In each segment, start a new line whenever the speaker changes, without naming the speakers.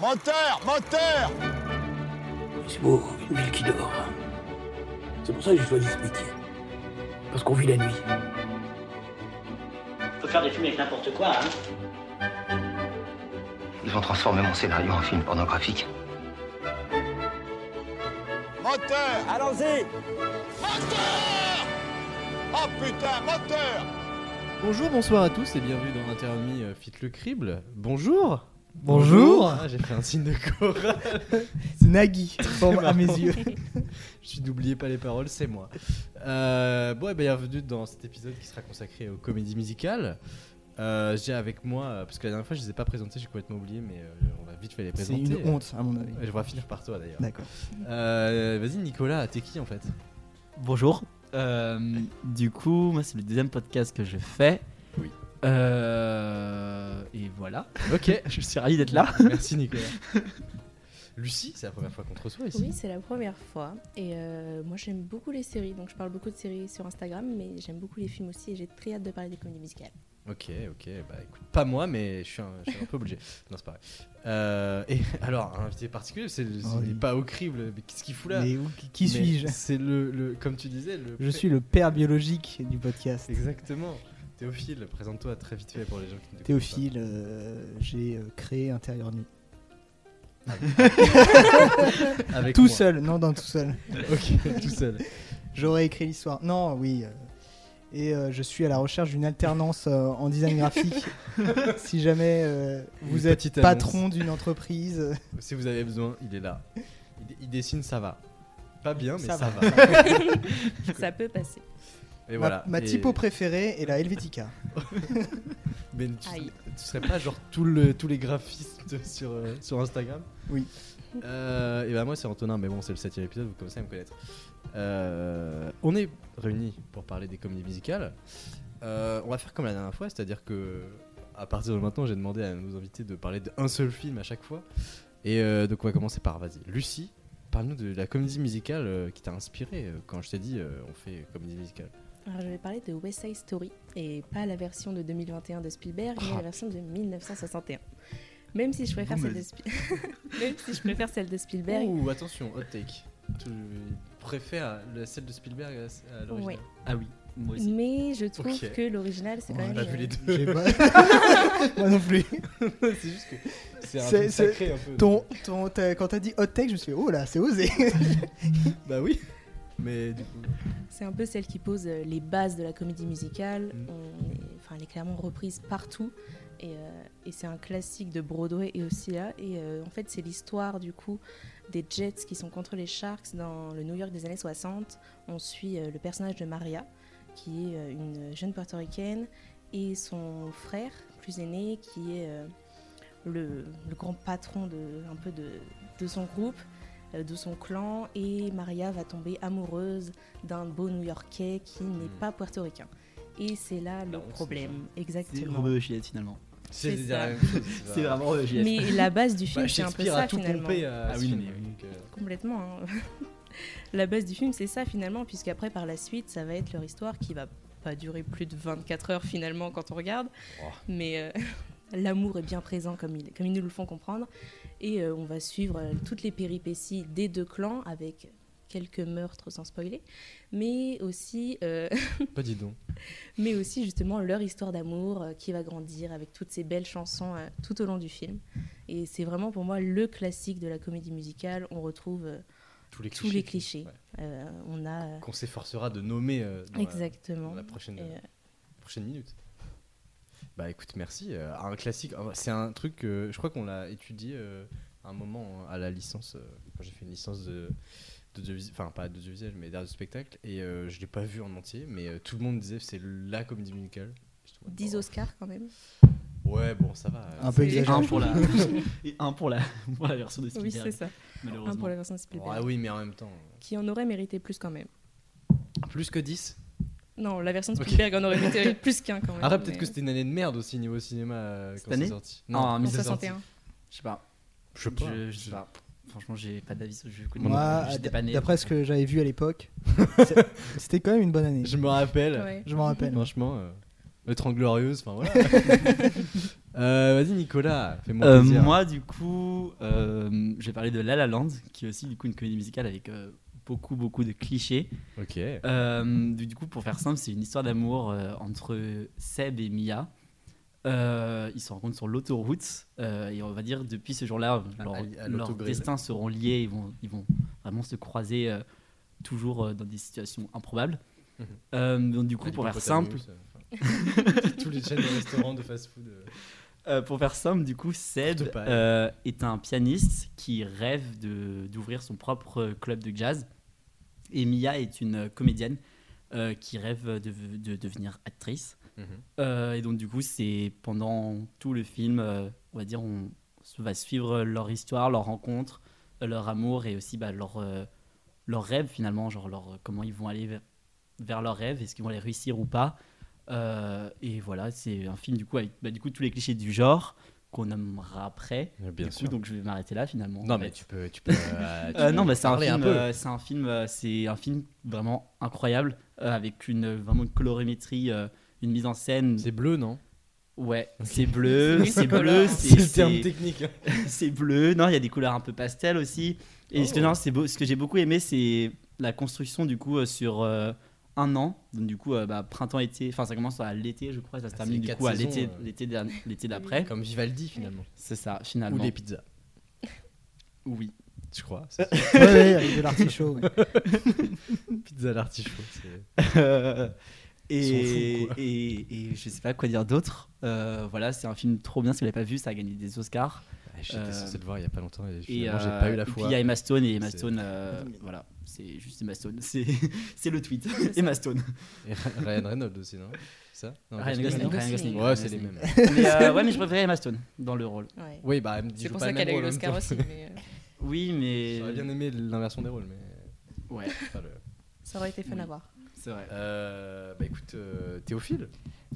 Moteur Moteur
C'est beau, une ville qui dort. C'est pour ça que j'ai choisi ce métier. Parce qu'on vit la nuit.
On peut faire des films avec n'importe quoi, hein.
Ils vont transformer mon scénario en film pornographique.
Moteur
Allons-y
Moteur Oh putain, moteur
Bonjour, bonsoir à tous et bienvenue dans Intermi euh, Fit le Crible. Bonjour
Bonjour,
Ah, J'ai fait un signe de chorale.
c'est Nagui, ressemble à mes yeux.
Je suis n'oubliez pas les paroles, c'est moi. Euh, bon, et bien, bienvenue dans cet épisode qui sera consacré aux comédies musicales. Euh, J'ai avec moi, euh, parce que la dernière fois je les ai pas présentés, j'ai complètement oublié, mais euh, on va vite fait les
C'est
présenter.
une honte à mon avis.
Euh, Je vais finir par toi d'ailleurs.
D'accord.
Euh, Vas-y Nicolas, t'es qui en fait
Bonjour. Euh, du coup, moi, c'est le deuxième podcast que je fais.
Oui.
Euh, et voilà.
Ok,
Je suis ravi d'être là.
merci Nicolas. Lucie, c'est la première fois qu'on te reçoit ici.
Oui, c'est la première fois. Et euh, moi, j'aime beaucoup les séries. Donc, je parle beaucoup de séries sur Instagram, mais j'aime beaucoup les films aussi. Et j'ai très hâte de parler des comédies musicales.
Ok, ok, bah écoute, pas moi, mais je suis un, je suis un peu obligé. Non, c'est pas vrai. Euh, et alors, un invité particulier, c'est le-
Oh,
il est
oui.
pas au crible, mais qu'est-ce qu'il fout là
Mais où- qui- qui
Mais
suis-je
C'est le, le- comme tu disais, le.
Je suis le père biologique du podcast.
Exactement. Théophile, présente-toi très vite fait pour les gens qui ne te
Théophile, euh, j'ai euh, créé Intérieur Nuit.
connaissent pas. Avec
tout
moi.
seul, non, non, tout seul.
Ok, tout seul.
J'aurais écrit l'histoire. Non, oui. euh, et euh, je suis à la recherche d'une alternance euh, en design graphique. si jamais euh,
Une
vous êtes
petite annonce.
patron d'une entreprise, euh,
Si vous avez besoin, il est là. Il, dé- il dessine, ça va. Pas bien, mais ça,
Ça
va.
va.
Ça peut passer.
Et
ma,
voilà.
ma
Et-
typo préférée est la Helvetica.
Mais tu,
Aïe.
tu serais pas genre tout le- tous les graphistes sur, euh, sur Instagram
Oui.
Euh, et bah moi c'est Antonin, mais bon c'est le septième épisode, vous commencez à me connaître. Euh, on est réunis pour parler des comédies musicales. Euh, on va faire comme la dernière fois, c'est-à-dire que à partir de maintenant j'ai demandé à nos invités de parler d'un seul film à chaque fois. Et euh, donc on va commencer par, vas-y, Lucie, parle-nous de la comédie musicale euh, qui t'a inspiré euh, quand je t'ai dit euh, on fait comédie musicale.
Alors, je vais parler de West Side Story. Et pas la version de 2021 de Spielberg, mais
Ah.
la version de 1961. Même si je préfère,
Vous me
celle de, Spi- Même si je préfère celle de Spielberg.
Ouh, attention, hot take. Tu préfères la- celle de Spielberg à, à l'original
Ouais.
Ah oui, moi aussi.
Mais je trouve
Ok.
que l'original, c'est
On
quand même.
a vu
euh,
les
J'ai
deux.
pas- Moi non plus.
c'est juste que c'est un
C'est-
film
c'est-
sacré un peu.
Ton, ton, t'as- quand t'as dit hot tech, je me suis fait, oh là, c'est osé.
Bah oui. Mais du coup.
C'est un peu celle qui pose euh, les bases de la comédie musicale.
Mm.
On est- enfin, elle est clairement reprise partout. Et, euh, et c'est un classique de Broadway et aussi là. Et euh, en fait, c'est l'histoire du coup des Jets qui sont contre les Sharks dans le New York des années 60. On suit euh, le personnage de Maria, qui est euh, une jeune portoricaine, et son frère, plus aîné, qui est euh, le, le grand patron de, un peu de, de son groupe, euh, de son clan. Et Maria va tomber amoureuse d'un beau New-Yorkais qui n'est
Mm.
pas puertoricain. Et c'est
La
là le
honte, c'est
problème,
C'est
exactement.
Romeo et Juliette finalement.
C'est
C'est
dire la
ça.
même chose. tu vois.
C'est vraiment Romeo et Juliette.
Mais la base du film,
Bah,
c'est un peu
Shakespeare
ça
a tout
finalement.
pompé à
Ah
ce
oui,
film,
mais oui.
donc, euh,
Complètement. hein. la base du film, c'est ça finalement, puisqu'après, par la suite, ça va être leur histoire qui va pas durer plus de 24 heures finalement quand on regarde.
Oh.
Mais euh, l'amour est bien présent comme, il, comme ils nous le font comprendre. Et euh, on va suivre euh, toutes les péripéties des deux clans avec quelques meurtres sans spoiler, mais aussi euh,
Bah dis donc.
mais aussi justement leur histoire d'amour euh, qui va grandir avec toutes ces belles chansons euh, tout au long du film. Et c'est vraiment pour moi le classique de la comédie musicale. On retrouve, euh,
Tous les
Tous
clichés.
les clichés.
Ouais.
euh, on a euh,
Qu'on s'efforcera de nommer euh, dans la-
exactement.
dans la prochaine.
Et, euh,
prochaine minute. Bah écoute, merci. euh, un classique, ah, c'est un truc, euh, je crois qu'on l'a étudié euh, à un moment hein, à la licence, euh, quand j'ai fait une licence de d'audiovisuel, enfin pas d'audiovisuel, mais d'art de spectacle, et euh, je l'ai pas vu en entier, mais euh, tout le monde disait que c'est la comédie musicale. J'étais en mode,
10
oh,
Oscars quand même.
Ouais, bon, ça va. euh.
Un peu
Et
exagéré.
un pour la et un pour la pour la version de
Oui,
Spielberg.
c'est ça. Un
Malheureusement.
pour la version de Spielberg.
Ah oui, mais en même temps.
Qui en aurait mérité plus quand même.
Plus que 10
Non, la version de
Ok.
Spielberg en aurait mérité plus qu'un quand même.
Arrête, peut-être
mais-
que c'était une année de merde aussi niveau cinéma euh,
Cette
quand c'est
année
sorti.
Ah,
En
mais c'est
61.
Je sais pas.
Je sais pas.
Je, je sais pas. Franchement, j'ai pas d'avis. Je connais.
Moi,
j'étais pas né.
d'après ce que j'avais vu à l'époque, c'est- c'était quand même une bonne année.
Je me rappelle.
Ouais.
Je m'en rappelle.
Franchement, euh, être en glorieuse, enfin voilà. Euh, Vas-y, Nicolas, fais-moi
Euh,
plaisir.
moi, du coup, euh, j'ai parlé de La La Land, qui est aussi du coup une comédie musicale avec euh, beaucoup, beaucoup de clichés.
Ok.
Euh, du du coup, pour faire simple, c'est une histoire d'amour euh, entre Seb et Mia. Euh, ils se rencontrent sur l'autoroute euh, et on va dire depuis ce jour-là,
À-
leur-
à- à
leurs
l'autogrill.
destins seront liés. Ils vont, ils vont vraiment se croiser euh, toujours euh, dans des situations improbables.
Mhm.
Euh, donc, du coup, pour faire simple,
euh, Tous les chaînes de restaurants de fast-food.
Euh, pour faire simple, du coup, Seb
Courte paille.
euh, est un pianiste qui rêve de- d'ouvrir son propre club de jazz. Et Mia est une euh, comédienne euh, qui rêve de, de devenir actrice.
Mhm.
Euh, et donc, du coup, c'est pendant tout le film, euh, on va dire, on s- va suivre leur histoire, leur rencontre, euh, leur amour et aussi bah, leur, euh, leur rêve finalement, genre leur, comment ils vont aller vers, vers leur rêve, est-ce qu'ils vont les réussir ou pas. Euh, et voilà, c'est un film du coup avec bah, du coup tous les clichés du genre qu'on nommera après.
Bien
du
sûr.
coup, donc je vais m'arrêter là finalement.
Non,
en
mais
fait.
tu peux. Tu peux euh, tu
Euh,
peux
non, mais c'est un
parler
film,
peu.
euh, c'est un film, euh, c'est un film vraiment incroyable euh, avec une vraiment une colorimétrie, euh, une mise en scène.
C'est bleu, non
Ouais, c'est bleu,
Oui,
c'est
c'est
bleu,
colorant.
c'est
hein.
technique.
c'est- c'est bleu. Non, il y a des couleurs un peu pastel aussi.
Oh.
Et ce que non, c'est beau. Ce que j'ai beaucoup aimé, c'est la construction du coup euh, sur euh, un an. Donc du coup, euh, bah, printemps-été. Enfin, ça commence à l'été, je crois. Ça se
Ah,
termine
c'est
du
quatre
coup à
saisons,
l'été,
euh.
l'été dernier- l'été d'après.
Comme Vivaldi, finalement.
C'est ça,
Ou
finalement.
les pizzas,
Oui.
je crois. c'est-
Ouais, ouais, avec de l'artichaut. ouais.
Pizza à l'artichaut. c'est-
Euh,
Ils
et,
sont fous, quoi.
et, et je sais pas quoi dire d'autre. Euh, voilà, c'est un film trop bien. Si vous l'avez pas vu, ça a gagné des Oscars.
Ah, J'étais
Euh,
censé le voir il y a pas longtemps et
Et
finalement, j'ai
euh,
pas eu la
et puis
foi.
il y a Emma Stone et Emma
C'est-
Stone. euh,
Attends, mais-
voilà, c'est juste Emma Stone. C'est c'est le tweet. Emma Stone.
Et Ra- Ryan Reynolds aussi, non C'est ça Non,
Ryan
Gosling.
Gosling.
Gosling.
Ryan Gosling.
Ouais, c'est les mêmes.
Mais, euh, ouais, mais je préférais Emma Stone dans le rôle.
Ouais.
Oui, bah, elle me dit joue
C'est pour
pas
ça
le
qu'elle a
même
eu
rôle en
l'Oscar
même
aussi.
temps.
mais, euh,
Oui, mais.
J'aurais bien aimé l'inversion des rôles, mais.
Ouais,
Enfin, le-
ça aurait été fun
Oui.
à voir.
c'est vrai.
Euh, bah écoute, euh, Théophile,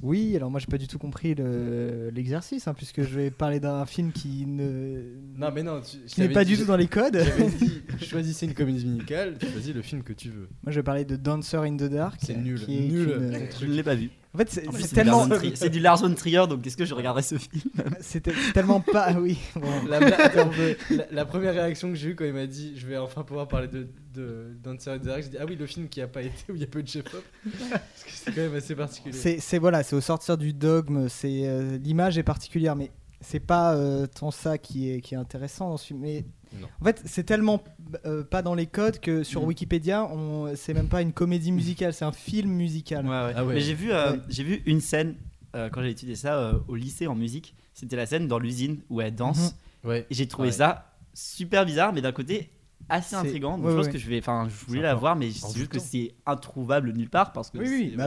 Oui, alors moi j'ai pas du tout compris le- l'exercice, hein, puisque je vais parler d'un film qui ne
Non, mais non, tu, je
qui n'est
t'avais
pas
dit-
du tout dans les codes.
j'avais dit, choisissez une comédie musicale, tu choisis le film que tu veux.
Moi je vais parler de Dancer in the Dark.
C'est
euh,
nul,
qui est
nul.
une-
Ton
Je
truc.
ne l'ai pas vu.
En fait, c'est
En plus,
c'est
du Lars
tellement,
von Trier- C'est du Lars von Trier, donc est-ce que je regarderais ce film
c'est te- c'est tellement pas. Oui. bon.
La, bla- attends, la- la première réaction que j'ai eue quand il m'a dit je vais enfin pouvoir parler de, de, Dancer in the Dark, j'ai dit ah oui, le film qui a pas été où il y a peu de chef-op. Parce que c'est quand même assez particulier.
C'est c'est- voilà, c'est au sortir du dogme. C'est euh, l'image est particulière, mais c'est pas euh, tant ça qui est qui est intéressant dans ce film. Mais
Non.
en fait, c'est tellement euh, pas dans les codes que sur
Mhm.
Wikipédia, on c'est même pas une comédie musicale, c'est un film musical.
Ah ouais.
Mais j'ai vu, euh,
Ouais.
j'ai vu une scène euh, quand j'ai étudié ça euh, au lycée en musique. C'était la scène dans l'usine où elle danse.
Mm-hmm. Ouais.
Et j'ai trouvé
Ouais.
ça super bizarre, mais d'un côté assez
C'est-
intrigant. Donc
ouais,
je pense
ouais.
que je vais, enfin, je voulais
C'est
la
encore-
voir, mais
en
c'est
tout
juste que
temps.
c'est introuvable nulle part parce que.
Oui, oui,
c'est-
bah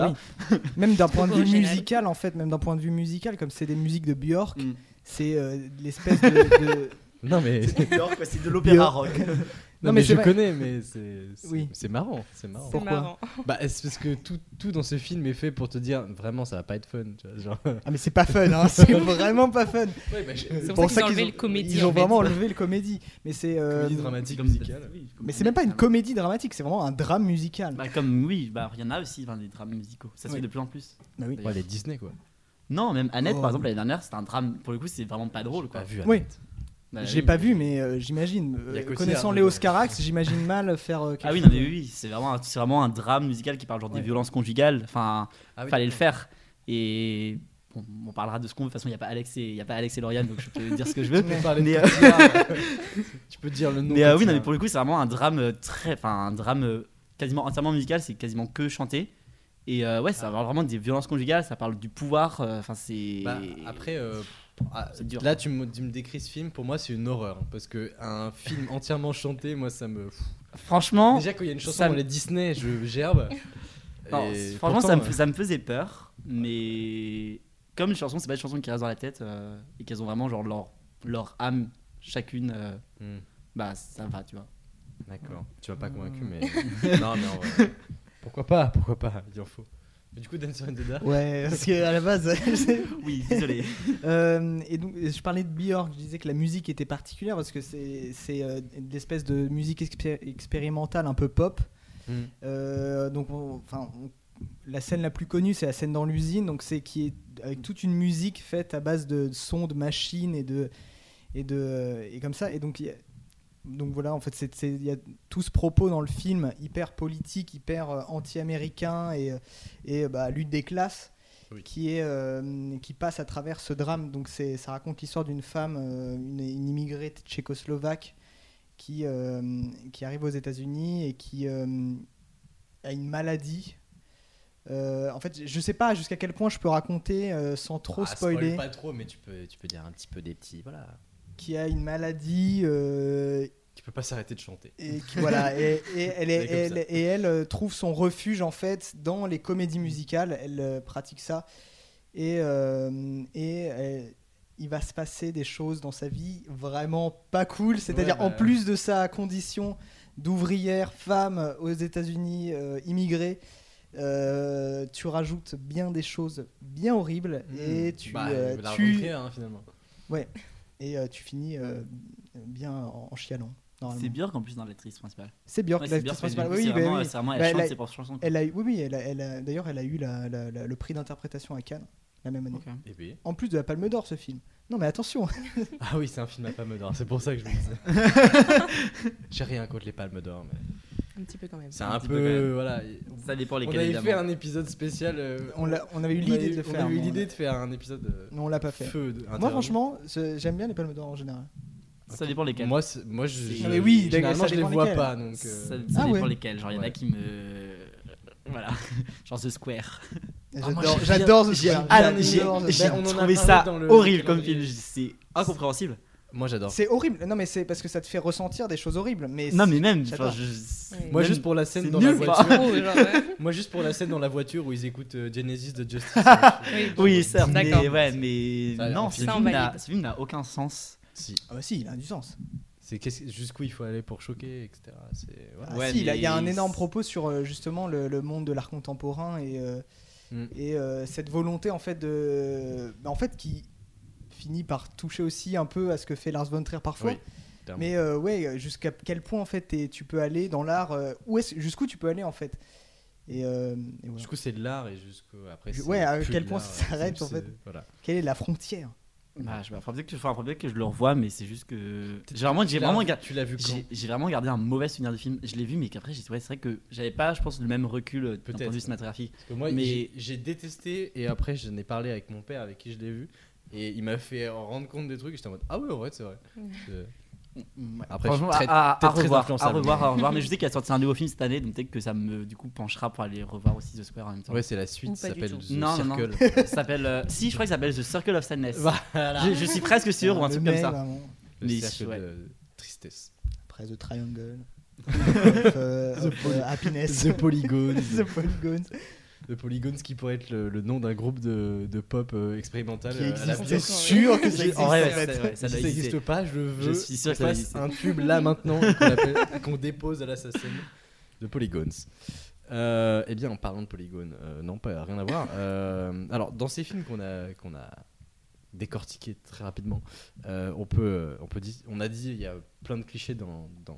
voilà.
Même d'un point de vue
original.
musical, en fait, même d'un point de vue musical, comme c'est des musiques de Björk,
Mm.
c'est euh, l'espèce de, de-
Non mais, non,
J'adore, quoi, C'est de l'opéra
Yo.
rock.
Non,
mais
mais c'est
je
vrai.
connais, mais c'est c'est-
Oui.
c'est marrant, c'est marrant.
C'est
Pourquoi
marrant.
Bah c'est parce que tout, tout dans ce film est fait pour te dire vraiment ça va pas être fun. Tu vois, genre.
Ah mais c'est pas fun, hein, c'est vraiment pas fun.
Ouais, bah, je...
C'est
Pour
pour ça qu'ils ont enlevé le comédie.
Ils
en
ont
fait.
vraiment enlevé le comédie, mais c'est euh,
Comédie dramatique musicale.
Oui, comme-
mais c'est même pas une comédie dramatique, c'est vraiment un drame musical.
Bah, comme oui, bah il y en a aussi enfin, des drames musicaux. Ça se
Oui.
fait de plus en plus.
Bah oui.
Ouais, les Disney quoi.
Non, même Annette
Oh.
par exemple l'année dernière, c'était un drame. Pour le coup, c'est vraiment pas drôle quoi.
Pas vu.
Oui,
Bah,
je l'ai
oui.
pas vu, mais euh, j'imagine.
Il y a
Euh,
qu'aussi
connaissant
Arnaud,
Léo
ouais.
Scarax, j'imagine mal faire euh, quelque
Ah oui, non,
chose.
mais oui, oui, c'est vraiment, un- c'est vraiment un drame musical qui parle genre
Ouais.
des violences conjugales. Enfin,
Ah oui,
fallait le faire. Et bon, on parlera de ce qu'on veut. De toute façon, il n'y a pas Alex et il y a pas Alex et Lauriane, donc je peux dire ce que je veux.
Tu peux parler de
Mais, euh,
Cotillard. tu peux dire le nom.
mais euh, oui, non,
Cotillard.
mais pour le coup, c'est vraiment un drame euh, très, enfin, un drame euh, quasiment entièrement musical. C'est quasiment que chanté. Et euh, ouais, ça parle vraiment des violences conjugales. Ça parle du pouvoir. euh, Enfin, c'est.
Bah, après, euh, ah,
C'est dur.
là tu me, tu me décris ce film, pour moi c'est une horreur. hein, Parce que un film entièrement chanté, moi ça me.
franchement,
Déjà quand il y a une chanson
ça
dans
me-
les Disney, je gerbe.
non,
Et pourtant,
franchement, ça, me,
euh,
ça me faisait peur. Mais comme une chanson, c'est pas des chansons qui restent dans la tête euh, et qu'elles ont vraiment genre leur leur âme chacune. euh,
hmm,
bah, ça va, tu vois.
D'accord. Tu vas pas convaincu,
Hmm.
mais. non, mais en vrai, Pourquoi pas Pourquoi pas Il en faut. Mais du coup, Dancer in the Dark.
Ouais, parce qu'à la base, c'est-
Oui, désolé.
Euh, et donc, je parlais de Björk, je disais que la musique était particulière parce que c'est c'est, euh, de l'espèce de musique expé- expérimentale un peu pop.
Hmm.
Euh, donc, on- enfin, on- la scène la plus connue, c'est la scène dans l'usine, donc c'est qui est avec toute une musique faite à base de sons, de machines et de et de euh, et comme ça. Et donc il y a- donc voilà, en fait, c'est- c'est- il y a tout ce propos dans le film hyper politique, hyper euh, anti-américain et euh, et euh, bah, lutte des classes
Oui.
qui est euh, qui passe à travers ce drame. Donc c'est ça raconte l'histoire d'une femme, euh, une, une immigrée tchécoslovaque qui euh, qui arrive aux États-Unis et qui euh, a une maladie. Euh, en fait, je sais pas jusqu'à quel point je peux raconter euh, sans trop
Ah, spoil
spoiler,
Pas trop, mais tu peux, tu peux dire un petit peu des petits. Voilà.
qui a une maladie euh,
Tu peux pas s'arrêter de chanter.
et qui- voilà et, et elle, est-
C'est comme
elle-
ça.
et elle, euh, trouve son refuge en fait dans les comédies musicales elle euh, pratique ça et, euh, et elle- il va se passer des choses dans sa vie vraiment pas cool c'est-à-dire
Ouais, bah.
en plus de sa condition d'ouvrière femme aux États-Unis euh, immigrée euh, tu rajoutes bien des choses bien horribles et tu
Bah,
euh,
la
tu-
rentrée, hein, finalement.
et euh, tu finis euh, bien en, en chialant normalement.
C'est Björk en plus dans l'actrice principale.
c'est Björk
Ouais,
la
c'est
actrice
Björk, mais
principale. Oui,
du coup, c'est
oui, bah
vraiment,
oui.
c'est vraiment- elle
Bah,
chante
la-
ses propres chansons.
Elle a eu, oui, oui, elle a- elle a- d'ailleurs, elle a eu la- la- la- le prix d'interprétation à Cannes la même année.
Ok.
Et puis-
En plus de la Palme d'Or, ce film. Non, mais attention,
Ah oui, c'est un film à palme d'or, c'est pour ça que je vous disais. J'ai rien contre les palmes d'or, mais
Un petit peu quand même.
c'est un,
petit
peu.
peu quand même.
voilà.
Ça dépend
On
lesquels
avait
évidemment.
fait un épisode spécial. euh,
on, l'a- on avait eu
on
l'idée
avait-
de le
on
faire.
avait eu
mais on-
l'idée de faire un épisode. euh,
mais on l'a pas fait.
Feu. de-
Moi,
interne.
franchement, ce- j'aime bien les Palmes d'or en général.
Ça dépend lesquels.
Moi, c'est- moi je.
C'est-
je-
Ah, mais
oui,
généralement,
ça
je les
dépend
vois
lesquels.
pas, donc. euh,
Ça, ça
Ah
dépend
ouais.
lesquels. Genre, il y en a
Ouais.
qui me. euh, Voilà. Genre The Square.
moi,
J'adore-
j'ai
J'adore ce
bien-
film.
j'ai-
J'adore
j'ai-
ce
j'ai- bah, on
film.
en a
trouvé
parlé
ça
dans le
horrible comme film.
calendrier.
C'est incompréhensible.
Moi, j'adore.
C'est horrible. Non, mais c'est parce que ça te fait ressentir des choses horribles. Mais
Non,
c'est-
mais même.
j'adore.
enfin, je-
Ouais.
Moi,
même-
juste pour la scène
c'est
dans la
nul, quoi.
voiture.
Oh, genre, ouais.
Moi, juste pour la scène dans la voiture où ils écoutent euh, Genesis de Justice.
Oui.
Oui, certes,
D'accord.
mais, ouais, mais
Ça, on
non, ce
ça, on
film n'a-
valide.
ce film n'a aucun sens.
Si.
Ah, bah si, il a du sens.
C'est qu'est-ce- jusqu'où il faut aller pour choquer, etc. C'est. voilà.
Ah
Ouais,
si, il a- il y a
mais
un énorme
c'est-
propos sur euh, justement le, le monde de l'art contemporain et, euh,
Mm.
et euh, cette volonté en fait de, bah, en fait qui finit par toucher aussi un peu à ce que fait Lars von Trier parfois.
Oui, clairement.
Mais euh, ouais, jusqu'à quel point en fait t'es- tu peux aller dans l'art, euh, où est-ce- jusqu'où tu peux aller en fait. Et, euh, et voilà.
Du coup, c'est de l'art et jusqu'au après.
Je-
c'est
ouais, à
plus
quel
de
point
l'art,
ça
ouais,
s'arrête,
c'est-
en fait.
Voilà.
quelle est la frontière
Bah, je sais pas, faudrait peut-être que, enfin, faudrait que je le revoie, mais c'est juste que. J'ai vraiment, j'ai vraiment, gar-
Tu l'as vu quand
j'ai- j'ai vraiment gardé un mauvais souvenir du film. Je l'ai vu, mais qu'après, j'ai dit, ouais, c'est vrai que j'avais pas, je pense, le même recul euh, d'un
Peut-être.
point de vue cinématographique.
Parce que moi,
mais-
j'ai- j'ai détesté et après, je n'ai parlé avec mon père avec qui je l'ai vu. Et il m'a fait en rendre compte des trucs. et J'étais en mode Ah ouais, en vrai, c'est vrai. Euh, Après, je suis
Franchement, ah,
très-
à, à- à
peut-être très
revoir, à
influençable.
revoir, à revoir. mais je sais qu'il a sorti un nouveau film cette année, donc peut-être que ça me, du coup, penchera pour aller revoir aussi The Square en même temps.
Ouais, c'est la
Ou
suite, ça
pas du
s'appelle
tout.
The
ah. Non, non, non.
Circle.
Ça s'appelle. euh, si, je crois que ça s'appelle The Circle of Sadness.
Voilà.
Je, je suis presque sûr, ou un
Hein, Le
truc comme
mail,
ça.
vraiment.
Le
Mais-
cercle
ouais.
de tristesse.
Après The Triangle, of, euh,
The
of, euh,
Poly-
Happiness,
The Polygon.
The Polygons.
The Polygons qui pourrait être le, le nom d'un groupe de, de pop euh, expérimental.
Qui
euh, à la
existe,
Beatles.
c'est sûr que ça
J'ai-
existe.
En vrai,
en
ouais,
fait.
ça- ouais, ça
Si
doit
ça
exister.
n'existe pas, je veux
suis
qu'on
sûr que ça
fasse
existe.
un tube là maintenant et qu'on appelle- qu'on dépose à l'assassin de Polygons. Euh, eh bien, en parlant de Polygon, euh, non, pas rien à voir. Euh, alors, dans ces films qu'on a, qu'on a décortiqués très rapidement, euh, on peut, euh, on peut dis- on a dit il y a plein de clichés dans, dans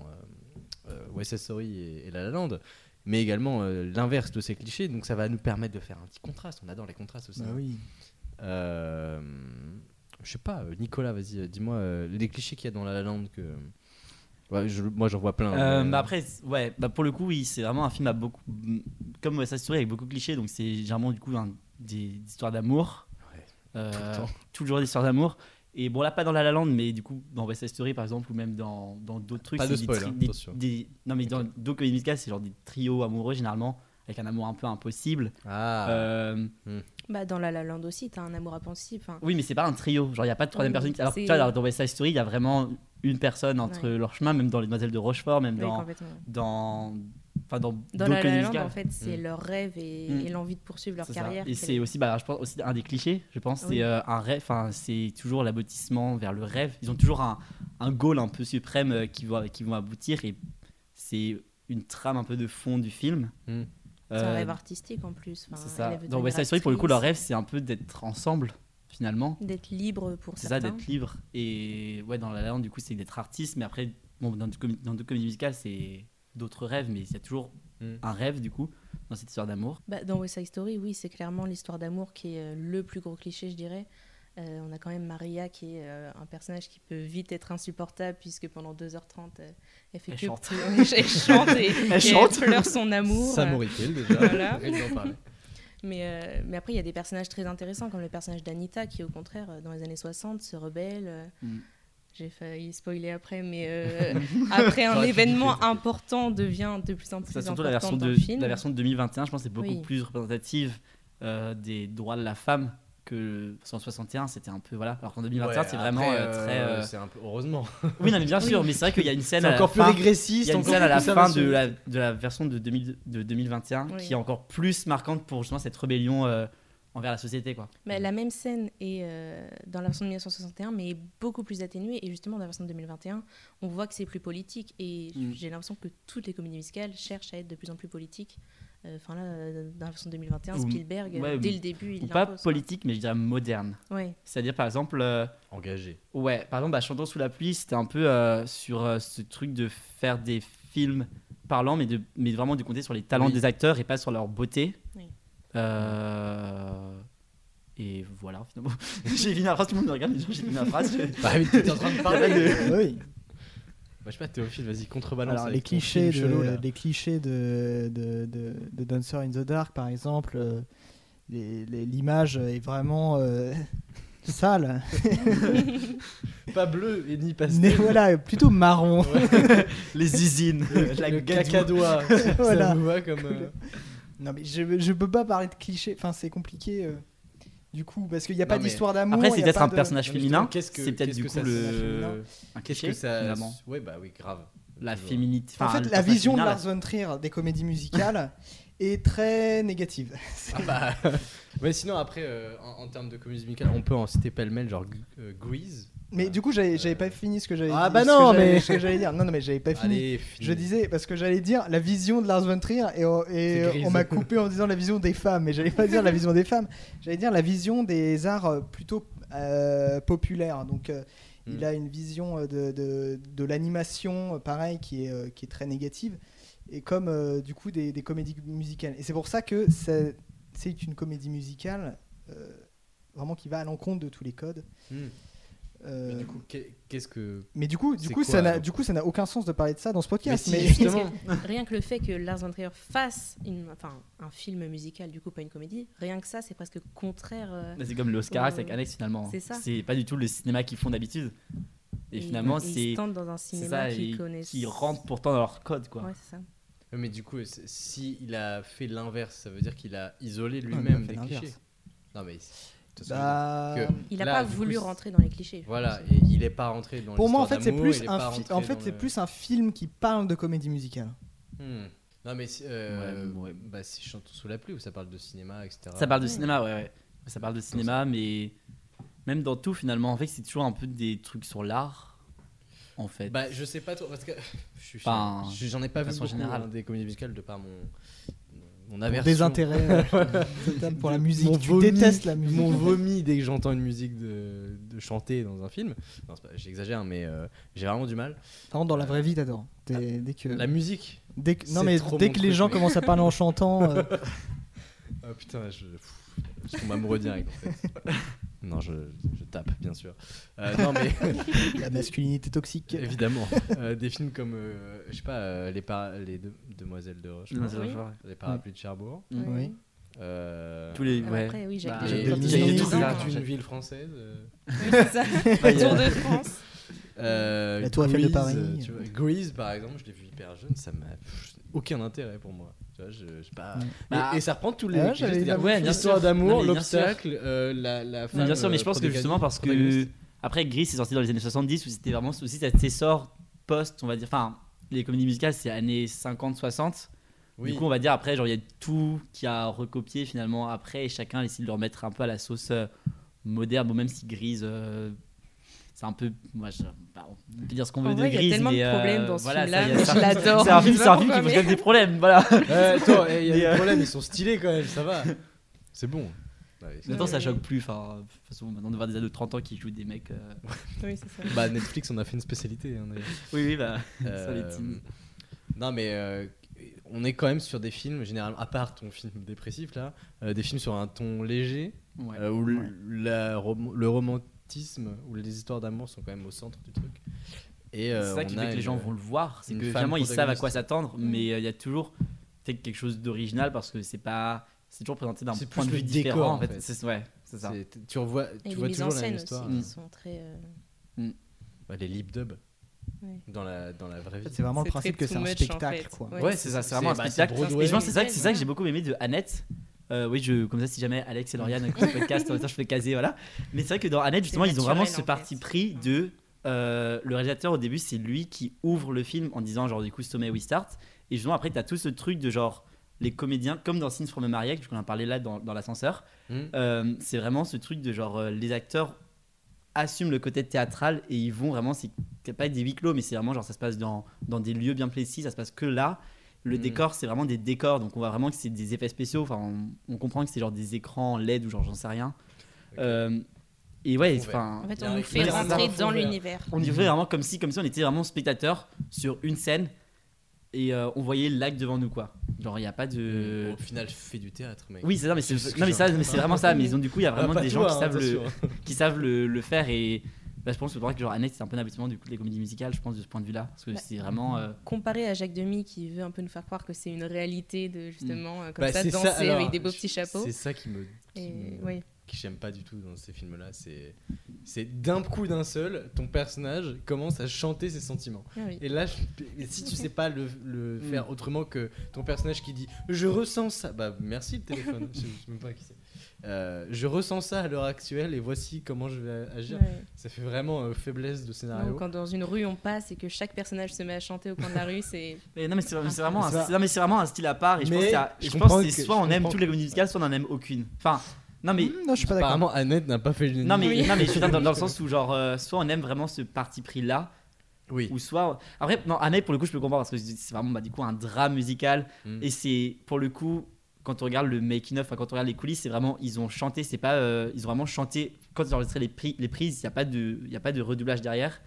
euh, euh, West Side Story et, et La La Land, mais également euh, l'inverse de ces clichés. Donc, ça va nous permettre de faire un petit contraste. On adore les contrastes aussi.
Bah
hein.
oui.
Euh, je sais pas, euh, Nicolas, vas-y, euh, dis-moi euh, les clichés qu'il y a dans La La Land que. Ouais, je- moi j'en vois plein.
Euh,
mais-
bah après, c- ouais, bah pour le coup, oui, c'est vraiment un film à beaucoup. m- Comme West Side Story avec beaucoup de clichés, donc c'est généralement du coup un- des, des histoires d'amour.
Ouais,
Euh,
tout le temps.
Toujours des histoires d'amour. Et bon, là, pas dans La La Land, mais du coup, dans West Side Story par exemple, ou même dans dans d'autres trucs.
Pas de
c'est des
spoil,
tri-
hein,
des-
attention.
des- Non, mais dans d'autres comédies musicales, c'est genre des trios amoureux généralement, avec un amour un peu impossible.
Ah,
Euh,
Bah, dans La La Land aussi, t'as un amour à penser. Enfin,
Oui, mais c'est pas un trio. Genre, il n'y a pas de troisième
Oui,
personne. qui- Alors, que,
c'est-
tu vois, dans- dans West Side Story, il y a vraiment une personne entre
Ouais.
leur chemin, même dans Les Demoiselles de Rochefort, même
oui,
dans.
complètement.
Dans. Enfin, dans.
Dans
d'autres
La
comédies
La Land,
musicales.
en fait, c'est leur rêve et,
Mm.
et l'envie de poursuivre leur
C'est ça.
carrière.
Et
qu'elle-
c'est aussi, bah, je pense, aussi un des clichés, je pense.
Oui.
C'est euh, un rêve. Enfin, c'est toujours l'aboutissement vers le rêve. Ils ont toujours un, un goal un peu suprême euh, qui, vont, qui vont aboutir. Et c'est une trame un peu de fond du film.
Mm.
c'est un
Euh,
rêve artistique en plus. Enfin,
c'est
elle
ça.
veut
Dans
devenir
West Side Story, pour le coup,
actrice,
leur rêve, c'est un peu d'être ensemble, finalement.
D'être libre pour
C'est ça,
certains.
d'être libre. Et ouais, dans La La Land, du coup, c'est d'être artiste. Mais après, bon, dans, deux comé- dans deux comédies musicales, c'est d'autres rêves. Mais il y a toujours
Mm.
un rêve du coup dans cette histoire d'amour.
Bah, dans West Side Story, oui, c'est clairement l'histoire d'amour qui est euh, le plus gros cliché, je dirais. Euh, on a quand même Maria qui est euh, un personnage qui peut vite être insupportable puisque pendant 2h30, euh, elle fait
Elle
que
chante.
elle chante et, et elle
chante.
pleure son amour.
euh,
Samoripil déjà.
Voilà.
Rien que d'en parler.
Mais, euh, mais après, il y a des personnages très intéressants, comme le personnage d'Anita, qui, au contraire, euh, dans les années 60, se rebelle. euh,
Mm.
J'ai failli spoiler après, mais euh, après un
J'aurais pu
événement
douter, t'inquiète.
important devient de plus en plus
Ça, surtout
important
la version,
dans
de,
le film.
la version de 2021, je pense, que c'est beaucoup
Oui.
plus représentative euh, des droits de la femme que 161, c'était un peu voilà. Alors qu'en 2021,
Ouais,
c'est vraiment
après,
euh, très.
euh,
euh,
c'est un peu- Heureusement.
Oui, non, mais bien
Oui.
sûr, mais c'est vrai qu'il y a une scène
C'est
à la
encore plus
fin. Il
régressiste.
y a une
encore
scène à la
plus
fin de
invention.
la, de la version de, 2000 de 2021
Oui.
qui est encore plus marquante pour justement cette rébellion euh, envers la société. Quoi.
Mais Bah, la même scène est euh, dans la version de 1961, mais est beaucoup plus atténuée. Et justement, dans la version de 2021, on voit que c'est plus politique. Et j-
Mm.
j'ai l'impression que toutes les comédies musicales cherchent à être de plus en plus politiques. Euh, Enfin là, euh, dans la version de 2021,
Ou-
Spielberg, euh,
ouais,
dès le début, il
Ou pas
l'impose, quoi.
politique, mais je dirais moderne.
Ouais.
C'est-à-dire, par exemple, euh,
Engagé.
ouais, par exemple, bah, Chantons sous la pluie, c'était un peu euh, sur euh, ce truc de faire des films parlants, mais, de, mais vraiment de compter sur les talents
Oui.
des acteurs et pas sur leur beauté.
Oui.
Euh, Et voilà, finalement. j'ai fini ma phrase, tout le monde me regarde, mais genre, j'ai fini ma phrase. je-
Bah oui, t'es en train de parler.
de-
Oui.
Bah, je sais pas, Théophile, vas-y, contrebalance.
Alors,
avec
les
ton
clichés, de,
film chelou, là.
les clichés de, de, de, de Dancer in the Dark, par exemple, euh, les- les- l'image est vraiment euh, sale.
Pas bleu et ni
Mais
pastel.
voilà, plutôt marron.
Les zizines, la
le
gadoue.
cacadois.
Voilà.
Ça vous va comme. euh,
Non, mais je, je peux pas parler de clichés. Enfin, c'est compliqué. euh, du coup, parce qu'il n'y a pas
Non, mais
d'histoire d'amour.
Après,
il
c'est
y a
peut-être
pas
un
de-
personnage
Non, mais justement,
féminin.
qu'est-ce que-
C'est peut-être
qu'est-ce
du
que
coup
ça-
le un
Qu'est-ce
cliché
que ça.
finalement.
Ouais, bah oui, grave.
La
Toujours.
féminité.
En
enfin,
fait,
le
la
personnage
vision de
féminin,
Lars von Trier des comédies musicales est très négative.
Ah bah. ouais, sinon, après, euh, en, en termes de comédie musicale, on peut en citer pêle-mêle, genre Gu- euh, Grease.
Mais du coup, j'avais j'avais pas fini ce que j'avais
Ah
dit-
bah
ce que
non,
j'avais-
mais-
ce que j'allais dire. Non, non, mais j'avais pas fini.
Allez, fini.
Je disais, parce que j'allais dire la vision de Lars von Trier, et, on- et
C'est grise.
on m'a coupé en disant la vision des femmes, mais j'allais pas dire la vision des femmes, j'allais dire la vision des arts euh, plutôt euh, populaires. Donc euh,
Mm.
il a une vision euh, de, de- de l'animation, euh, pareil, qui est, euh, qui est très négative, et comme euh, du coup des, des comédies musicales. Et c'est pour ça que c'est c'est une comédie musicale euh, vraiment qui va à l'encontre de tous les codes.
Hmm.
Euh,
Mais du coup, qu'est- qu'est-ce que.
mais du coup, du
C'est quoi,
coup, ça n'a-
alors
du coup, ça n'a aucun sens de parler de ça dans ce podcast.
si,
mais-
justement.
Rien que le fait que Lars von Trier fasse une, enfin, un film musical, du coup pas une comédie, rien que ça, c'est presque contraire. euh,
C'est comme l'Oscar
Euh,
avec Alex finalement.
c'est ça.
C'est pas du tout le cinéma qu'ils font d'habitude. Et, finalement,
ils se
c'est
tentent dans un
c'est
cinéma
ça
qu'ils
et-
connaissent.
qui rentre pourtant dans leur code quoi.
Ouais, c'est ça.
Euh, Mais du coup, c'est- si il a fait l'inverse, ça veut dire qu'il a isolé
il a
lui-même
fait
des
l'inverse.
clichés. Non, mais. c'est- de toute façon,
Bah,
que-
Il n'a
Là,
pas
du coup,
voulu
c'est-
rentrer dans les clichés. je
Voilà,
pense.
et il est pas rentré dans
Pour moi, en
l'histoire
fait, c'est
d'amour,
plus
il est
un
pas
fi-
rentré
en fait,
dans
c'est
le-
plus un film qui parle de comédie musicale.
Hmm. Non, mais c'est, euh,
Ouais, ouais.
bah, c'est Chantons sous la pluie où ça parle de cinéma, etc.
Ça parle de cinéma, ouais, ouais. Ça parle de cinéma, mais même dans tout finalement, en fait, c'est toujours un peu des trucs sur l'art, en fait.
Bah, je sais pas trop, parce que je suis-
Enfin,
je- j'en ai pas
de
vu
façon
beaucoup
générale.
hein, des comédies musicales de par mon, mon
Pour
aversion.
Des intérêts euh, total pour la musique.
Mon
tu
vomi-
détestes la musique.
Mon vomi dès que j'entends une musique de, de chanter dans un film. Non, c'est pas- j'exagère, mais euh, j'ai vraiment du mal.
Par contre, dans la vraie vie, t'adores. T'es- Dès
Euh.
que,
La musique.
dès que- non
c'est
mais
trop
dès
mon
que les
truc,
gens
mais-
commencent à parler en chantant, euh,
Ah putain, je, pff, je tombe amoureux direct en fait. Non, je, je tape, bien sûr. Euh, non, mais.
la masculinité toxique.
Évidemment. Euh, des films comme, euh, je sais pas, euh, les, Par- les Deux- Demoiselles de Roche,
Je me souviens
Oui.
pas, ouais.
les Parapluies de Cherbourg.
Mm.
Oui.
Euh,
Tous les
Ah,
ouais.
Après, oui, Jacques
Bah,
les-
Demy,
Jacques
comme
les
Demy,
tu
Jacques
dis,
Demy,
tout
Tours
Jacques
ça.
Demy.
d'une ville française. euh,
Oui, c'est ça.
Bah, il y a-
Tour de France.
euh,
La Tour Eiffel de
Grease,
Paris.
euh, tu vois, Grease, par exemple, je l'ai vu hyper jeune, ça m'a pff, aucun intérêt pour moi. Tu vois, je, je sais pas.
Mm.
Et-
Bah,
et, ça reprend tous les.
ah,
clichés,
j'avais
c'est-à-dire
pas Ouais,
bien
l'histoire
sûr. Non,
d'amour,
mais bien sûr.
l'obstacle, euh, la, la
Non,
femme.
bien sûr, mais je
euh,
pense que
protagoniste-
justement parce que
protagoniste.
après Grease c'est sorti dans les années 70 où c'était vraiment aussi cet essor post, on va dire, enfin les comédies musicales c'est années 50-60.
Oui.
Du coup, on va dire après genre il y a tout qui a recopié finalement après et chacun essaie de le remettre un peu à la sauce euh, moderne, bon même si Grease euh, c'est un peu moi je- bah, on peut dire ce qu'on
En
veut
vrai,
de
il y a
Grease
tellement de
mais, euh,
problèmes dans ce
voilà,
film-là,
ça, il y a
mais je
certains-
l'adore,
C'est un
je
film,
sais
c'est un
pas
film qui
pourquoi,
pose
mais-
quand même des problèmes, voilà.
Eh, attends, eh, il y a
Mais,
des
euh,
problèmes, ils sont stylés quand même, ça va. C'est bon. Bah, Ouais,
Maintenant ça
Ouais.
choque plus enfin de toute façon maintenant de voir des ados de 30 ans qui jouent des mecs euh,
Oui, c'est ça.
Bah Netflix on a fait une spécialité hein, d'ailleurs.
Oui oui bah
Euh,
les teens.
Non mais euh, on est quand même sur des films, généralement, à part ton film dépressif là, euh, des films sur un ton léger,
Ouais.
euh, où l- la rom- le romantisme ou les histoires d'amour sont quand même au centre du truc. Et euh,
c'est ça qui
on a
fait que les
une-
gens vont le voir. C'est
une
que
femme
finalement, ils savent à quoi
protagoniste.
s'attendre,
Mm.
mais euh, il y a toujours peut-être quelque chose d'original parce que c'est pas. C'est toujours présenté d'un
C'est
point de
plus
vue
le
différent.
décor,
en
en
fait.
fait.
C'est- Ouais, c'est ça.
c'est- t- Tu revois,
Et
tu
les
vois
mises en
toujours la même
scène aussi,
histoire. Mm.
qui sont très. euh,
Bah, les lip dubs
Ouais.
dans la dans la vraie vie.
C'est vraiment le
C'est très
principe que c'est un
too much, en
spectacle.
fait.
quoi.
Ouais.
Ouais, c'est ça, c'est vraiment un
bah,
spectacle.
Broadway.
Et je pense que c'est ça, que- c'est ça que
Ouais.
j'ai beaucoup aimé de Annette. Euh, oui, je, comme ça, si jamais Alex et Lauriane écoutent le podcast, en même temps, je fais caser, voilà. Mais c'est vrai que dans Annette, justement, ils ont
naturel,
vraiment ce
en
parti
fait.
pris de. euh, le réalisateur, au début, c'est lui qui ouvre le film en disant, genre, du coup, sommet we start. Et justement, après, t'as tout ce truc de genre, les comédiens, comme dans Scenes from a Mariage, qu'on en parlait là dans, dans l'ascenseur,
Hmm.
euh, c'est vraiment ce truc de genre, euh, les acteurs assument le côté théâtral et ils vont vraiment, c'est c'est pas des huis clos, mais c'est vraiment genre, ça se passe dans, dans des lieux bien précis, ça se passe que là. Le
Mm.
décor, c'est vraiment des décors, donc on voit vraiment que c'est des effets spéciaux. Enfin, on, on comprend que c'est genre des écrans LED ou genre j'en sais rien.
Ok.
Euh, et ouais,
Fond vert.
enfin,
En fait,
Il y a
on
un-
nous
il
fait
y a un
rentrer
fond
dans
vert.
l'univers.
on
Mm.
dirait vraiment comme si, comme si on était vraiment spectateur sur une scène et euh, on voyait le lac devant nous, quoi. Genre, il n'y a pas de.
Au final, je fais du théâtre, mais.
Oui, c'est ça, mais
C'est Mm. ce
c'est
que
non, mais
j'ai
ça,
envie de
mais c'est vraiment ça. Mais ils ont du coup, il y a
Ah,
vraiment
pas
des
toi,
gens qui
hein,
savent le,
attention.
qui savent le, le faire et bah, je pense que c'est vrai que genre Annette c'est un peu un aboutissement du coup des comédies musicales, je pense de ce point de vue-là, parce que
Bah.
c'est vraiment. euh,
Comparé à Jacques Demy qui veut un peu nous faire croire que c'est une réalité de justement euh, comme
Bah,
ça
c'est
danser
alors,
avec des beaux
je-
petits chapeaux.
C'est ça qui me. qui
Et
me-
oui,
que j'aime pas du tout dans ces films-là, c'est c'est d'un coup d'un seul, ton personnage commence à chanter ses sentiments.
ah oui.
Et là, je- si tu sais pas le, le
Mm.
faire autrement que ton personnage qui dit je ressens ça, bah merci le téléphone, je sais même pas qui c'est. Euh, je ressens ça à l'heure actuelle et voici comment je vais agir.
Ouais.
Ça fait vraiment euh, faiblesse de scénario.
Non, quand dans une rue on passe et que chaque personnage se met à chanter au coin de la rue, c'est
Mais non, mais c'est c'est vraiment,
Ça-
un- non, mais c'est vraiment un style à part. Et je
Mais
pense, qu'il y a-
je
je pense
comprends
que
que-
c'est soit
je
on aime
comprends.
toutes les comédies musicales, soit on n'en aime aucune. Enfin, non, mais.
Hmm, Non, je suis pas d'accord.
Apparemment, Annette n'a pas fait le
Non mais,
Oui.
non mais je veux dire dans, dans le sens où genre euh, soit on aime vraiment ce parti pris là
oui.
ou soit après non Annette pour le coup je peux comprendre parce que c'est vraiment bah, du coup un drame musical
Mm.
et c'est pour le coup quand on regarde le making of enfin, quand on regarde les coulisses c'est vraiment ils ont chanté c'est pas euh, ils ont vraiment chanté quand ils ont enregistré les, pri- les prises il n'y a pas de il y a pas de redoublage derrière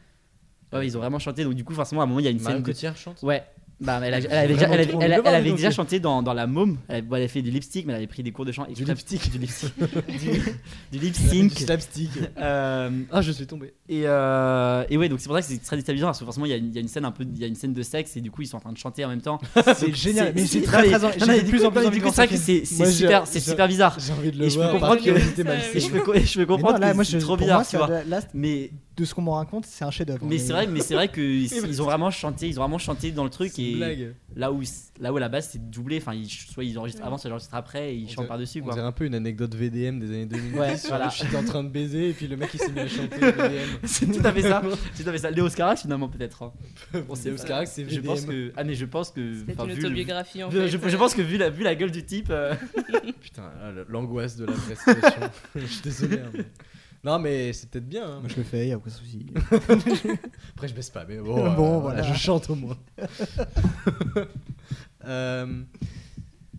Ouais, ouais, ils ont vraiment chanté donc du coup forcément à un moment il y a une
Marion
scène de
Cotillard chante
Ouais. Bah, elle, a- elle
J'ai
avait déjà,
vraiment
elle avait-
trop envie
elle-
de le voir,
elle
dis
avait
donc.
déjà chanté dans, dans La Môme. Elle, bon, elle a fait du lipstick, mais elle avait pris des cours de chant. Du lipstick Du lipstick. du, lip
Du
sync.
slapstick.
Euh,
Ah, je suis tombé.
et, euh, et ouais, donc c'est pour ça que c'est très déstabilisant parce que forcément il y, a une- il y a une scène un peu, il y a une scène de sexe et du coup ils sont en train de chanter en même temps.
C'est génial, mais
c'est-
c'est très très.
non, mais-
J'ai
non, mais
de
du
plus
coup-
en plus
non, mais
envie
du
de voir
coup, c'est vrai
ce
que
film.
c'est c'est
Moi,
super,
je-
c'est
je-
super bizarre.
bah, J'ai envie de le
Et je peux
voir.
comprendre
par
que-
curiosité
Ça,
malsaine.
Et je peux, co- je peux
Mais non,
comprendre
là,
que
moi,
c'est
je-
trop
pour
bizarre,
moi,
tu
ça-
vois.
là, c'est-
Mais
de ce qu'on me raconte, c'est un chef-d'œuvre.
mais c'est vrai, mais c'est vrai que ils ils ont vraiment chanté, ils ont vraiment chanté dans le truc
C'est une
et
blague.
là où là où à la base c'est doublé, enfin ils, soit ils enregistrent
Ouais.
avant, soit ils enregistrent après et
On
ils
dirait-
chantent par dessus
On
quoi.
dirait un peu une anecdote VDM des années 2010.
Ouais,
sur
voilà.
le shit en train de baiser et puis le mec il s'est mis à chanter VDM.
C'est tout à fait ça. C'est tout à fait ça. Léo Scarac finalement peut-être. hein. On sait
Léo
pas.
Scarac, c'est
Je
VDM.
pense que ah mais je pense que
c'est
enfin,
une
vu le-
autobiographie en
vu-
fait.
je, je pense que vu la vu la gueule du type. euh,
Putain, ah, le- l'angoisse de la prestation. je suis désolé. hein, mais- Non mais c'est peut-être bien. hein,
Moi, je le fais, y a aucun souci.
Après, je baisse pas, mais bon,
Bon,
euh,
voilà.
je chante au moins. Euh,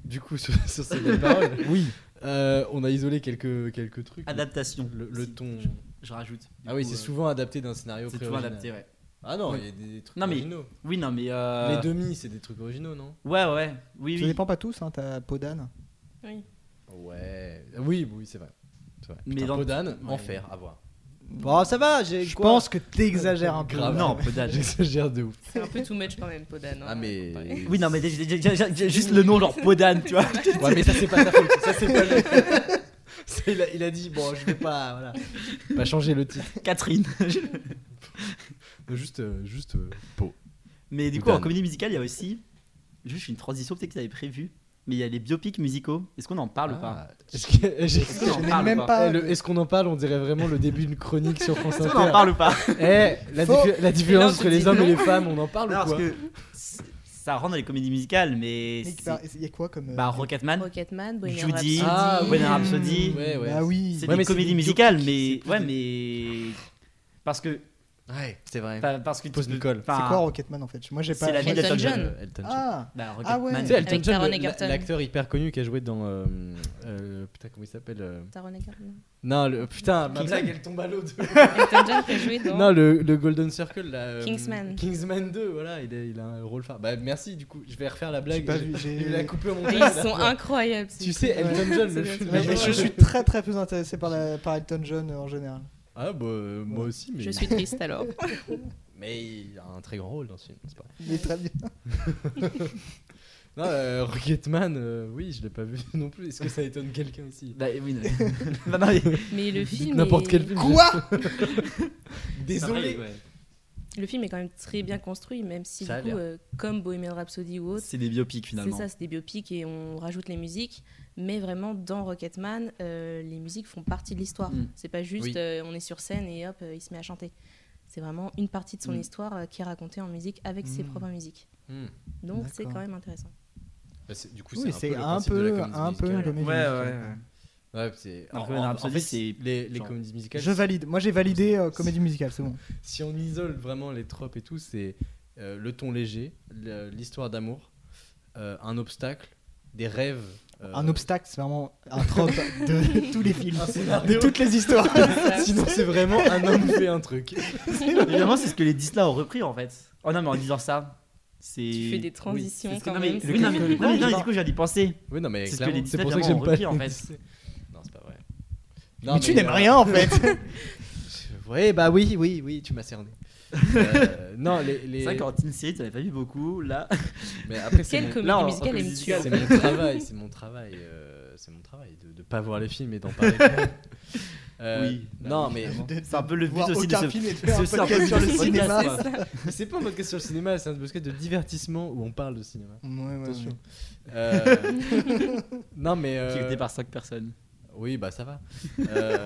du coup, sur, sur ces belles paroles,
Oui.
euh, on a isolé quelques, quelques trucs.
Adaptation.
Le, le
Si,
ton.
je- Je rajoute. Du
Ah oui,
coup,
c'est
euh,
souvent adapté d'un scénario
C'est
pré
souvent
original.
adapté, ouais.
Ah non,
Ouais.
il y a des trucs
Non, mais-
originaux.
Oui, non, mais. euh,
Les demi, c'est des trucs originaux, non
Ouais, ouais. Oui,
Ça
oui.
dépend pas tous, hein, t'as Podane.
Oui.
Ouais. Oui, oui, c'est vrai. C'est vrai.
Mais
Putain,
dans-
Podane,
ouais.
enfer, à voir.
Bon, ça va, j'ai. Je
quoi
pense que t'exagères un peu.
Grave.
Non, podage.
J'exagère de ouf.
C'est un peu too much quand même, Podan. hein.
Ah, mais.
Oui, non, mais déjà- déjà- déjà- déjà- juste le nom, genre Podane, tu vois.
Ouais, mais ça, c'est pas sa faute. Ça, c'est pas le- Ça, il, a, il a dit, bon, je vais pas. Voilà. Pas changer le titre.
Catherine.
Juste, euh, juste euh, Pau.
Mais du coup,
Podane.
en comédie musicale, il y a aussi. Juste une transition, peut-être que t'avais prévu. Mais il y a les biopics musicaux. Est-ce qu'on en parle ou pas
Ah, Est-ce que- j'ai-
Est-ce qu'on en
n'ai
parle
même
ou
pas-
Eh, le- est-ce qu'on en parle On dirait vraiment le début d'une chronique sur France
Est-ce qu'on en
Inter.
parle ou pas
Eh, la,
Faux.
diffu- la
Et là, on
différence
se
entre les
dit
hommes et
non.
les femmes, on en parle
Non,
ou
parce
quoi
que c- ça rentre dans les comédies musicales, mais.
Mais
c'est-
bah, Il y a quoi comme. euh,
Bah, Rocketman,
Rocketman, Bohemian
Judy,
Rhapsody.
Ah,
Bohemian Rhapsody.
Ouais, ouais.
Bah oui.
C'est
Ouais, mais
des
c'est
comédies
des
musicales,
biopics, c'est
mais.
plus
Ouais,
des-
mais. Parce que.
Ouais, c'est vrai.
Enfin, parce que tu
Pose
peux-
Nicole.
C'est
enfin,
quoi Rocketman en fait Moi j'ai
C'est
pas.
la vie
Elton
d'Elton
John.
John.
Euh, Elton John.
Ah
Bah,
Ah ouais.
Tu
Rocketman,
sais, Elton
Avec
John,
Taron
le-
Egerton.
l'acteur hyper connu qui a joué dans. euh, euh, putain, comment il s'appelle euh,
Taron Egerton.
Non, le, putain, ma
Kingsman.
blague, elle tombe à l'eau. de-
Elton John qui a joué dans.
Non, le, le Golden Circle, là. euh,
Kingsman.
Kingsman 2, voilà, il a, il a un rôle phare. Bah, merci, du coup, je vais refaire la
J'ai
blague.
pas vu. j'ai-
Il l'a coupé au
Mais
montage.
Ah, ils sont incroyables. ces
Tu sais,
films.
Elton John, le
C'est
film.
bien,
Mais
c'est
je
bien.
suis très très peu intéressé par, la- par Elton John euh, en général.
Ah, bah, euh, moi aussi, mais.
Je suis triste alors.
Mais il a un très grand rôle dans ce film, c'est pas.
Il est très bien.
Non, euh, Rocketman, euh, oui, je l'ai pas vu non plus. Est-ce que ça étonne quelqu'un ici
Bah, oui, non. Bah, non, mais-
Mais le film.
N'importe
est-
quel film.
Quoi
Désolé.
Pareil, ouais.
Le film est quand même très bien construit, même si,
Ça a
du coup,
l'air.
euh, comme Bohemian Rhapsody ou autre,
C'est des biopics
c'est
finalement.
ça, c'est des biopics et on rajoute les musiques. Mais vraiment, dans Rocketman, euh, les musiques font partie de l'histoire.
Mm.
C'est pas juste
Oui.
euh, on est sur scène et hop, euh, il se met à chanter. C'est vraiment une partie de son
Mm.
histoire euh, qui est racontée en musique avec ses
Mm.
propres musiques.
Hmm.
Donc c'est
D'accord.
quand même intéressant.
Bah, c'est- du coup,
Oui,
c'est
c'est
un
un
peu le
peu,
principe de la
un
comédie
peu.
musicale.
comédie musicale.
Ouais, c'est.
Un
en-
peu
en- en
Rhapsody,
fait,
c'est-
Les, les
genre-
comédies musicales.
Je valide. Moi j'ai validé euh, comédie musicale, c'est bon.
Si on isole vraiment les tropes et tout, c'est euh, le ton léger, le- l'histoire d'amour, euh, un obstacle, des rêves. euh,
Un obstacle, c'est vraiment un trope de tous les films,
Un
de
scénario.
toutes les histoires.
Sinon, c'est vraiment un homme fait un truc.
Évidemment, c'est ce que les Disney ont repris en fait. Oh non, mais en disant ça, c'est.
Tu fais des transitions
Oui, c'est ce que-
quand
non, mais-
même,
oui,
c'est-
non, mais-
Oui,
non, mais non,
non.
du coup, j'ai d'y penser.
Oui, non, mais
Eh, C'est ce que
clairement,
les
c'est pour ça
Disney
que j'aime
ont
pas.
repris, en
les
fait.
Disney. Non, c'est pas vrai.
Mais,
Non,
tu n'aimes
euh,
rien en fait.
Oui, bah oui, oui, oui, tu m'as cerné. Euh, non, les. les-
C'est vrai qu'en teen série, t'avais pas vu beaucoup. Là,
Mais après, c'est
Quelle
mon-
comédie
Là, en- en
musicale
comédie
aimes-tu
musicale,
C'est mon travail, c'est mon travail, euh, c'est mon travail de, de pas voir les films et d'en parler. Euh,
Oui, bah
non,
oui,
mais
évidemment. c'est un peu le but
Voir
aussi de
aucun
ce
film et de
c'est
faire un
aussi un
podcast
peu
sur le
le
cinéma.
podcast,
Ouais,
c'est pas un podcast sur le cinéma, c'est un podcast de divertissement où on parle de cinéma.
ouais, ouais.
Attention. Euh, non, mais. euh,
qui est écouté par 5 personnes.
Oui, bah ça va. Euh,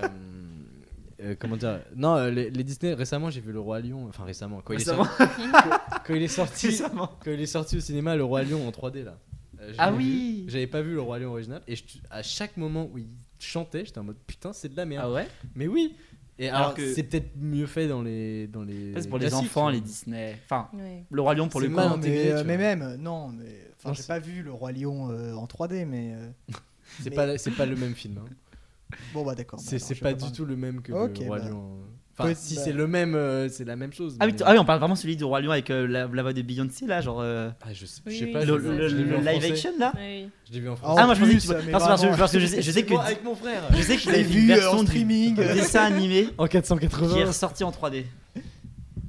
euh, comment dire Non, euh, les, les Disney, récemment j'ai vu Le Roi Lion, enfin récemment, quand,
Récemment.
Il, est sorti, quand, quand il est sorti,
Récemment.
quand il est sorti au cinéma, Le Roi Lion en 3D là. Euh, je
Ah
l'ai
oui.
vu, J'avais pas vu Le Roi Lion original et je- à chaque moment où il chantait, j'étais en mode putain, c'est de la merde.
Ah ouais
Mais oui Et alors,
Alors que-
c'est peut-être mieux fait dans les. Dans les
Ça, C'est pour les
classiques,
enfants,
mais-
les Disney. Enfin,
Ouais.
le Roi Lion pour
C'est
le coup.
mal
Non,
intégré,
mais, euh,
tu
mais
vois.
même, euh, non, mais enfin,
Non,
j'ai
c'est-
pas vu le Roi Lion euh, en 3D, mais euh,
C'est
mais-
pas, c'est pas le même film. hein.
bon bah d'accord. bah,
C'est
alors,
c'est
je vais
pas du
parler.
tout le même que
Ok,
le Roi
bah.
Lion. Enfin,
Peut-
si
bah.
c'est le même, euh, c'est la même chose.
Ah oui,
mais-
t- ah oui, on parle vraiment celui du Roi Lion avec euh, la, la voix de Beyoncé là, genre. euh,
Ah, je sais,
Oui,
je sais
oui,
pas.
c'est
le
je l'ai-
ça.
le-
je l'ai
le
vu en
live
français.
action là
Ouais.
Je l'ai vu en
En
français.
Ah, moi je pensais
plus,
que tu.
mais
parce- parce-
vraiment.
Parce que je sais- je sais que.
Excusez-moi, avec mon frère.
Je sais
Je
qu'il y
l'ai
a une
vu euh, en
version du
streaming.
du dessin animé
En
qui est
480.
ressorti en 3D.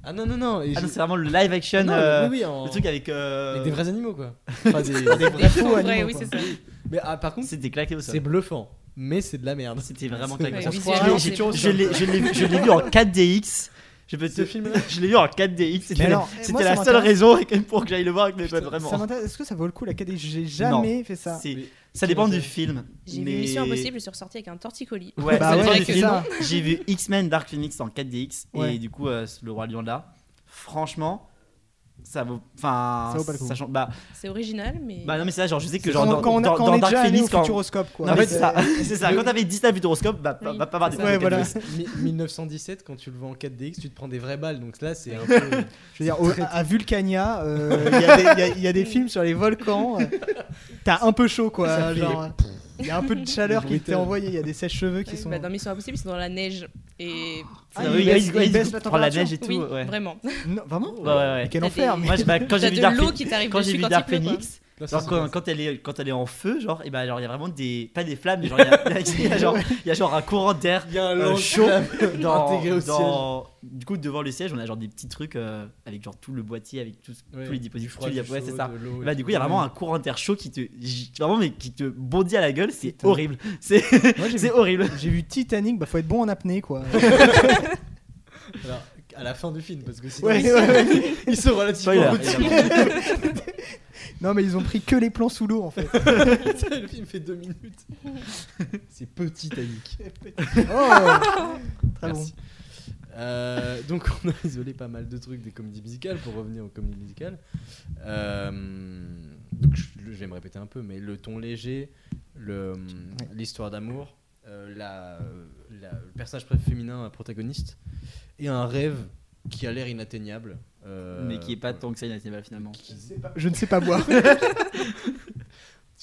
Ah non, non, non. et
Ah
je- Ah,
non, c'est vraiment le live action.
non,
euh,
oui, oui, en-
Le truc avec. euh,
avec des vrais animaux, quoi. Enfin, des- des vrais-
Des faux
animaux,
vrais,
quoi.
oui, c'est ça.
Mais ah, par contre,
C'était claqué au
c'est
sol.
bluffant. Mais c'est de la merde.
C'était vraiment
C'est-
claqué au
Ouais,
sol.
visuellement,
Je l'ai-
c'est
j'ai-
beau.
Je l'ai- je l'ai je l'ai vu en 4DX. Je peux
Ce
te
film
Je l'ai vu en 4DX.
Mais
C'était
alors, moi,
c'était
ça
la seule
m'intéresse.
raison et quand même pour que j'aille le voir avec mes potes
Putain, ça
vraiment.
m'intéresse. Est-ce que ça vaut le coup la 4D J'ai jamais fait ça.
C'est-
Mais-
Ça dépend
Qui
du
l'a fait
film.
J'ai
mais-
vu Mission Impossible, je suis ressortie avec un torticolis.
Ouais,
Bah
ça
ouais,
dépend du
c'est
film.
ça.
J'ai vu X-Men Dark Phoenix en 4DX
Ouais.
et du coup euh, le roi lion là. Franchement, ça vaut enfin
Ça vaut pas le coup.
change- bah,
C'est original, mais.
bah non mais c'est ça genre je sais que
Quand-
genre dans,
quand on, a-
dans-
quand
dans
on est
Dark
déjà allé au
Phoenix quand
futuroscope quoi. euh,
Non, mais
Ouais,
c'est ça, c'est ça.
le-
Quand t'avais Disney Futuroscope, bah,
Oui.
va pas voir des
Ouais,
trucs
voilà.
de-
Mi- 1917, quand tu le vois en 4DX, tu te prends des vraies balles. Donc là, c'est un peu.
Je veux dire, au- à Vulcania, euh, il y a des- il y, a- il y a des films sur les volcans. euh, T'as un peu chaud quoi.
Ça fait-
genre, euh, Il y a un peu de chaleur qui t'est envoyée. Il y a des sèches-cheveux qui
Ouais,
sont.
bah, dans Mission Impossible, c'est dans la neige. Et.
Ah,
Ah
il
oui,
baisse-
oui,
il
oui,
baisse
oui,
la
tu prends la
température.
neige et tout.
oui,
ouais.
vraiment.
Non, vraiment
Ouais, ouais, ouais.
Quel
T'as
enfer.
des-
mais-
Moi, je- bah, quand
T'as
j'ai vu
de
Dark
l'eau
Phoenix,
qui t'arrive
quand
dessus
j'ai vu
quand
Dark
il pleut, quoi.
Phoenix,
Non, ça,
Genre
c'est-
quand, quand elle est, quand elle est en feu, genre, et bah, genre, il y a vraiment des. Pas des flammes, mais genre, il y a- il y, a genre- il y a genre un courant d'air
Il y a un
euh,
lance
chaud dans,
intégré au
dans- Du coup, devant le siège, on a genre des petits trucs euh, avec genre tout le boîtier, avec tout,
Ouais,
tous les
du
dispositifs.
froid,
tout, il y a-
du
ouais,
chaud,
c'est ça.
de l'eau et
Bah,
tout.
du coup, il y a vraiment un courant d'air chaud qui te. gi- Vraiment, mais qui te bondit à la gueule, c'est
Putain.
horrible. C'est
Moi, j'ai
c'est
vu-
horrible.
J'ai vu Titanic, bah faut être bon en apnée quoi.
Alors, à la fin du film, parce que sinon,
Ouais,
ils-
ouais, ouais.
ils sont
Spoiler,
relativement. petits.
évidemment.
Non mais ils ont pris que les plans sous l'eau en fait.
le film fait deux minutes. C'est petit Titanic.
Oh Très
Merci. Euh, donc on a isolé pas mal de trucs des comédies musicales pour revenir aux comédies musicales. Euh, donc je, je vais me répéter un peu, mais le ton léger, le, l'histoire d'amour, euh, la, la- le personnage féminin protagoniste et un rêve qui a l'air inatteignable. euh,
mais qui est pas
voilà.
tant que ça inatteignable finalement.
Je ne sais pas boire.
Tu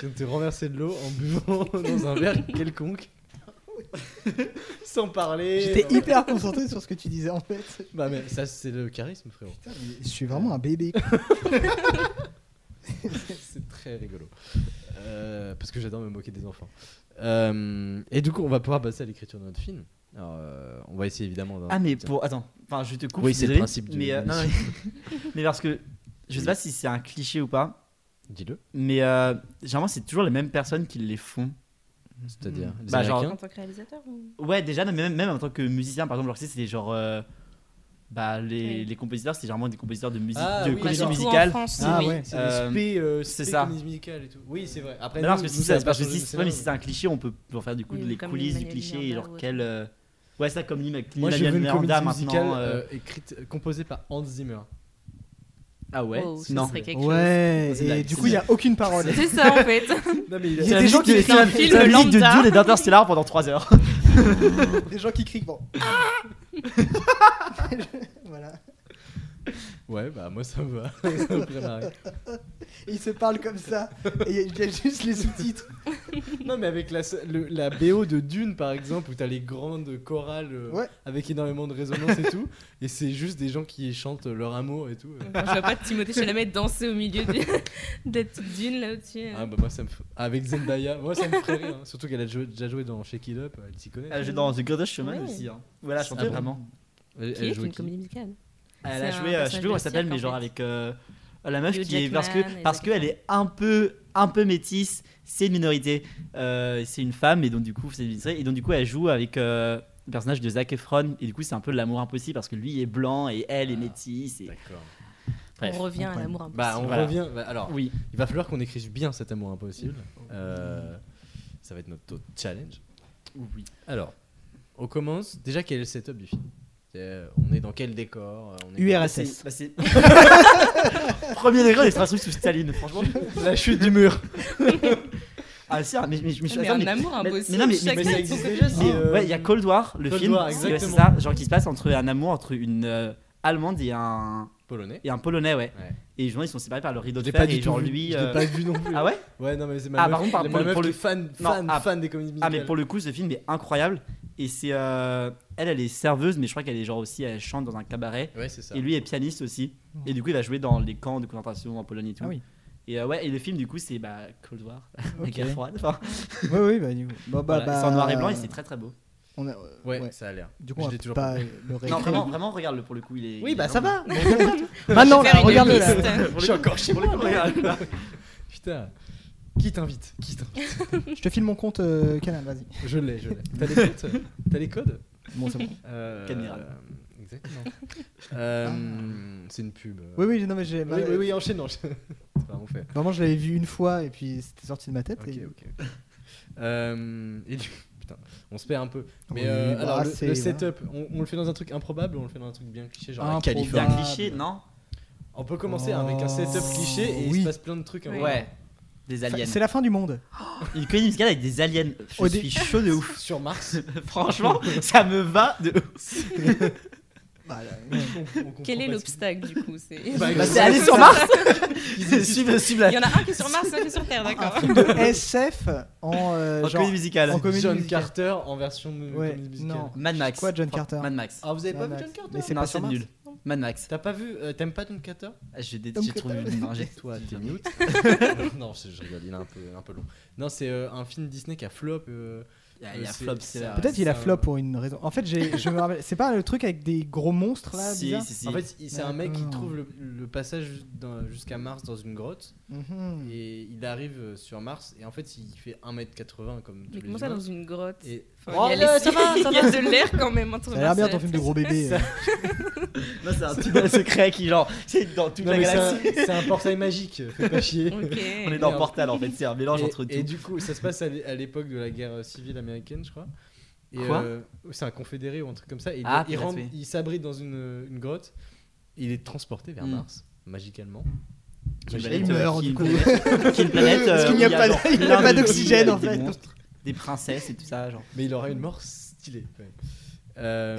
viens de te renverser de l'eau en buvant dans un verre quelconque. Sans parler.
J'étais hyper concentré sur ce que tu disais en fait.
Bah, mais ça, c'est le charisme, frérot.
Je suis vraiment un bébé. quoi.
c'est très rigolo. Euh, parce que j'adore me moquer des enfants. Euh, et du coup, on va pouvoir passer à l'écriture de notre film. Alors, euh, on va essayer évidemment. d'un-
Ah mais pour attends, enfin je te coupe.
Oui,
je
c'est
suis
le
désolé,
principe de
Mais, euh, non, mais- mais parce que je sais pas si c'est un cliché ou pas,
Dis-le.
mais euh, généralement c'est toujours les mêmes personnes qui les font.
C'est-à-dire. les
Bah, genre-
Américains
En tant que réalisateur ou-
Ouais, déjà non, mais même, même en tant que musicien par exemple, leur c'était genre euh, bah les,
Oui.
les compositeurs c'était généralement des compositeurs de musique,
Ah,
de
oui,
comédie
genre-
musicale.
Surtout en France,
Ah
oui.
ouais.
C'est
Euh,
des spé, euh,
c'est
spé
ça.
comédie musicale et tout. Oui, c'est vrai. Après,
Mais non,
nous,
parce que si
nous,
ça-
a pas
parce que
changé,
si-
mais c'est
ouais, mais
normal.
si c'est un cliché, on peut en faire du coup
Oui,
les
comme
coulisses du
Lin-Manuel
cliché et
Miranda
genre
ou autre.
quel euh, ouais ça comme Lin-
Moi, je
Lin-Manuel
veux une
Miranda
comédie musicale
maintenant. euh,
euh, écrite, euh, composée par Hans Zimmer.
Ah ouais,
Oh, ça
non.
serait quelque
Ouais,
C'est
et
dingue,
du
c'est
coup, il n'y a aucune parole.
chose. C'est ça en fait.
Non, mais
Il y a des gens qui
écrivent
écrivent
un
un
film
film
de
lambda.
Dune et d'Interstellar pendant 3 heures.
Des gens qui crient. Bon. voilà.
Ouais, bah moi ça me va. Ça me ferait marrer.
Et ils se parlent comme ça. Et il y, a juste les sous-titres.
non, mais avec la, le- la BO de Dune par exemple, où t'as les grandes chorales euh,
Ouais.
avec énormément de résonance et tout, et c'est juste des gens qui chantent leur amour et tout. euh.
Enfin, je vois pas Timothée Chalamet danser au milieu des- de la petite dune là au-dessus.
Ah, bah moi ça me. f- Avec Zendaya, moi ça me ferait rire. hein. Surtout qu'elle a joué- déjà joué dans Shake It Up, elle s'y connaît.
Elle joue dans Ah, The Greatest Showman
Oui.
aussi. Hein. Voilà,
Ah
je chantais
bon
vraiment.
Elle,
qui est
joue
une
qui
comédie musicale.
Elle
C'est
a
un
joué, euh, je sais plus
personnage
comment
de
elle s'appelle,
cirque,
mais
en
genre
fait.
avec euh, la meuf
Hugh
qui est. Parce que
Jackman,
parce
et
qu'elle est un peu, un peu métisse, c'est une minorité. Euh, c'est une femme, et donc du coup, c'est une minorité. Et donc du coup, elle joue avec. euh, le personnage de Zac Efron et du coup c'est un peu de l'amour impossible parce que lui est blanc et elle est
Ah.
métisse et...
D'accord.
Bref.
on revient à
ouais.
l'amour impossible.
Bah on
Voilà.
revient. bah, alors,
oui
il va falloir qu'on écrive bien cet amour impossible. Euh, ça va être notre challenge.
oui
Alors, on commence. Déjà, quel est le setup du film C'est, euh, On est dans quel décor euh, on est
URSS.
Bah, c'est- premier degré des traces russes sous Staline franchement
La chute du mur.
ah si ah, mais, mais je me suis
Mais
attends,
un
mais-
amour
mais-
impossible.
mais non, mais-
chaque
mais
ça
scène,
existe
c'est-
déjà, c'est,
Mais,
euh,
ouais, il y a Cold War, le
Cold
film.
War,
Ouais,
exactement.
c'est ça, genre qui se passe entre un amour entre une euh, allemande et un
Polonais.
et un polonais, ouais.
Ouais.
Et genre ils sont séparés par le rideau de
J'ai
fer
pas
et
du
genre
tout vu.
lui.
Je l'ai
euh,
pas vu non plus.
Ah ouais
Ouais, non, mais c'est ma
Ah,
meuf,
par contre, par-
ma
pour le-
meuf
pour
qui
le-
est fan,
Non,
fan,
ah.
fan des comédies musicales.
Ah mais pour le coup ce film est incroyable et c'est euh, elle elle est serveuse mais je crois qu'elle est genre aussi elle chante dans un cabaret
Ouais, c'est ça.
et lui est pianiste aussi et du coup il va jouer dans les camps de concentration en Pologne et tout.
Oh. Ah oui.
Et euh, ouais et le film du coup c'est bah Cold War, la
Ok.
guerre froide. Enfin,
Oui, oui, bah, du coup. Bon, bah,
voilà,
bah,
c'est en noir et blanc et c'est très très beau.
on a- euh,
Ouais,
ouais.
ça a l'air.
Du coup,
Je
on
l'ai
va
toujours
pas euh,
pas vu.
le
Non
réécrire.
vraiment vraiment regarde le pour le coup il est.
bah, Oui,
il
bah
est
ça
vraiment-
va. Maintenant,
faire
là,
une
regarde-le là.
liste.
Je suis encore chez moi.
Putain. Qui t'invite Qui t'invite
Je te file mon compte euh, Canal, vas-y.
Je l'ai, je l'ai. T'as les codes T'as les codes
Bon, c'est bon.
Euh,
Caméral.
euh, Exactement. Euh, C'est une pub.
Oui, oui, non, mais j'ai.
Oui, oui, oui, enchaîne, enchaîne. C'est vraiment fait.
Vraiment, je l'avais vu une fois et puis c'était sorti de ma tête.
Ok,
et-
ok. ok. Euh, et du- Putain, on se perd un peu. Mais
Oui,
euh,
bah,
alors, le,
c'est-
le
voilà.
setup, on, on le fait dans un truc improbable ou on le fait dans un truc bien cliché, genre la
Improbable.
Californie
Bien cliché, non
On peut commencer hein, avec un setup
Oh,
cliché et il
oui.
se passe plein de trucs. hein,
Oui.
Ouais. Des
Enfin,
aliens.
C'est la fin du monde.
Une comédie musicale avec des aliens. Je
Au dé-
suis chaud de ouf.
Sur Mars,
Franchement, ça me va de ouf.
Bah, là,
on,
ouais.
on comprend
Quel est
pas
l'obstacle du coup c'est-
Bah,
Bah,
c'est
c'est aller sur Mars Suivre suivre
Il y en
la.
a un qui est sur Mars, un qui est sur Terre, d'accord.
Ah, SF en. euh,
En
genre,
comédie musicale.
en
ce que c'est.
comédie
John
musicale.
Carter en version de
Ouais,
comédie musicale.
non.
Mad Max.
Quoi, John Carter
Mad Max.
Ah, vous avez pas
Mad
vu
Max.
John Carter
Mais c'est
Non,
pas
c'est
sur Mars.
nul. Mad Max.
T'as pas vu euh, T'aimes pas John Carter
Ah, Je dé-
Tom
J'ai trouvé
Cruise.
une manger.
Toi, t'es mute. non, je, je rigole, il est un peu, un peu long. Non, c'est euh, un film Disney qui a flop. euh,
Il y
Euh,
a
c'est-
flop,
c'est
c'est la-
un-
Peut-être il a
ça-
flop pour une raison. En fait, j'ai- je me rappelle. C'est pas le truc avec des gros monstres là
Si,
bizarre
si, si.
En fait, il- c'est un mec qui
D'accord.
trouve le, le passage d'un- jusqu'à Mars dans une grotte
Mhm.
et il arrive euh, sur Mars et en fait il fait 1m80 comme tous
Mais
les
comment ça
humains.
dans une grotte
Et-
Enfin,
Oh,
il y a, les-
ça va, ça
il y a de l'air quand même entre
Ça a l'air bien
Mars et
ton film
la
de
Terre.
gros bébé. euh.
Non, c'est un tunnel secret qui, genre, c'est dans toute
Non,
la
mais c'est un-
galaxie.
c'est un, portail magique, fais pas chier.
Ok.
On est dans
Merde.
Portal en fait, c'est un mélange
et,
entre
et
tout.
du coup, ça se passe à l'é- à l'époque de la guerre euh, civile américaine, je crois. Et,
Quoi
euh, c'est un confédéré ou un truc comme ça. Et il-
Ah,
il
peut-être,
rentre-
oui.
il s'abrite dans une, une grotte. Il est transporté vers
Hmm.
Mars, magicalement.
Une
Magicalement.
planète,
meurt,
euh, qui-
du coup.
une planète- qui est une planète,
Parce
euh,
qu'il n'y a
où il y
pas-
genre
il n'y a
plein
pas
de
d'oxygène,
billes,
en
des
fait.
monstres, Des princesses et tout ça, genre.
Mais il aura une mort stylée. quand même. Euh,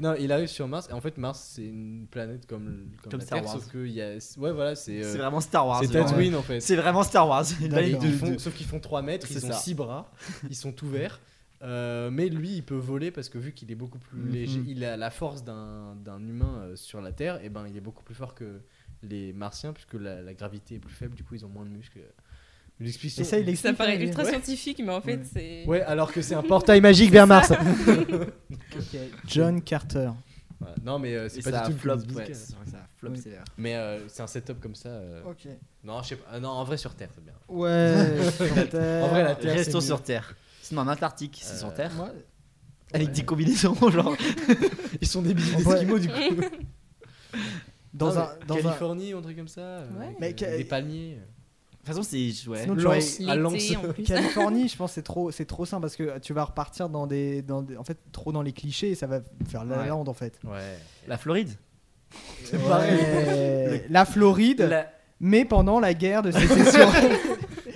non, il arrive sur Mars. Et en fait, Mars, c'est une planète comme, le- comme
Comme
la
Star
Terre,
Wars.
sauf que il y a. Ouais, voilà, c'est. euh,
C'est vraiment Star Wars.
c'est
genre.
Tatooine en fait.
C'est vraiment Star Wars. Une
Ils
balle de-
font-
de-
sauf qu'ils font 3 mètres,
C'est
ils ont
ça.
6 bras, ils sont tout verts. Euh, mais lui, il peut voler parce que vu qu'il est beaucoup plus léger,
Mhm.
il a la force d'un d'un humain euh, sur la Terre, et ben il est beaucoup plus fort que les Martiens puisque la, la gravité est plus faible, du coup ils ont moins de muscles. Une explication-
Et ça, il
Ça
explique.
paraît ultra
Ouais.
scientifique, mais en fait,
Ouais.
c'est.
Ouais, alors que c'est un portail magique vers Mars.
Ok, John Carter.
Voilà. Non, mais euh, c'est
Et
pas
ça
du tout
flop.
le
ouais,
public. euh.
c'est vrai que ça flop
Oui.
sévère.
Mais euh, c'est un setup comme ça. euh,
Ok.
Non, je sais pas. ah, non, en vrai sur Terre, c'est bien.
Ouais. sur Terre.
En vrai, la Terre.
Restons
c'est
sur
mieux.
Terre. Sinon, en Antarctique, c'est
Euh,
sur Terre.
Moi, Ah,
Avec des combinaisons, genre.
Ils sont des bisous
On pourrait-
d'Esquimaux, du coup.
dans
Non,
un,
mais
dans un-
Californie, un truc comme ça. euh,
Ouais.
avec,
Mais
euh,
ca-
des palmiers.
De toute façon, c'est. Ouais.
Sinon, tu
Lance-
aurais-
à
L'été,
Lens.
en plus.
Californie, je pense que c'est trop, c'est trop simple parce que tu vas repartir dans des, dans des- en fait, trop dans les clichés et ça va faire la
Ouais.
lande en fait.
Ouais.
La Floride.
Ouais. La Floride,
La-
mais pendant la guerre de sécession.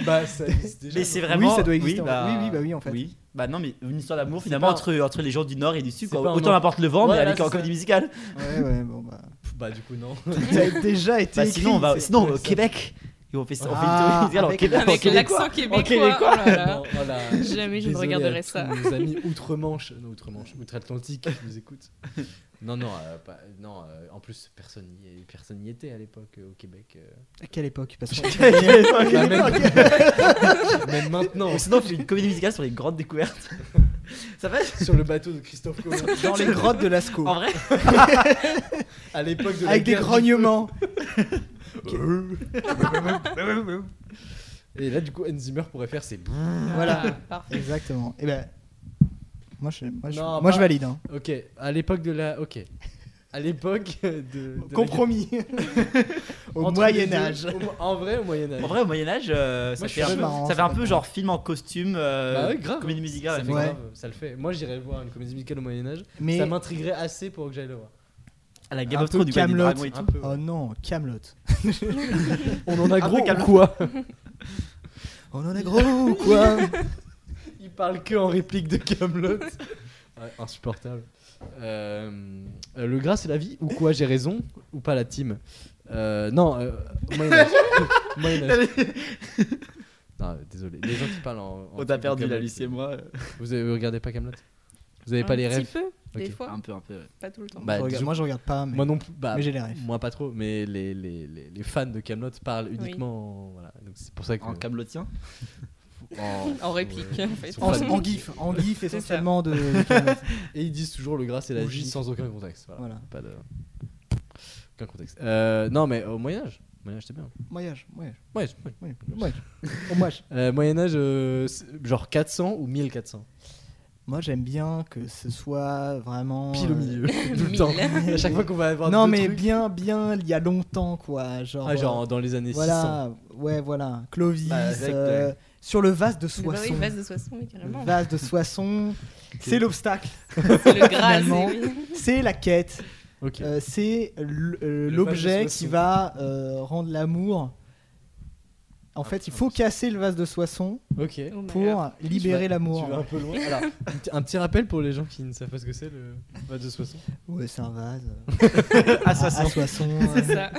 Bah, ça existe déjà.
Mais c'est vraiment.
ça doit exister, en fait.
bah...
Oui, oui, bah oui, en fait.
Oui. Bah non, mais une histoire d'amour
C'est
finalement
pas-
entre, entre les gens du Nord et du Sud.
C'est
Quoi.
pas un
Autant
nom.
n'importe le vent,
Ouais,
mais
là,
avec
c'est
en
ça.
comédie musicale.
ouais, ouais, bon bah.
Bah, du coup, non.
Ça a déjà été.
Bah,
écrit,
sinon, on va,
c'est-
sinon au
ça-
Québec. Et on fait ça.
Ah,
on fait une comédie musicale en
avec-
Québec. en
Avec
Québécois.
l'accent québécois.
québécois.
oh là là.
Bon, voilà.
Jamais je ne
Désolé
regarderai
à tous
ça.
Nos amis outre-Manche, non, outre-Manche, outre-Atlantique qui nous écoutent. Non, non, euh, pas- non euh, en plus, personne n'y est- personne n'y était à l'époque euh, au Québec. euh.
À quelle époque Parce qu'on-
Bah, même... même maintenant,
Ou sinon, on fait une comédie musicale sur les grandes découvertes. ça va
sur le bateau de Christophe Colomb,
Dans les grottes de Lascaux.
En vrai
à l'époque de la
Avec des
guerre du Bah,
grognements.
Feu. bah, Et là, du coup, Enzimer pourrait faire ses. bouts.
Voilà. Parfait.
Exactement. Et ben. Moi je, moi, je,
Non,
moi,
pas-
je valide. hein.
Ok, à l'époque de la. Ok. À l'époque de. de la-
Compromis. Au
entre les deux,
Moyen-Âge.
au mo- En vrai, au Moyen-Âge.
En vrai, au Moyen-Âge, euh, ça,
Moi, je
fait
suis
un peu-
marrant,
ça fait
ça
un peu genre film en costume, euh,
Bah ouais, grave.
comédie
ça,
musicale.
fait
avec-
Ouais.
grave, ça le fait. Moi, j'irais voir une comédie musicale au Moyen-Âge.
Mais.
Ça m'intriguerait assez pour que j'aille le voir.
À la Game
Un
of
peu
Thrones, du coup, avec des
Kaamelott,
dragons et tout.
Un peu. ouais. Ah,
Oh non, Camelot.
On en a gros
Impeccable.
ou quoi
On en a gros ou quoi
Il parle que en réplique de Camelot. insupportable. Euh, euh, le gras c'est la vie ou quoi J'ai raison ou pas la team Euh, Non, euh, au Moyen-Âge. Au Moyen-Âge. Non, euh, désolé. Les gens qui parlent en. en
On
truc
t'a
de
perdu là,
Kaamelott.
Lucie et moi. euh,
Vous, avez, vous regardez pas Camelot Vous avez pas les
Un
rêves
petit peu, des
Ok.
fois,
Un peu, un peu. ouais.
pas tout le temps.
Bah,
Je regarde-
disons-
Moi je regarde pas, mais,
Moi non plus. Bah,
mais j'ai les rêves.
moi pas trop, mais les, les, les, les fans de Camelot parlent uniquement. en- Voilà. Donc c'est pour ça que.
En Camelotien.
en-
En réplique, en fait.
ils sont
En,
fans.
en gif, en gif
ça.
essentiellement de, de Kaamelott.
Et ils disent toujours le gras c'est la
Ou
vie
gif.
sans aucun contexte. Voilà.
Voilà.
Pas de. Aucun contexte. Euh, non, mais au Moyen-Âge. Moyen-Âge, c'était bien.
Moyen-Âge, Moyen-Âge,
Ouais, ouais.
Moyen-Âge, Moyen-Âge.
Euh, Moyen-Âge, euh, c'est- genre 400 ou 1400
Moi j'aime bien que ce soit vraiment.
Pile au
euh,
milieu. Tout le temps. À chaque fois qu'on va avoir.
Non
deux
mais
trucs-
bien, bien il y a longtemps quoi. Genre, euh,
Ah, genre dans les années 600.
voilà, ouais, voilà. Clovis,
Bah, avec,
euh, sur le vase de
Bah oui,
Soissons.
vase de Soissons, oui, carrément.
le vase de Soissons, c'est l'obstacle,
C'est le gras,
Finalement.
c'est-
c'est la quête,
Ok.
euh, c'est l-
Le
euh,
vase
l'objet
de
qui
Soissons.
va euh, rendre l'amour. En fait, il faut casser le vase de Soissons
Ok.
Oh, malheur.
pour libérer
Tu vas- Tu vas un
l'amour.
peu loin. Alors, un, petit- un petit rappel pour les gens qui ne savent pas ce que c'est le vase de Soissons.
Ouais, c'est un vase. à,
À
à
Soissons.
Soissons.
C'est
euh,
ça.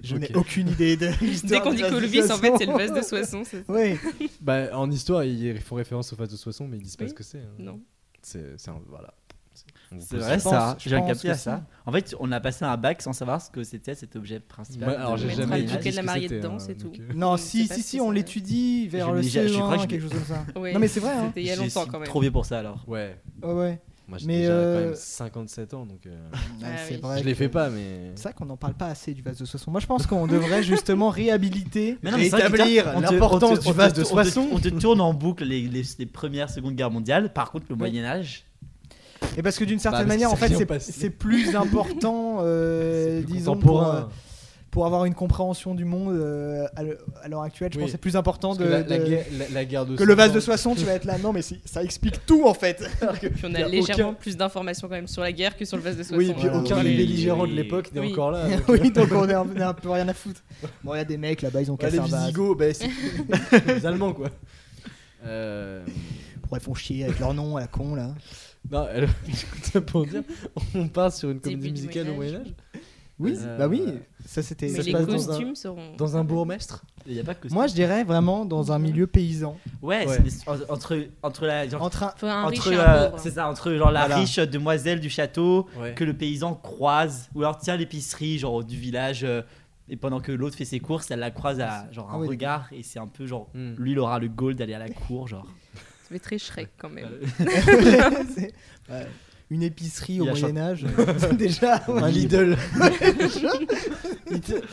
Je
Ok.
n'ai aucune idée de
Dès
euh, l'histoire
qu'on
du
dit
vase de
Clovis, en fait,
Soissons.
c'est le vase de Soissons. c'est-
Ouais,
Bah, en histoire, ils font référence au vase de Soissons, mais ils disent pas
Oui.
ce que c'est. hein.
Non.
C'est c'est un. Voilà. C'est- on vous
C'est
pose-
vrai
pense-
ça,
je
j'ai
pense
capté
que
à ça. En fait, on a passé un bac sans savoir ce que c'était cet objet principal.
Moi, alors,
de-
j'ai
Mettre
jamais
un
dit
bouquet de
ce
la
que
mariée
c'était,
dedans,
hein,
c'est
donc,
tout.
euh,
non,
Je sais
si,
pas
si,
ce
si,
que
on
c'est.
l'étudie vers
Je
le
l'ai- je- je
CE1,
crois que je
quelque
l'ai-
chose comme ça.
Ouais.
Non, mais c'est vrai, hein.
C'était il y a
J'ai
longtemps
su-
quand même.
trop vieux pour ça alors.
Ouais.
Ouais, ouais.
Moi, j'ai
Mais,
déjà
euh,
quand même 57 ans, donc euh,
Ouais,
Ah oui.
c'est vrai.
je les
que-
fais pas, mais.
C'est vrai qu'on n'en parle pas assez du vase de Soissons. Moi, je pense qu'on devrait justement réhabiliter,
Mais non, mais c'est vrai que,
rétablir
putain, on te- on
l'importance
te-
du
on te-
vase de
on te-
Soissons.
On te tourne en boucle les, les, les premières, secondes guerres mondiales. Par contre, le Moyen Âge,
Et parce que d'une certaine
Bah, parce que
manière, en
ça
fait,
vient
c'est-
passer.
c'est plus important, euh,
C'est plus
disons, pour,
contemporain.
euh, pour avoir une compréhension du monde euh, à l'heure- à l'heure actuelle. Je
Oui.
pense que c'est plus important
Parce que
de,
la, la
de-
guerre- la- la guerre de
que le vase de
Soissons-
Soissons. Tu vas être là, non, mais c'est- ça explique tout en fait.
Puis on
Y
a
a
légèrement
aucun-
plus d'informations quand même sur la guerre que sur le vase de Soissons.
Oui, et puis
Voilà.
aucun
Oui,
belligérant de
oui,
l'époque n'est
oui.
encore là. donc,
oui, donc on est un, on est un peu rien à foutre. Bon, il y a des mecs là-bas, ils ont
Ouais,
cassé
les
un vase.
Visigoths,
ben,
bah, c'est les Allemands quoi. Euh,
Pourquoi ils font chier avec leur nom à la con là
Non, elle- c'est pour dire, on part sur une
Début du
comédie musicale au
Moyen-Âge.
Moyen-Âge.
Oui,
Euh,
bah oui, ça c'était.
Ça
Mais
se
les
passe dans un-
costumes seront.
Dans un bourgmestre
Il y a pas que
Moi, je dirais vraiment dans un milieu paysan.
Ouais,
Ouais.
c'est- en- entre, entre la. genre-
Entre un-
Faut un riche
entre,
et
euh,
un pauvre.
c'est ça, entre genre la
Voilà.
riche demoiselle du château
Ouais.
que le paysan croise, ou alors tiens l'épicerie genre du village, euh, et pendant que l'autre fait ses courses, elle la croise à genre un
Ah oui.
regard, et c'est un peu genre
Hmm.
lui il aura le goal d'aller à la cour, genre.
Ça fait très Shrek quand même.
C'est- ouais, Une épicerie au
Il a
Moyen Âge, déjà. ouais.
Un Lidl.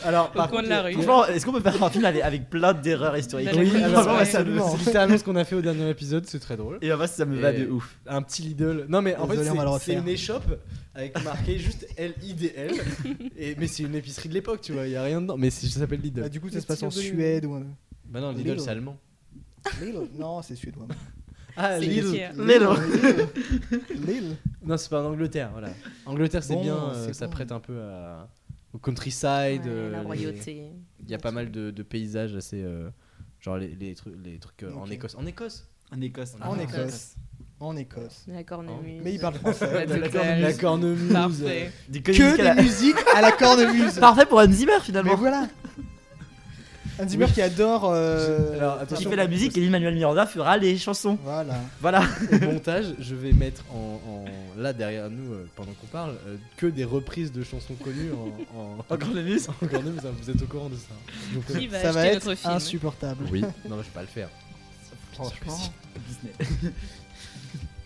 Alors, par
Au coin de la rue.
Franchement, est-ce qu'on peut faire un film avec, avec plein d'erreurs historiques
Oui,
Oui,
alors,
alors,
ouais,
ça
absolument.
me- c'est littéralement ce qu'on a fait au dernier épisode, c'est très drôle.
Et bah, moi, ça me va
Et-
de ouf.
Un petit Lidl. Non, mais en
Désolé, on va le
fait, c'est- c'est
refaire.
une échoppe avec marqué juste L-I-D-L. Et, mais c'est une épicerie de l'époque, tu vois, il y a rien dedans. Mais c'est- ça s'appelle Lidl.
Bah, du coup, ça
Le
se passe en
tir de-
Suède ou un-
Bah non, Lidl,
Lidl.
c'est allemand.
Non, c'est suédois.
Ah,
C'est
Lidl.
Ikea.
Lille.
Non, c'est pas en Angleterre, voilà. Angleterre, c'est
Bon,
bien, euh,
c'est
ça
bon.
prête un peu à- au countryside.
Ouais,
euh,
la
les-
royauté.
Il y a pas mal de, de paysages assez. euh, genre les, les trucs, les trucs euh, en
Ok.
Écosse. En Écosse
En Écosse.
En Écosse. En Écosse.
La cornemuse.
Mais il parle français.
Ouais, La
D'accord,
cornemuse.
La cornemuse.
Parfait.
Que des musiques à la cornemuse.
Parfait pour Hans Zimmer
Mais
finalement.
voilà. Un Zimmer qui adore. euh,
Alors,
Qui
attention.
fait la musique et Emmanuel Miranda fera les chansons.
Voilà.
Voilà.
Au montage, je vais mettre en, en- là derrière nous, euh, pendant qu'on parle, euh, que des reprises de chansons connues en, en,
Encore le musique.
en cornemuse. hein, Vous êtes au courant de ça. hein. Donc, euh,
Qui va
Ça va
acheter
être
notre film
insupportable.
oui. Non, mais je vais pas le faire.
Franchement.
Disney.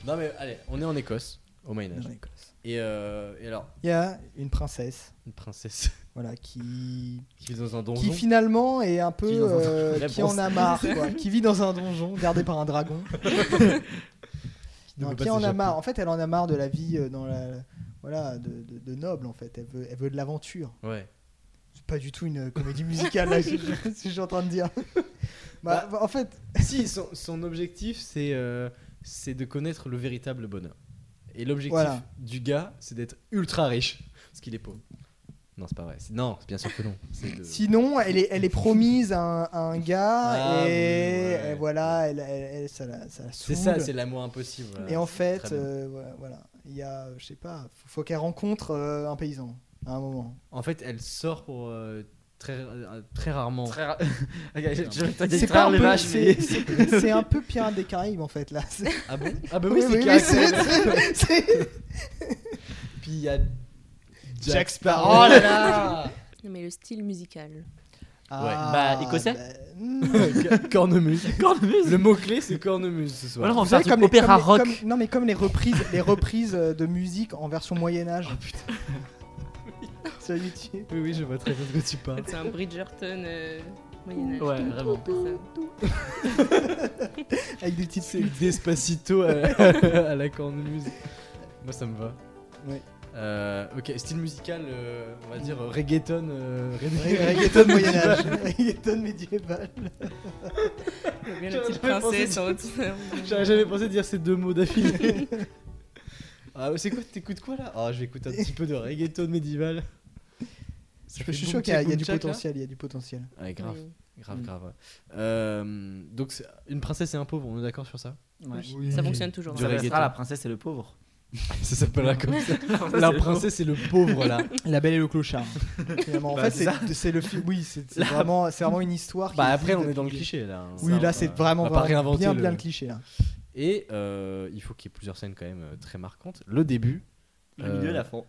Non, mais allez, on est en Écosse, au Moyen-Âge.
En Écosse.
Et, euh, et alors,
Il y a une princesse,
une princesse
voilà, qui
qui vit dans un donjon.
qui finalement est un
Qui
peu
vit dans un-
euh,
La
qui en a marre, quoi. qui vit dans un donjon gardé par un dragon. Non,
ne peut
qui
pas
en a
s'échapper.
marre En fait, elle en a marre de la vie euh, dans la voilà de, de- de noble en fait. Elle veut elle veut de l'aventure.
Ouais.
C'est pas du tout une euh, comédie musicale là, ce que je suis en train de dire. Bah, en fait,
si, son, son objectif, c'est euh, c'est de connaître le véritable bonheur. Et l'objectif
Voilà.
du gars, c'est d'être ultra riche, parce qu'il est pauvre. Non, c'est pas vrai. C'est- Non, c'est bien sûr que non. C'est de-
sinon, elle est, elle est promise à un, à un gars
Ah,
et,
oui, ouais.
et voilà, elle, elle- elle- ça la, ça la
C'est
saoule.
ça, c'est l'amour impossible. voilà.
Et en fait,
Très bien.
euh, voilà, voilà, il y a, je sais pas, faut, faut qu'elle rencontre euh, un paysan à un moment.
En fait, elle sort pour euh, très, euh, très rarement.
Très rare. Ok, je- je vais pas
C'est
dire
pas
rare
un
les
peu-
vaches,
c'est-
mais.
c'est- c'est un peu Pirates des Caraïbes en fait là. C'est-
Ah bon Ah bah oui, c'est
mais
caractère.
c'est- c'est-
Puis il y a
Jack
Sparrow.
Sparrow.
Oh là là
Non, mais le style musical.
Ah,
Bah, écossais
bah, hmm.
Cornemuse.
Cornemuse.
Le mot-clé, c'est cornemuse ce soir.
Alors on
Vous
va
savez,
faire comme
les-
opéra
les-
rock.
comme- non mais comme les reprises, les reprises euh, de musique en version
Oh,
Moyen Âge. Sur YouTube.
Oui, oui, je vois très bien de quoi tu parles.
C'est un Bridgerton euh, Moyen-Âge.
Ouais, vraiment.
Avec des petites
C'est Despacito à, à la cornemuse. Moi, ça me va.
Ouais.
Euh, ok, style musical, euh, on va dire euh, reggaeton. euh,
Reg- Reggaeton Moyen Âge. Reggaeton médiéval.
Il y a la petite
J'aurais pensé
princesse
du-
en haute.
J'aurais jamais pensé dire ces deux mots d'affilée. ah, c'est quoi T'écoutes quoi là Ah, je vais écouter un petit peu de reggaeton médiéval. Ça
Je
fait
suis
boum
sûr qu'il y a, il y a du
tchak, boum tchak, là
potentiel, il y a du potentiel.
Ouais, grave,
Oui.
grave,
Mm.
grave. ouais. Euh, donc, c'est- une princesse et un pauvre, on est d'accord sur ça
Ça fonctionne toujours.
Du
Ça
hein.
reggaeton.
restera la princesse et le pauvre.
Ça s'appelle comme ça. La princesse et le pauvre là.
La Belle et le Clochard. Finalement, en
Bah,
fait,
c'est
c'est, c'est le film. Oui, c'est, c'est vraiment, c'est vraiment une histoire. qui
Bah, après,
existe
on est dans le
depuis-
cliché là. hein.
Oui,
Ça,
là,
on
c'est
va-
vraiment,
on va pas
vraiment
réinventer
bien,
le-
bien le cliché. Là.
Et euh, il faut qu'il y ait plusieurs scènes quand même euh, très marquantes. Le début.
Le milieu
Euh,
et la fin.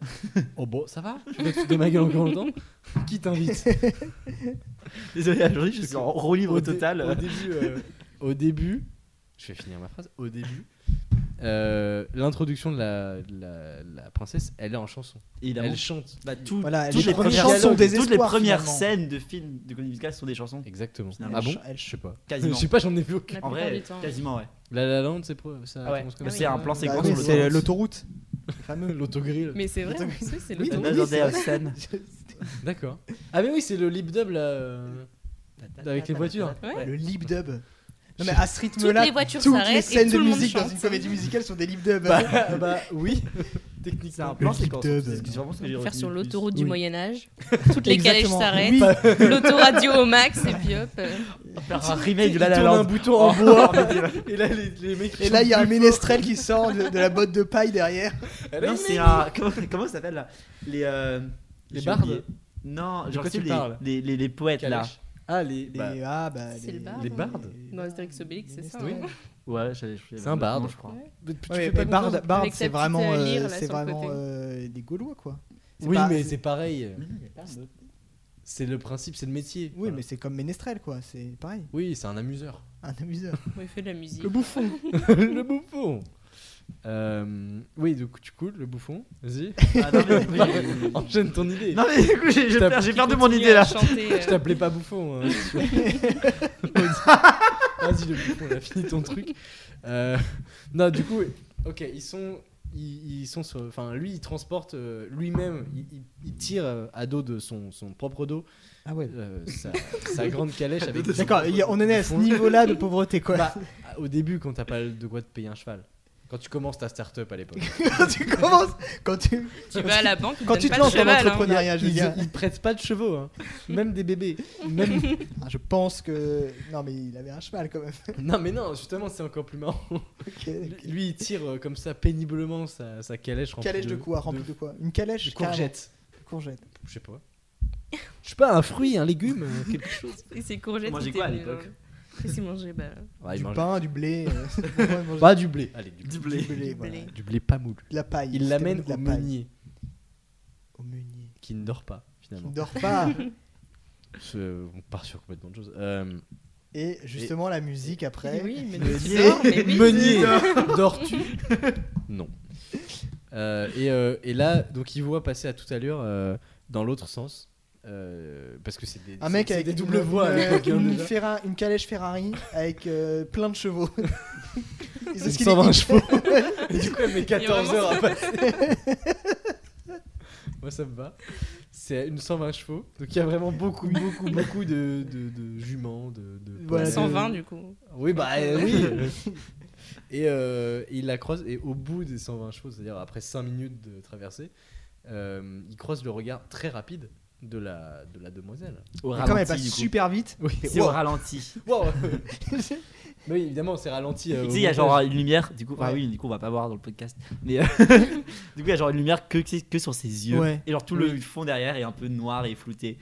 Oh bon, ça va Tu vas te foutre de ma gueule encore longtemps Qui t'invite
Désolé, aujourd'hui je suis en roue libre
dé-
total.
Au début, euh, au début, je vais finir ma phrase. Au début, euh, l'introduction de la, de la- la princesse, elle est en chanson.
Évidemment.
Elle chante.
Bah, tout-
Voilà,
toutes
les
les
premières
premières,
chansons
toutes
désespoir,
les premières
finalement.
scènes de films de comédie musicale sont des chansons.
Exactement.
Finalement,
ah bon
elle ch- elle
Je sais pas.
Quasiment.
Je sais pas, j'en ai vu aucun.
La
En
plupart
vrai,
du temps.
quasiment, ouais.
La La Land, c'est pro- ça
Ah ouais.
commence comme
Bah,
ça.
c'est un plan
Bah
séquence
oui,
sur
c'est l'autoroute.
l'autoroute.
Le fameux.
L'autogrill.
Mais c'est vrai, en plus, c'est le
Oui,
temps.
oui,
Another
c'est
Day of
vrai.
Sun.
D'accord. Ah mais oui, c'est le lip dub là. euh, Avec les voitures.
Ouais.
Le lip dub. Non mais à ce
Toutes
rythme-là,
les voitures
toutes les
s'arrêtent et
scènes
tout
de
le monde
musique dans
chante.
une comédie musicale sont des lip dubs.
Bah, bah oui. technique.
C'est un
Le
plan séquence.
Geek Dub.
C'est c'est vraiment ce que j'ai
Faire
retenu
sur
le plus.
l'autoroute du
Oui.
Moyen-Âge. Toutes les calèches
Exactement.
s'arrêtent.
Bah,
L'autoradio au max, et puis hop. euh,
Faire un remake de
Il
La La
tourne
Land.
un bouton en bois. et là, les, les mecs. qui
Et là, il y a un
chantent
ménestrel qui sort de, de la botte de paille derrière.
plus fort.
Non, c'est un. Comment, comment ça s'appelle là Les. euh,
Les
j'ai
bardes
oublié. Non,
De
genre
quoi
tu
tu
sais, les,
parles
les, les, les poètes là.
Calèche. Ah, les.
Les,
bah,
ah, bah,
C'est le bar,
les bardes.
Dans Astérix Obélix, c'est ça.
Oui.
hein.
Ouais, je- je-
C'est un barde.
non, je crois.
tu tu
Ouais,
fais
mais
pas
barde,
confiance.
barde,
Avec sa
c'est
petite,
vraiment,
euh,
euh,
lyre, là,
c'est
sur le
vraiment
côté.
euh, des Gaulois, quoi.
Oui,
pas-
mais c'est pareil.
Mais non, il y a pas de-
C'est le principe, c'est le métier.
Oui,
Voilà.
mais c'est comme Ménestrel, quoi. C'est pareil,
Oui, c'est un amuseur.
un amuseur.
Bon, il fait de la musique.
bouffon. le bouffon. Euh, oui, du coup, tu coules, le bouffon. Vas-y.
Ah, non, mais- oui.
Enchaîne ton idée.
Non, mais du coup, j'ai j'ai
T'as-
per- j'ai perdu mon
Continue
idée
à
là.
chanter, euh,
Je t'appelais pas bouffon. hein, si tu veux. Vas-y, le bouffon, on a fini ton truc. Euh, non, du coup, ok, ils sont. Ils, ils sont sur- enfin, lui, il transporte euh, lui-même, il, il- il tire euh, à dos de son, son propre dos
Ah ouais.
euh, sa, sa grande calèche avec.
D'accord, il y a- on en est à ce niveau-là de pauvreté, quoi.
Bah, au début, quand t'as pas de quoi te payer un cheval, quand tu commences ta start-up à l'époque.
quand tu commences, quand tu,
Tu vas à la banque, ils
quand
donnent
tu te
pas
lances
de
dans
cheval. hein.
l'entrepreneuriat, je veux
Ils,
dire.
ils prêtent pas de chevaux, hein. même des bébés. Même...
Ah, Je pense que. Non, mais il avait un cheval quand même.
Non, mais non, justement, c'est encore plus marrant.
Ok, ok.
Lui, il tire euh, comme ça péniblement sa, sa calèche remplie
Calèche de quoi Remplie de quoi Une calèche
de courgettes.
carrément. Courgette.
Je sais pas. Je sais pas, un fruit, un légume, euh, quelque chose.
Et ses courgettes.
On mangeait
ils
quoi à
étaient,
l'époque
euh, Qu'est-ce qu'ils mangeaient bah,
Ouais, Ah, il
Du
mange-
pain, du blé. euh, c'est vraiment manger
Bah, du blé. Allez, du,
Du
du
blé.
blé,
du
voilà.
blé.
du blé pas moule.
De la paille.
Il
c'était
l'amène
de la
au
paille.
meunier, Ah
Au meunier.
qui ne dort pas,
Qui ne
finalement.
dort pas.
Ce- On part sur complètement de choses. Euh,
Et justement, la musique après.
Oui, mais
Le
donc tu
lait.
dors, mais oui.
Meunier, dors-tu Non. Euh, et, euh, et là, donc il voit passer à toute allure euh, dans l'autre sens. euh, parce que c'est des,
Un mec
c'est
avec
des
une-
doubles voix à
une,
l'époque, hein,
une
déjà.
Ferra- une calèche Ferrari avec euh, plein de chevaux. Ils ont
Une
ce qu'il
120
est-
chevaux. Et du coup, elle met
y a vraiment
14 heures à passer. Moi, ça me va. C'est une 120 chevaux. Donc, il y a vraiment beaucoup, beaucoup, beaucoup de, de, de juments. De, de
Voilà,
poils.
120 du coup.
Oui, bah euh, oui. et euh, il la croise, et au bout des 120 chevaux, c'est-à-dire après 5 minutes de traversée, euh, il croise le regard très rapide de la, de la demoiselle.
Au
Et Comme elle passe
du coup.
super vite.
Oui,
C'est au ralenti.
oui évidemment, c'est ralenti. euh,
Et
au
tu sais, il y a
montage.
genre une lumière, du coup, ah
Ouais.
oui, du coup, on va pas voir dans le podcast. Mais euh, du coup, il y a genre une lumière que, que sur ses yeux.
Ouais.
Et genre tout le fond derrière est un peu noir et flouté.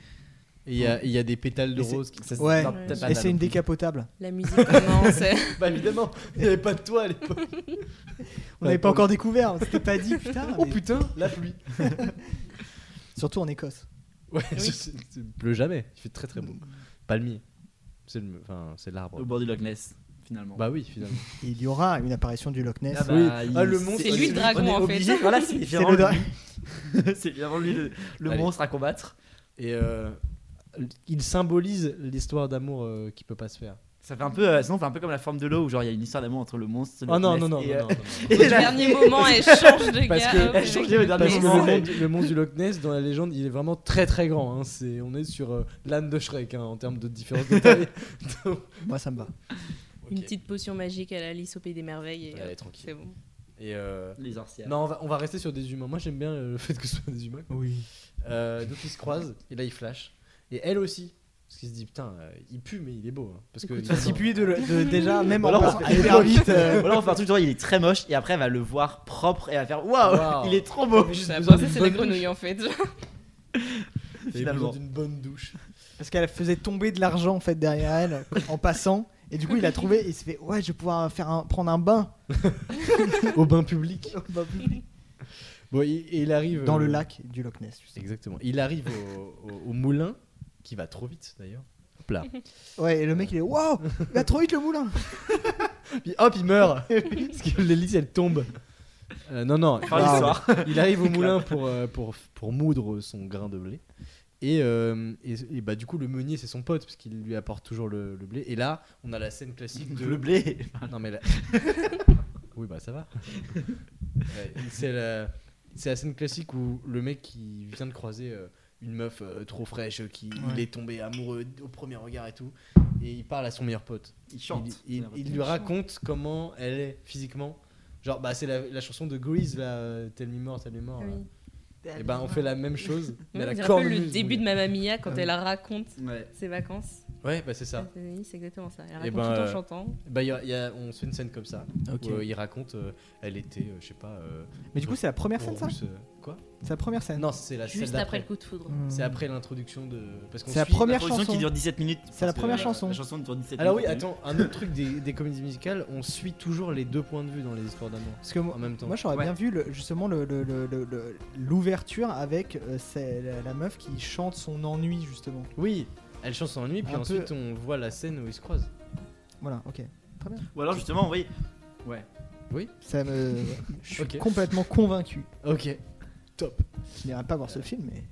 Et il y a, il y a des pétales de
Et c'est-
rose qui.
ça se
Ouais.
tape- tape à
Et
la
c'est une
lampe.
décapotable.
La musique commence.
Bah, évidemment, il n'y avait pas de toit à l'époque.
On
Ouais,
n'avait pas
pour
encore découvert. On s'était pas dit, putain.
Oh
mais-
putain, la pluie.
Surtout en Écosse.
Ouais, c'est- c'est- il pleut jamais. Il fait très très beau. Palmier. C'est le- enfin, c'est l'arbre.
Au bord du Loch Ness, finalement.
Bah oui, finalement.
Et Il y aura une apparition du Loch Ness.
Ah bah,
Oui.
il-
Ah, le monstre,
C'est lui le dragon,
on est
en fait.
obligé- Voilà, c'est évidemment
le dra-
lui. C'est évidemment lui le, le
Allez.
monstre à combattre.
Et euh, il symbolise l'histoire d'amour euh, qui peut pas se faire.
Ça fait un peu, euh, sinon, c'est un peu comme la forme de l'eau où genre il y a une histoire d'amour entre le monstre. le
Oh non,
Loch
non, non,
Ness
non,
et, euh,
non, non, non.
et
Au
la-
dernier moment, elle change de
Parce
gars.
que-
hop,
Elle
mec.
change au dernier
Parce que
moment.
le monde, le monde du Loch Ness dans la légende, il est vraiment très très grand. hein. C'est, on est sur euh, l'âne de Shrek hein, en termes de différence de taille.
Moi, ça me va.
Une
Ok.
petite potion magique à l'Alice au Pays des Merveilles. Et,
Allez,
hop,
tranquille.
C'est bon.
Et euh,
Les orcières.
non, on va, on va rester sur des humains. Moi, j'aime bien euh, le fait que ce soit des humains. quoi.
Oui.
Euh, donc ils se croisent et là ils flashent. Et elle aussi, parce qu'il se dit putain, euh, il pue mais il est beau. hein. parce que
Ça s'y puait de, de- déjà, même
Bah
en
Alors,
passant
on fait-
hyper vite. euh,
Voilà, on fait un truc genre il est très moche et après elle va le voir propre et elle va faire waouh,
Ah, Waouh.
Ah, il est trop beau.
J'ai juste
Ça,
besoin
ça,
d'une
c'est
bonne
des
douche. Ah,
grenouilles en fait.
J'avais
finalement.
besoin d'une bonne douche.
Parce qu'elle faisait tomber de l'argent en fait derrière elle en passant. Et du coup, il a trouvé, il se fait Ouais, je vais pouvoir faire un- prendre un bain
Au bain public. Bon, et, et il arrive
dans le
euh,
lac du Loch Ness. justement.
Exactement. Il arrive au, au- au moulin qui va trop vite d'ailleurs. Hop là.
Ouais, et le mec, il est Waouh, il va trop vite le moulin
Puis hop, il meurt parce que l'hélice elle tombe. Euh, non non.
Fin de
il-
l'histoire.
Il arrive au moulin pour, euh, pour, pour moudre son grain de blé. Et, euh, et- et bah, du coup, le meunier, c'est son pote, parce qu'il lui apporte toujours le, le blé. Et là, on a la scène classique de.
Le blé.
Non, mais là. oui, bah ça va. Ouais, c'est la... c'est la scène classique où le mec qui vient de croiser euh, une meuf euh, trop fraîche, euh, qui il
Ouais.
est tombé amoureux au premier regard et tout, et il parle à son meilleur pote.
Il chante.
Il, il- il lui raconte comment elle est physiquement. Genre, bah, c'est la, la chanson de Grease, là, euh, Tell Me More, Tell Me More. là. Et ben, on fait la même chose, mais
Ouais,
à la
on dirait un peu
cornemuse.
le début de Mamma Mia
Ah
quand
oui.
elle raconte
Ouais.
ses vacances.
Ouais, bah, c'est ça.
Oui, C'est exactement ça. Elle
Eh
raconte
ben,
tout en
euh,
chantant.
Bah, il y a- il y a- on se fait une scène comme ça,
Ok.
où euh, il raconte, euh, elle était, euh, je sais pas. euh,
Mais du coup, c'est la première
en
scène, ça
rousse, euh, Quoi
C'est la première scène. Hmm.
Non, c'est la scène
Juste après
d'après.
le coup de foudre.
C'est après l'introduction de. parce qu'on
C'est la
suit-
première
la chanson
chanson.
qui dure 17 minutes.
C'est la
parce que
première chanson.
La chanson dure 17
Alors oui,
minutes.
attends, un autre truc des, des comédies musicales, on suit toujours les deux points de vue dans les histoires d'amour
Parce que moi,
en même temps.
moi, j'aurais
Ouais.
bien vu le- justement le- le- le- le- le- l'ouverture avec euh, c'est la, la meuf qui chante son ennui justement.
Oui, elle chante son ennui, puis
Un
ensuite on voit la scène où ils se croisent.
Voilà, ok.
Ou alors justement, oui.
Ça me, je suis
Ok.
complètement convaincu.
Ok, top,
Je n'irai pas voir ce film, mais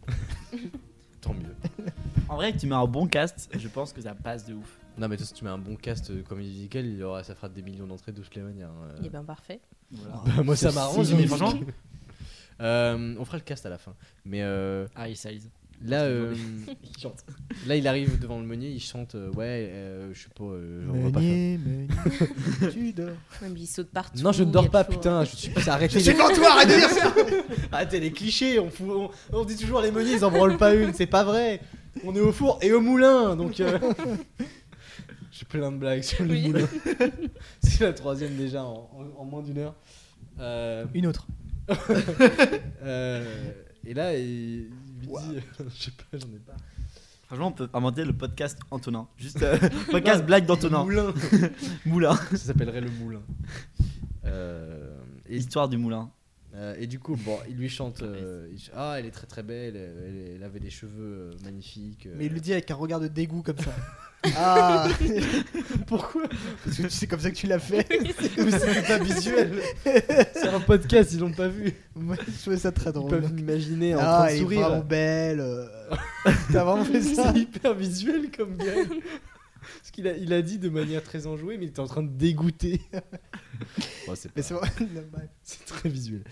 tant mieux.
En vrai, tu mets un bon cast, je pense que ça passe de ouf.
Non mais toi, si tu mets un bon cast de comédie musicale, il aura, ça fera des millions d'entrées de toutes les manières. hein.
Eh
Il est
ben,
bien parfait.
Voilà.
Bah, moi ça m'arrange,
si, mais
hein.
franchement.
Euh, on fera le cast à la fin. Mais euh,
Harry Styles.
là,
Parce
euh,
Il chante.
là, il arrive devant le meunier, il chante, euh, ouais, euh, je sais pas, euh, on va pas faire-
Meunier, meunier, tu dors.
Ouais, mais il saute partout.
Non, je ne
il y
dors
a
pas,
toujours-
putain, je suis arrêté. Je suis toi, arrêtez de dire ça Arrêtez les clichés, on, fout- on, on dit toujours les meuniers, ils en branlent pas une, c'est pas vrai On est au four et au moulin, donc. euh, J'ai plein de blagues sur le
Oui.
moulin. c'est la troisième déjà en, en- en moins d'une heure. Euh,
Une autre.
euh, et là, il, il lui dit. je sais pas, j'en ai pas.
Franchement, on peut inventer le podcast Antonin. Juste euh, podcast blague d'Antonin.
Moulin
Moulin.
Ça s'appellerait le moulin. Euh, et
Histoire du moulin.
Euh, et du coup, bon, il lui chante euh, il ch- Ah, elle est très très belle, elle, elle avait des cheveux euh, magnifiques. euh.
Mais il le dit avec un regard de dégoût comme ça. ah
pourquoi
Parce que c'est comme ça que tu l'as fait.
Mais c'était pas visuel C'est un podcast, ils l'ont pas vu
Moi, je trouvais ça très
Ils
drôle.
peuvent l'imaginer en
ah,
train de
elle est vraiment
sourire.
belle. euh, T'as vraiment fait ça
C'est hyper visuel comme gars. Parce qu'il a, il a dit de manière très enjouée, mais il était en train de dégoûter. Bon, c'est pas-
Mais c'est vrai. bah. dommage.
c'est très visuel.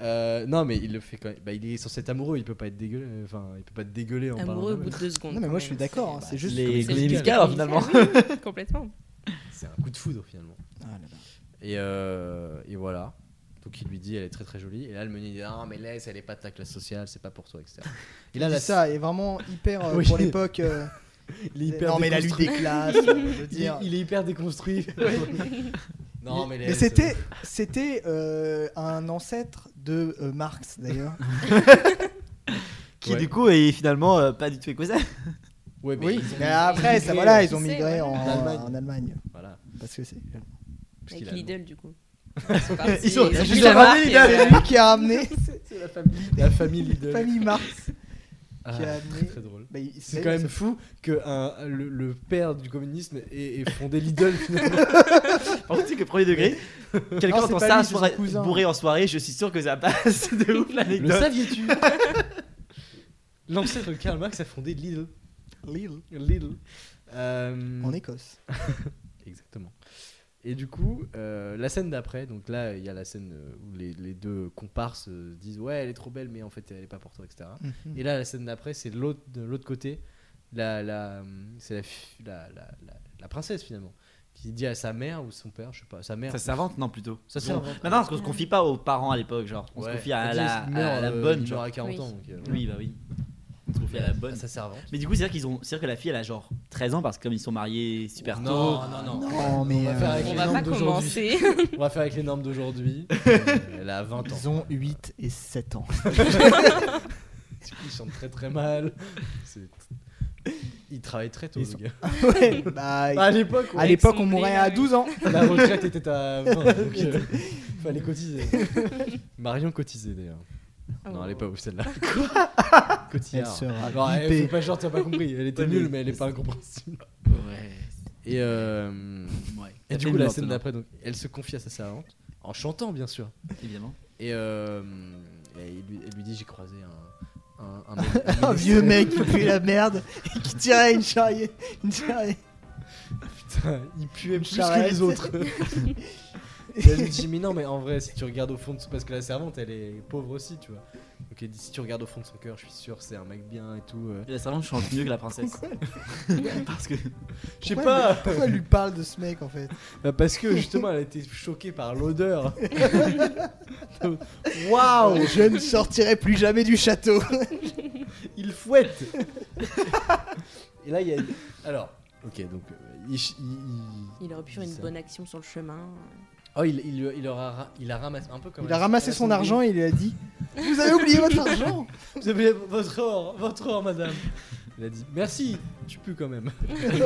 Euh, non, mais il le fait quand même. Bah, il est censé être amoureux, il peut pas être dégueulé. Enfin, il peut pas dégueuler en
Amoureux
parlant.
au bout
comme
de
ça.
deux secondes.
Non mais
quand
moi je
même.
suis d'accord,
bah,
hein, c'est juste
les
c'est hein,
comédies
musical.
musicales, finalement.
Eh Oui, Complètement.
C'est un coup de foudre finalement.
Ah,
Et, euh, et voilà. Donc il lui dit, elle est très très jolie. Et là, le meunier dit, non, mais laisse, elle est pas de ta classe sociale, c'est pas pour toi, etc. Et là,
Là,
la
ça est vraiment hyper euh,
Oui.
pour l'époque. euh,
il est hyper
non mais la lutte
déconstruit.
des classes, euh, je veux dire.
Il, il est hyper déconstruit. non, mais, laisse.
c'était c'était euh, un ancêtre de euh, Marx d'ailleurs.
Qui
Ouais.
du coup est finalement euh, pas du tout écossais.
Ouais, mais
Oui.
ils ont-
Mais après
migré,
ça voilà
euh,
ils ont
tu sais,
migré
ouais.
en,
En Allemagne.
en Allemagne
Voilà.
parce que c'est.
Parce qu'il
Avec
a-
Lidl du coup.
Ils sont-
partis,
ils
ont
ont
la marque,
ramené
euh,
C'est
et
lui qui a amené
C'est la famille, la famille Lidl.
famille Marx.
Ah,
qui
très,
a amené-
très drôle.
Bah, il-
C'est quand même fou que un- le, le père du communisme ait, ait fondé Lidl finalement.
Par contre, c'est que premier degré. Quelqu'un
Non, c'est
entend
pas
ça
lui,
en
c'est son
soirée-
cousin.
bourré en soirée, je suis sûr que ça passe de ouf
le
l'anecdote.
saviez-tu L'ancêtre de Karl Marx a fondé Lidl.
Lille
Lidl. Euh,
en Écosse.
Exactement. Et du coup, euh, la scène d'après, donc là, il y a la scène euh, où les, les deux comparses euh, disent Ouais, elle est trop belle, mais en fait, elle est pas pour toi, etc.
Mm. Mhm.
Et là, la scène d'après, c'est de l'autre, de l'autre côté, la, la, c'est la, fi- la, la- la- la princesse finalement, qui dit à sa mère ou son père, je sais pas, sa mère.
Ça s'invente, non, plutôt.
Ça
Bon,
s'invente.
Maintenant, on se confie pas aux parents à l'époque, genre. On
Ouais.
se confie à
Elle dit,
la,
il meurt,
à la
euh,
bonne,
il meurt
genre.
à 40
Oui.
ans. donc, euh,
Oui, bah oui. On se confie à la bonne.
Ça servante.
Mais du coup, c'est-à-dire qu'ils ont, c'est-à-dire que la fille, elle a genre 13 ans parce que comme ils sont mariés super tôt.
Non, non, non.
Non mais
va faire
euh,
avec
On
les
va
normes
pas
d'aujourd'hui.
commencer.
On va faire avec les normes d'aujourd'hui. Euh, elle a 20 ans.
ils ont 8 et 7 ans.
Ils chantent très très mal. C'est- Ils travaillent très tôt,
Ils
les
sont-
gars.
Ouais, bah,
Bah, à l'époque,
à
ouais.
l'époque on
Ils sont
mourait
pris,
à
là,
12 ans.
la retraite était à 20, donc euh, fallait cotiser. Marion cotisait d'ailleurs.
Ah
Non, elle est pas ouf celle-là. Cotillard.
Elle sera
Alors, elle-
bipée.
faut pas genre, t'as pas compris. Elle était
Ouais,
nulle,
mais-
mais elle est pas incompréhensible.
Ouais.
Et, euh,
ouais.
et
Ça
du
fait
coup, la
une
scène
maintenant,
d'après, donc, elle se confie à sa servante en chantant, bien sûr.
Évidemment.
Et, euh, et il lui- elle lui dit J'ai croisé un, un, un, mec- un
Un
ministère.
vieux mec qui pue la merde et qui tirait une charrette. Une charrette.
Putain, il puait plus que
charrette.
les autres. Et elle lui dit mais non mais en vrai si tu regardes au fond de- parce que la servante elle est pauvre aussi tu vois. Ok, si tu regardes au fond de son cœur, je suis sûr, c'est un mec bien et tout. euh.
Et la servante chante mieux que la princesse. Parce que.
Je sais
Pourquoi
pas
Pourquoi elle lui parle de ce mec en fait
Bah, Parce que justement, elle a été choquée par l'odeur. Waouh
Je ne sortirai plus jamais du château.
Ah Il fouette Et là, il y a. Alors, ok, donc. euh, il ch- il- il-
Il aurait pu faire
il
une
sert.
bonne action sur le chemin.
Oh, il, il, il aura, ra- il a ramassé un peu comme.
Il a ramassé son argent et il lui a dit Vous avez oublié votre argent
Vous avez votre or, votre or, madame. Il a dit merci, tu pues quand même.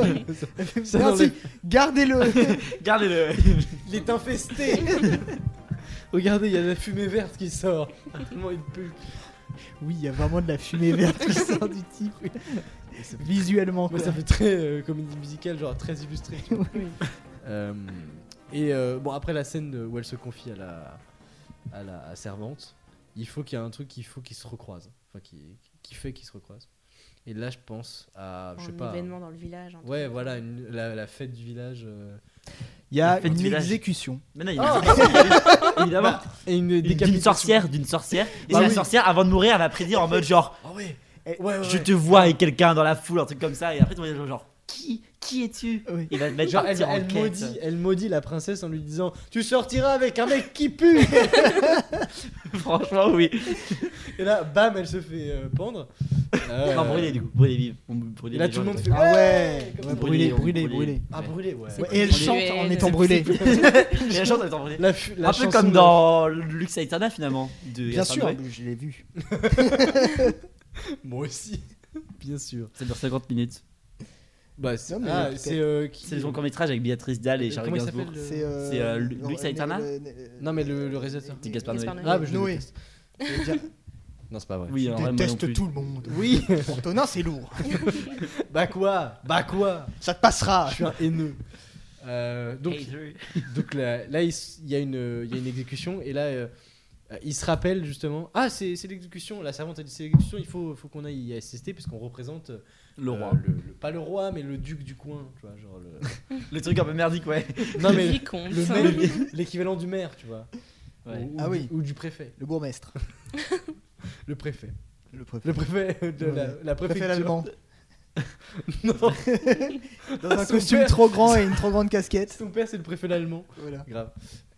Ça dans
Merci, gardez-le
Gardez-le
Il est infesté Regardez, il y a de la fumée verte qui sort. Vraiment, il pue.
Oui, il y a vraiment de la fumée verte qui sort du type.
Et ça fait-
Visuellement,
Moi,
quoi.
ça fait très euh, comédie musicale, genre très illustré.
Oui.
Euh, et euh, bon, après la scène de- où elle se confie à la, à la à servante, il faut qu'il y ait un truc qu'il faut qu'ils se recroisent. Enfin, qui, qui fait qu'ils se recroisent. Et là, je pense à. Je sais
un
pas.
événement dans le village. un truc.
Ouais, voilà, une- la, la fête du village. euh,
Il y a
Fête du
une
village.
exécution.
Mais non, il y a une- Évidemment.
et une
D'une- D'une sorcière, d'une sorcière. Et
Bah
la
oui.
sorcière, avant de mourir, elle va prédire en mode genre
Ah ouais. ouais, ouais,
Je
ouais.
te vois avec quelqu'un dans la foule, un truc comme ça. Et après, tu vas dire genre Qui Qui es-tu
Oui.
Il va te mettre
Genre,
genre
elle, elle maudit, elle maudit la princesse en lui disant Tu sortiras avec un mec qui pue
Franchement, oui.
Et là, bam, elle se fait euh, pendre. Euh,
Non, brûler du coup. Brûler vive. On brûler
Et là,
les
tout le
gens,
monde
les
fait
trucs.
Ah ouais,
comme
ouais,
ça.
Brûlé,
Brûlé,
brûlé,
brûlé.
brûlé.
Ah, brûlé, ouais.
C'est-
Ouais, et elle chante en étant brûlée.
Et la chante, elle t'en brûlait.
La fu- Ah, la
Un peu
chanson
comme
de-
dans Lux Aeternal finalement. de
Bien
Gaston
sûr,
Noé.
je l'ai vu.
Moi aussi, bien sûr.
Ça dure 50 minutes.
Bah, c'est
Non, mais
ah,
peut-être.
c'est, euh, qui-
C'est son court métrage avec Béatrice Dalle et Charles
Comment il
Gainsbourg.
s'appelle, le-
C'est euh,
C'est, euh, Lu-
non,
Lux
euh,
Aeternal
euh, euh,
Non, mais le, le réalisateur.
C'est Gaspard Noé.
Gaspard Noé.
Ah, mais je
Noé.
déteste. Non, c'est pas vrai.
Oui, alors,
Je
moi non
déteste
plus.
tout le monde.
Oui
Antonin, c'est lourd.
Bah quoi Bah quoi
Ça te passera.
Je suis un haineux. Euh, donc, donc là, là, il s- il y, a une- il y a une exécution et là, euh, euh, il se rappelle justement Ah, c'est c'est l'exécution. La servante a dit C'est l'exécution, il faut, faut qu'on aille y assister puisqu'on représente. euh,
Le roi.
le, le- pas le roi, mais le duc du coin. Tu vois, genre le...
Le truc un peu merdique, ouais.
non,
Le
mais
vicomte.
le maire, l'équivalent du maire, tu vois.
Ouais.
Ou- ou
Ah
du-
oui.
Ou du préfet.
Le bourgmestre.
Le préfet.
Le préfet.
Le préfet de la,
Ouais.
la
préfet
préfecture.
allemand.
Non,
Dans un
Son
costume
père.
trop grand et une trop grande casquette.
son père c'est le préfet allemand.
Voilà.
Grave.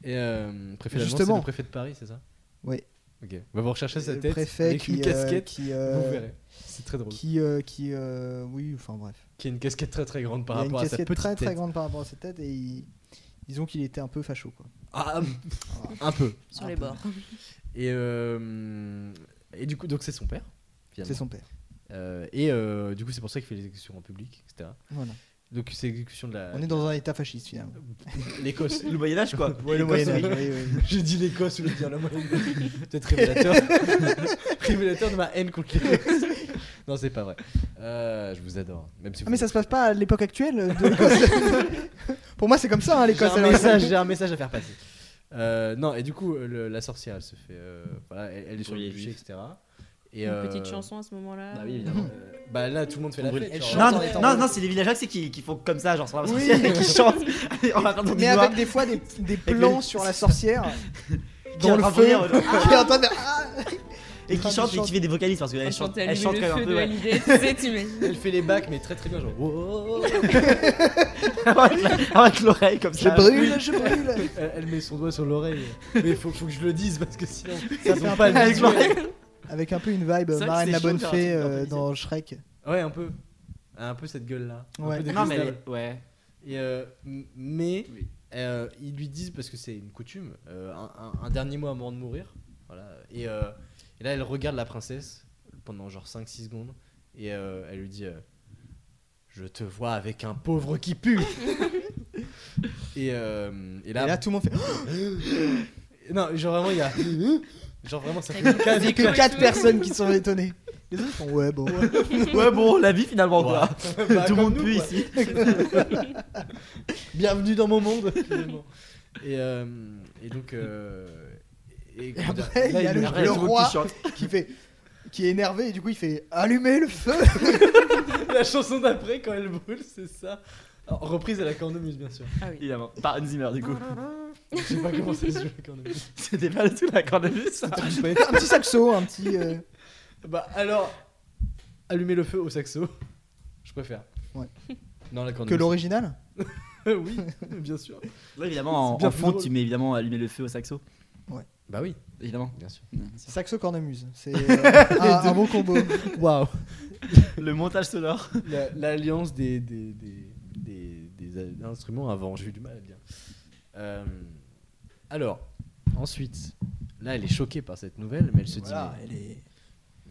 Et euh, préfet allemand, c'est
Justement.
le préfet de Paris, c'est ça
Oui.
Ok. Bah, vous recherchez sa
Le
tête
préfet
avec
qui,
une
euh,
casquette.
qui, euh,
Vous verrez. C'est très drôle. Qui...
qui, euh, qui euh, oui, enfin bref.
a une casquette très très grande par
il a une
rapport à sa
casquette
petite
très
tête.
très grande par rapport à cette tête et il- disons qu'il était un peu facho quoi.
Ah, un peu.
Sur
Un
les
peu.
bords.
Et euh, et du coup, donc c'est son père.
C'est
finalement.
son père.
Euh, et euh, du coup, c'est pour ça qu'il fait les exécutions en public, etc.
Voilà.
Donc c'est l'exécution de la.
On est dans un état fasciste finalement.
l'Écosse.
Le Moyen-Âge, quoi.
le
l'Écosse,
Moyen Âge.
oui. J'ai dit l'Écosse, je veux dire la moyenne. Peut-être révélateur. révélateur de ma haine contre l'Écosse. Non, c'est pas vrai. Euh, je vous adore. Même si
Ah
vous...
mais ça se passe pas à l'époque actuelle euh, de l'Écosse. Pour moi c'est comme ça hein,
j'ai
l'Écosse.
un,
alors.
message, j'ai un message à faire passer. Euh, non, et du coup, euh, le- la sorcière, elle se fait. euh, voilà, elle, elle est sur
Brûler
le
les
bûcher,
juifs.
etc. Et,
Une
euh,
petite chanson à ce moment-là.
Bah oui, évidemment.
euh, bah là, tout le monde fait la
Brûler-
fête.
elle
genre.
Non,
en étant
non,
brûlée.
non, c'est les villageois qui, qui, qui font comme ça, genre, sur la
Oui.
sorcière et qui chantent. On va attendre du
Mais
doigt.
avec des fois des, des plans
le-
sur la sorcière
est en
dans le
train de
feu
brûler, en mode,
qui est en train de faire, ah
Et
train
qui
de
chantent et qui
chanter.
fait des vocalises parce qu'elle
Quand
chante,
t'as
elle
allumé
chante
le
quand même un
feu
peu.
de
ouais.
Hallyday, tu sais, t'imagines.
Elle fait les bacs, mais très très bien, genre. Oh, oh, oh.
Avec la- Avec l'oreille comme
Je
ça.
brûle, je brûle.
Elle, elle met son doigt sur l'oreille. Mais faut, faut que je le dise parce que sinon, ça
fait un
fait
peu
pas le
Avec
visuel.
l'oreille.
Avec un peu une vibe
C'est vrai que
Marraine
c'est
la
chaud
bonne
de faire un
fée
truc un peu
euh,
bizarre.
dans Shrek.
Ouais, un peu. Un peu cette gueule-là.
Ouais.
Un peu
Non, mais elle
détestable.
est- ouais.
Et, euh, m- mais
Oui.
euh, ils lui disent, parce que c'est une coutume, euh, un, un- un dernier mot avant de mourir. Voilà. Et, euh, et là, elle regarde la princesse pendant genre 5-6 secondes. Et euh, elle lui dit euh, Je te vois avec un pauvre qui pue et, euh, et
Et
là.
là tout le monde fait oh,
non, genre vraiment, il y a. Genre vraiment, ça fait
Avec
quatre-
Il y a que 4 personnes qui sont étonnées. Les autres font ouais bon.
Ouais, bon, la vie finalement, quoi.
Bah,
Tout le
comme
monde
nous,
pue
quoi.
ici.
Bienvenue dans mon monde. finalement. et, euh, et donc. euh, et,
Et après, il y a
lui-
le-
Après,
le
tout monde qui
roi.
chante.
qui fait qui est énervé et du coup il fait allumer le feu
La chanson d'après, quand elle brûle, c'est ça. Alors, reprise à la cornemuse, bien sûr.
Ah oui.
Évidemment. Par Hans Zimmer, du coup.
Je sais pas comment ça se joue la cornemuse.
C'était pas du tout la cornemuse, ça.
un petit saxo, un petit. euh,
Bah alors, allumer le feu au saxo, je préfère.
Ouais.
Non, la
que
cornemuse.
l'original
oui, bien sûr.
Ouais, évidemment, en,
bien
en fond,
plus
tu mets évidemment allumer le feu au saxo.
Bah oui,
Évidemment.
bien sûr.
Saxo cornemuse. C'est euh, un, un bon combo.
Waouh.
Le montage sonore.
La- L'alliance des, des, des, des- des a- instruments avant, j'ai eu du mal à le dire. Euh, alors, ensuite, là, elle est choquée par cette nouvelle, mais elle se
Voilà,
dit
elle est-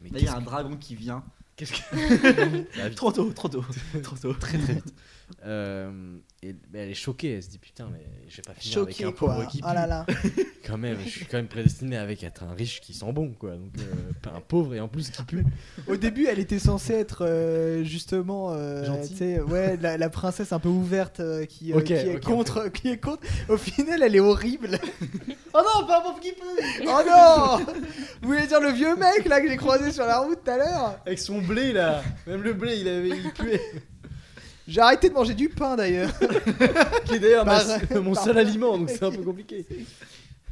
Mais, mais
Là, il y a
qu'est-ce
un dragon qui vient.
qu'est-ce que. Ah, vite.
Trop tôt, trop tôt. trop tôt. Très très vite.
Euh, et, mais elle est choquée, elle se dit Putain, mais je vais pas finir
Choqué
avec un pauvre
quoi.
qui
Ah là là.
pue. Quand même, je suis quand même prédestiné avec être un riche qui sent bon, quoi. Donc, euh, pas un pauvre et en plus qui pue.
Au début, elle était censée être euh, justement, euh,
Gentille.
tu sais, ouais, la, la princesse un peu ouverte euh, qui, euh,
Ok,
qui est
ok,
contre, qui est contre. Au final, elle est horrible. oh non, pas un pauvre qui pue. Oh non. Vous voulez dire le vieux mec là que j'ai croisé sur la route tout à l'heure
Avec son blé, là Même le blé, il, avait, il puait.
J'ai arrêté de manger du pain d'ailleurs.
qui est d'ailleurs ma-
Par-
mon
par-
seul aliment, donc c'est un peu compliqué.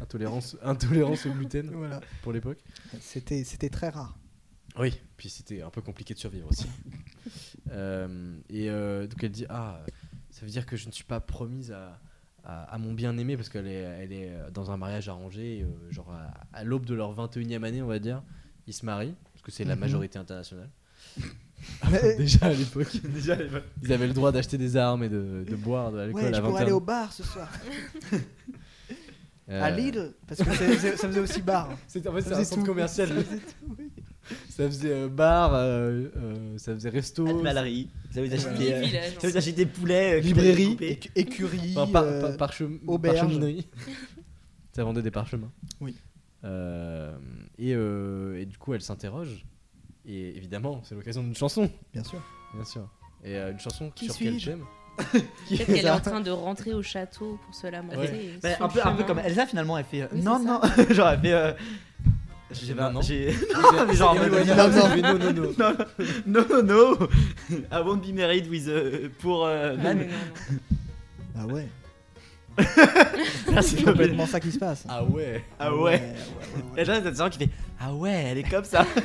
Intolérance, intolérance au gluten
Voilà.
pour l'époque.
C'était, c'était très rare.
Oui, puis c'était un peu compliqué de survivre aussi. Euh, et euh, donc elle dit Ah, ça veut dire que je ne suis pas promise à, à, à mon bien-aimé parce qu'elle est, elle est dans un mariage arrangé, euh, genre à, à l'aube de leur 21 e année, on va dire. Ils se marient, parce que c'est la
Mhm.
majorité internationale.
Mais-
Déjà à l'époque,
Déjà, les meufs.
ils avaient le droit d'acheter des armes et de, de boire de l'alcool
Ouais,
à
je
21
pourrais aller au bar ce soir.
Euh,
À Lidl, parce que ça faisait, ça faisait aussi bar.
c'est- En fait,
Ça
c'est un
faisait
centre
tout.
commercial.
Ça faisait tout, oui.
Ça faisait euh, bar, euh, euh, ça faisait resto,
Malary. Vous avez acheté
Les
des, euh,
hein.
villages.
vous avez acheté des poulets. euh, que
Librairie.
vous avez coupés.
Écu- écurie.
Enfin, par,
euh,
par- parchem-
auberge.
parcheminerie. ça vendait des parchemins.
Oui.
Euh, et, euh, et du coup, elle s'interroge. Et évidemment, c'est l'occasion d'une chanson,
Bien sûr.
bien sûr. Et euh, une chanson
Qui
sur quel
suis-je
thème
Peut-être qu'elle est en train de rentrer au château pour se lamenter.
Ouais.
et
Bah,
sur
un,
le
peu, un peu
chemin-
comme Elsa finalement, elle fait euh,
Oui,
non,
c'est
non. genre, elle fait. euh, J'ai
Non, non.
J'ai. Non, mais genre, en
Et
mode,
ouais,
non,
non,
non,
mais non, non, non.
non, non, non. I won't be married with. euh, pour. euh,
Ah,
man.
mais non, non.
Ah ouais.
Merci,
C'est complètement ça qui se passe.
Ah ouais.
Ah ouais.
ouais, ouais, ouais.
Et là, t'as des gens qui fait Ah ouais, elle est comme ça.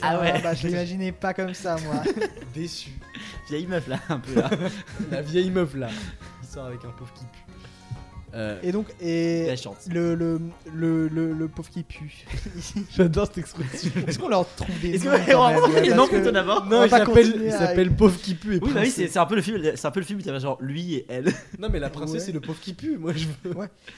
Ah
Ah
ouais.
ouais.
Bah, je l'imaginais pas comme ça, moi.
Déçu.
Vieille meuf là, un peu là.
La vieille meuf là. Il sort avec un pauvre qui pue. Euh,
Et donc, et
Et Elle chante.
le, le, le, le, le pauvre qui pue.
J'adore cette expression.
Est-ce qu'on leur trouve des
Est-ce
noms
que ouais,
quand même,
vraiment,
ouais,
les
parce
noms
que-
plutôt d'abord
Non,
va
il
pas
s'appelle,
continuer
il
à-
s'appelle Pauvre qui pue et
Oui, bah oui,
princesse.
c'est c'est un peu le film, c'est un peu le film où t'avais genre lui et elle.
Non, mais la princesse,
Ouais.
c'est le pauvre qui pue. Moi, je veux.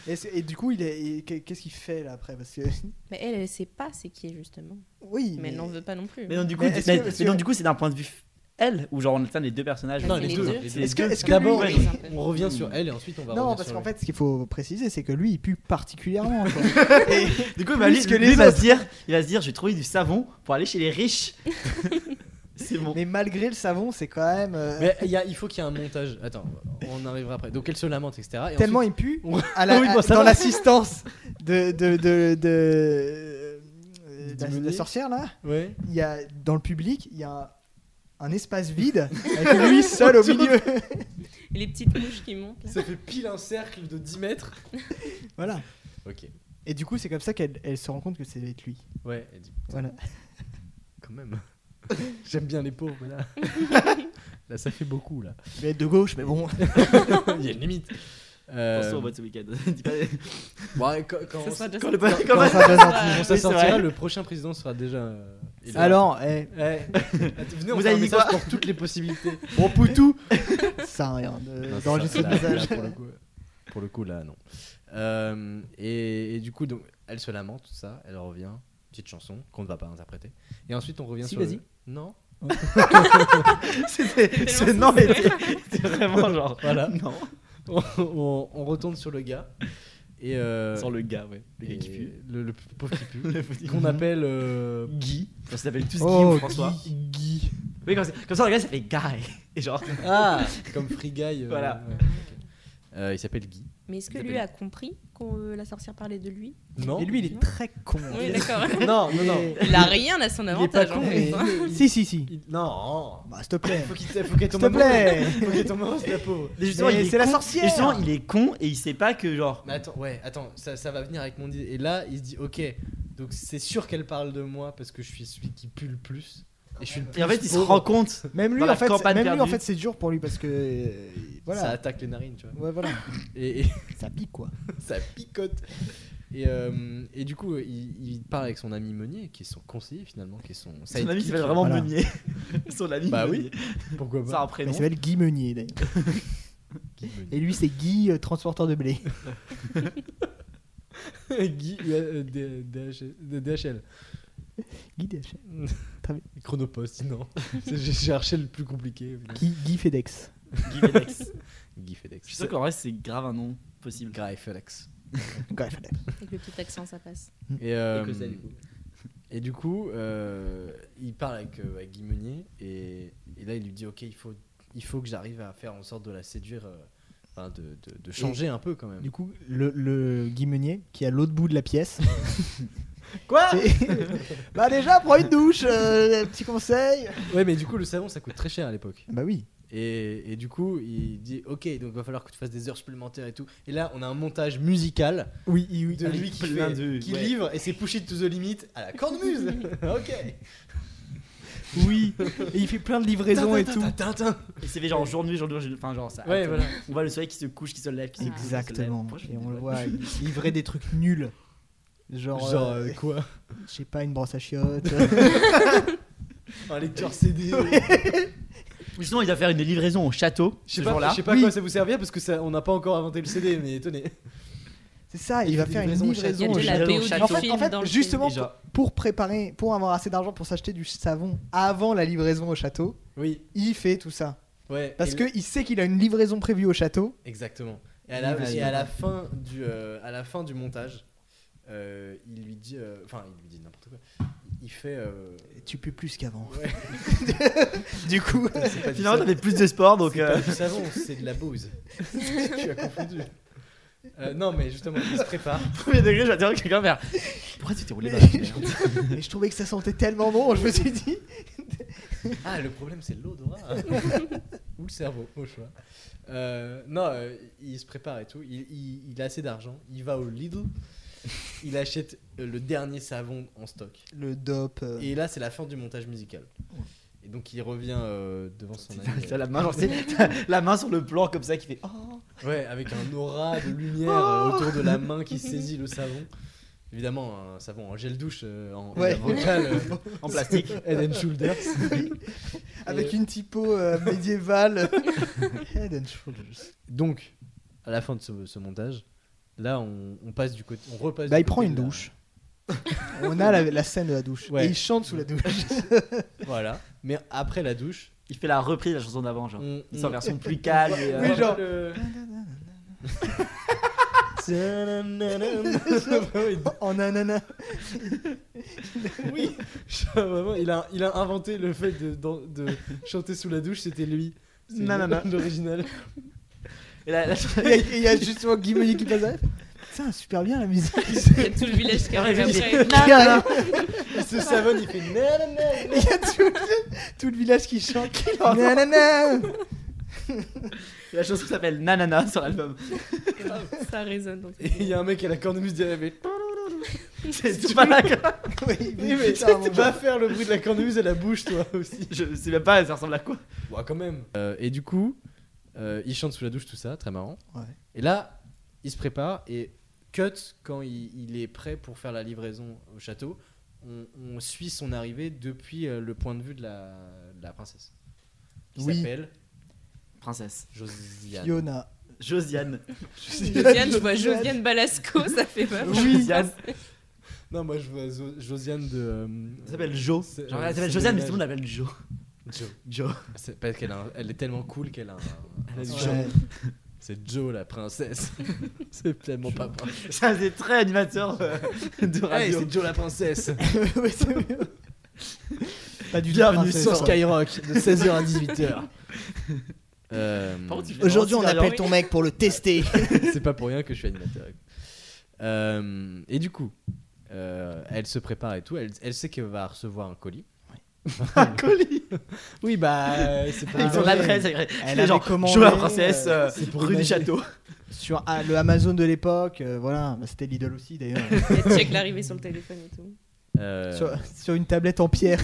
Et, c'est- et du coup, il est, et qu'est- qu'est-ce qu'il fait là après Parce que
Mais elle, elle sait pas c'est qui est justement.
oui.
Mais elle n'en veut pas non plus.
Mais donc du coup,
Mais est-ce
mais-
que- est-ce
mais donc,
que-
du coup, c'est d'un point de vue f- elle où genre on alterne les deux personnages.
Non, les les deux. deux.
C'est-
Est-ce que, est-ce que
D'abord,
lui-
Ouais, c'est un peu-
on revient sur elle et ensuite on va
non,
revenir
parce
sur
qu'en
lui.
fait, ce qu'il faut préciser, c'est que lui, il pue particulièrement. quoi. Et-
Du coup, bah, lui,
Plus que
lui
les
va
autres.
se dire, il va se dire, je vais trouver du savon pour aller chez les riches. c'est bon.
mais malgré le savon, c'est quand même euh,
Mais il y a- il faut qu'il y ait un montage. Attends, on arrivera après. Donc elle se lamente, etc. Et
tellement
ensuite-
il pue
on-
à la-
Oui,
à-
bon, ça
dans
va.
l'assistance de de de, de- euh, la,
Dimoni.
la sorcière là.
Ouais.
Il y a dans le public, il y a un, un espace vide avec lui seul au milieu.
Et Les petites mouches qui montent. là.
Ça fait pile un cercle de 10 mètres.
voilà.
Ok.
Et du coup, c'est comme ça qu'elle elle se rend compte que c'est être lui.
Ouais, elle dit,
Voilà.
quand même. J'aime bien les pauvres, mais là. là, ça fait beaucoup, là.
Je vais être de gauche, mais bon.
Il y a une limite. Euh,
Attention au boîte ce week-end. Dis pas-
ouais, quand, quand-
Ça sera déjà
Quand le quand-
Comment
quand-
ça va sortir
quand ça
Oui, c'est
sortira,
vrai.
le prochain président sera déjà. euh, élu.
Alors, eh,
Ouais. Attends, Venez, on
Vous
fait un
avez dit
message
quoi
pour toutes les possibilités.
bon poutou, ça sert à rien
Non,
de-
c'est
d'enregistrer
ça.
le
Là-
message.
là, pour, le coup, pour le coup, là, non. Euh, et, et du coup, donc, elle se lamente, tout ça. Elle revient. Petite chanson qu'on ne va pas interpréter. Et ensuite, on revient
Si,
sur. le-
vas-y.
Non
C'était- ce nom était était vraiment genre.
Voilà.
Non.
on, on- on retourne sur le gars. Et. euh,
Sans le gars, ouais. Le
et
gars qui pue.
Le, le pauvre qui pue.
Le petit-
qu'on appelle. euh,
Guy. On s'appelle tous Guy
Oh,
ou François.
Guy.
Oui, comme, ça- comme ça, le gars, ça fait Guy. Et genre,
Ah Comme Free Guy. euh,
Voilà.
ouais, ok. Euh, il s'appelle Guy.
Mais est-ce que lui a compris qu'on veut la sorcière parlait de lui
Non.
Et lui, il est très con.
Oui, d'accord.
Non, non, non.
Et-
Il a rien à son
Il est pas
avantage.
con,
en
mais.
fait, hein.
Si, si, si.
Il- Non.
Bah, s'il te plaît.
Faut qu'il faut qu'il
S'il
tombe
te
amoureux.
plaît.
Faut qu'il tombe amoureux, c'est la pauvre.
Mais justement,
Mais
il est
c'est la
con-
sorcière
et justement, il est con et il sait pas que, genre.
Mais attends, ouais, attends, ça, ça va venir avec mon idée. Et là, il se dit, ok, donc c'est sûr qu'elle parle de moi parce que je suis celui qui pue le plus. Et je suis le plus
Et en fait, il se
pauvre.
rend compte.
Même lui,
Dans la
en fait,
campagne
même lui, en
perdue.
fait, c'est dur pour lui parce que. euh,
Ça
Voilà.
attaque les narines, tu vois.
Ouais, voilà.
Et, et
Ça pique, quoi.
ça picote. Et, euh, et du coup, il, il parle avec son ami Meunier, qui est son conseiller finalement, qui est son.
Son ami
sidekick.
s'appelle vraiment
Voilà.
Meunier. Son ami.
Bah
Meunier.
oui, pourquoi
Ça a
pas.
un
Mais
prénom.
il s'appelle Guy Meunier, d'ailleurs.
Guy Meunier.
Et lui, c'est Guy, euh, transporteur de blé.
Guy euh, D- DH- de DHL.
Guy DHL.
Chronopost, non. C'est- J'ai cherché le plus compliqué. au final.
Guy, Guy FedEx.
Guy Vedex.
Guy
Je
FedEx.
suis sûr qu'en vrai, c'est grave un nom possible.
Guy FedEx.
Guy FedEx.
Avec le petit accent, ça passe.
Et, euh,
Et que ça, du coup.
et du coup, euh, il parle avec, euh, avec Guy Meunier et, et là il lui dit ok il faut, il faut que j'arrive à faire en sorte de la séduire, euh, enfin, de, de- de changer un peu quand même.
Du coup, le, le Guy Meunier, qui est à l'autre bout de la pièce.
Quoi
c'est- bah, déjà, prends une douche, euh, petit conseil.
Ouais mais du coup le savon ça coûte très cher à l'époque.
Bah oui.
Et, et du coup il dit ok donc va falloir que tu fasses des heures supplémentaires et tout. Et là on a un montage musical
Oui, oui,
de lui qui,
plein
fait-
de-
qui
ouais.
livre et c'est Push It to the Limit à la cornemuse. ok.
Oui, et il fait plein de livraisons et tout.
Tintin.
Et c'est fait genre jour nuit, jour nuit, jour nuit. Enfin, genre ça.
Ouais voilà.
On voit le soleil qui se couche, qui se lève, qui se couche, qui se lève.
Exactement.
Moi, je
Et
me
on le
dis,
voit il livrer des trucs nuls. Genre,
Genre
euh,
euh, quoi
je sais pas, une brosse à chiottes.
Un lecteur CD.
Ou sinon, il va faire une livraison au château.
Je sais
ce
pas,
jour-là.
je sais pas à
Oui.
quoi ça vous servirait parce que ça, on n'a pas encore inventé le CD, mais tenez.
C'est ça, il,
Il
va
fait
faire
des
une
livraisons au
Il
livraison.
y a
Bon,
déjà
je
la
vais aller au château.
PO du film
En fait,
dans le
justement,
film.
Déjà.
Pour préparer, pour avoir assez d'argent pour s'acheter du savon avant la livraison au château,
Oui,
il fait tout ça.
ouais.
Parce
et-
que il sait qu'il a une livraison prévue au château.
Exactement. Et à la,
Livraison.
et à la fin, du, euh, à la fin du montage, euh, il lui dit. euh, Enfin, il lui dit n'importe quoi. Il fait. euh,
Tu peux plus qu'avant.
Ouais.
du coup,
c'est pas du
Finalement,
savon,
t'avais plus de sport, donc.
c'est
euh,
pas du savon, c'est de la bouse. tu as confondu. Euh, non, mais justement, il se prépare.
Premier degré, j'attendais quelqu'un faire. Pourquoi tu t'es roulé dans la merde
mais je trouvais que ça sentait tellement bon, je me suis dit.
Ah, le problème, c'est l'odorat. Ou le cerveau, au choix. Euh, non, euh, il se prépare et tout. Il, il- il a assez d'argent. Il va au Lidl. Il achète euh, le dernier savon en stock.
Le dope. euh,
Et là, c'est la fin du montage musical. Et donc, il revient euh, devant son ami.
T'as la main, genre, c'est- t'as la main sur le plan comme ça qui fait. Oh
Ouais, avec un aura de lumière euh, autour de la main qui saisit le savon. Évidemment, un savon en gel douche, euh, en, en
Ouais.
avantage, euh,
En plastique.
Head and Shoulders.
Avec
Et-
une typo euh, médiévale. Head and shoulders.
Donc, à la fin de ce, ce montage, là, on, on passe du côté, on repasse.
Bah,
du
il prend
côté
une
de la-
douche. On a la, la scène de la douche.
Ouais.
Et il chante sous la douche.
Voilà. Mais après la douche,
Il fait la reprise de la chanson d'avant, genre.
on,
Ils sont en
on-
version plus calme. et, euh,
Oui, genre.
en ananas.
oui, Je- vraiment, il a, il a inventé le fait de, d'en- de chanter sous la douche, c'était lui. C'est
Non, non, non.
L'original.
et la- la-
Et Il y a- il y a justement Guy Meunier qui passe derrière. Putain, super bien la musique.
Il y a tout le village qui arrive après.
Il y a,
Il se savonne, il fait nanana.
il y a tout, le, tout le village qui chante. Nanana.
la chanson s'appelle Nanana sur l'album.
Ça résonne. donc.
Et il y a un mec à la cornemuse derrière, mais
C'est tout pas là que-
Oui,
Oui,
putain,
mais tu sais,
mon
tu vas faire le bruit de la cornemuse à la bouche, toi aussi.
Je sais même pas, ça ressemble à quoi
Ouais, quand même. et du coup, euh, il chante sous la douche, tout ça, très marrant.
Ouais.
Et là, il se prépare et cut quand il, il est prêt pour faire la livraison au château. On, on suit son arrivée depuis euh, le point de vue de la, de la princesse. Qui
Oui.
s'appelle
Princesse.
Josiane.
Fiona.
Josiane.
Josiane, je vois Josiane Balasco, ça fait peur.
Josiane.
Non, moi je vois Zo- Josiane de. euh,
Elle s'appelle Jo.
C'est-
Genre,
euh,
elle
c'est
s'appelle Josiane, mais
dommage.
tout le monde l'appelle Jo.
Jo.
Jo.
C'est parce qu'elle a un- elle est tellement cool qu'elle a. un-
Elle a
un
du
surnom.
Ouais.
C'est Joe la princesse. c'est tellement pas vrai.
Ça, c'est très animateur euh, de
Hey,
radio.
c'est Joe la princesse.
Ouais, c'est- Pas du tout
Bienvenue
princesse,
sur
ouais.
Skyrock de 16h à 18h. Euh,
Aujourd'hui, on appelle ton mec pour le tester.
c'est pas pour rien que je suis animateur. Euh, et du coup, euh, elle se prépare et tout. Elle, elle sait qu'elle va recevoir un colis.
Un colis Oui, bah, euh, c'est pas.
Ils ont l'adresse.
Elle
les
avait
gens,
commandé,
je veux la princesse,
euh,
euh,
c'est pour
rue du
imaginer.
château.
Sur ah, le Amazon de l'époque, euh, voilà, Bah, c'était Lidl aussi d'ailleurs.
Et check l'arrivée sur le téléphone et tout.
Euh,
sur, sur une tablette en pierre.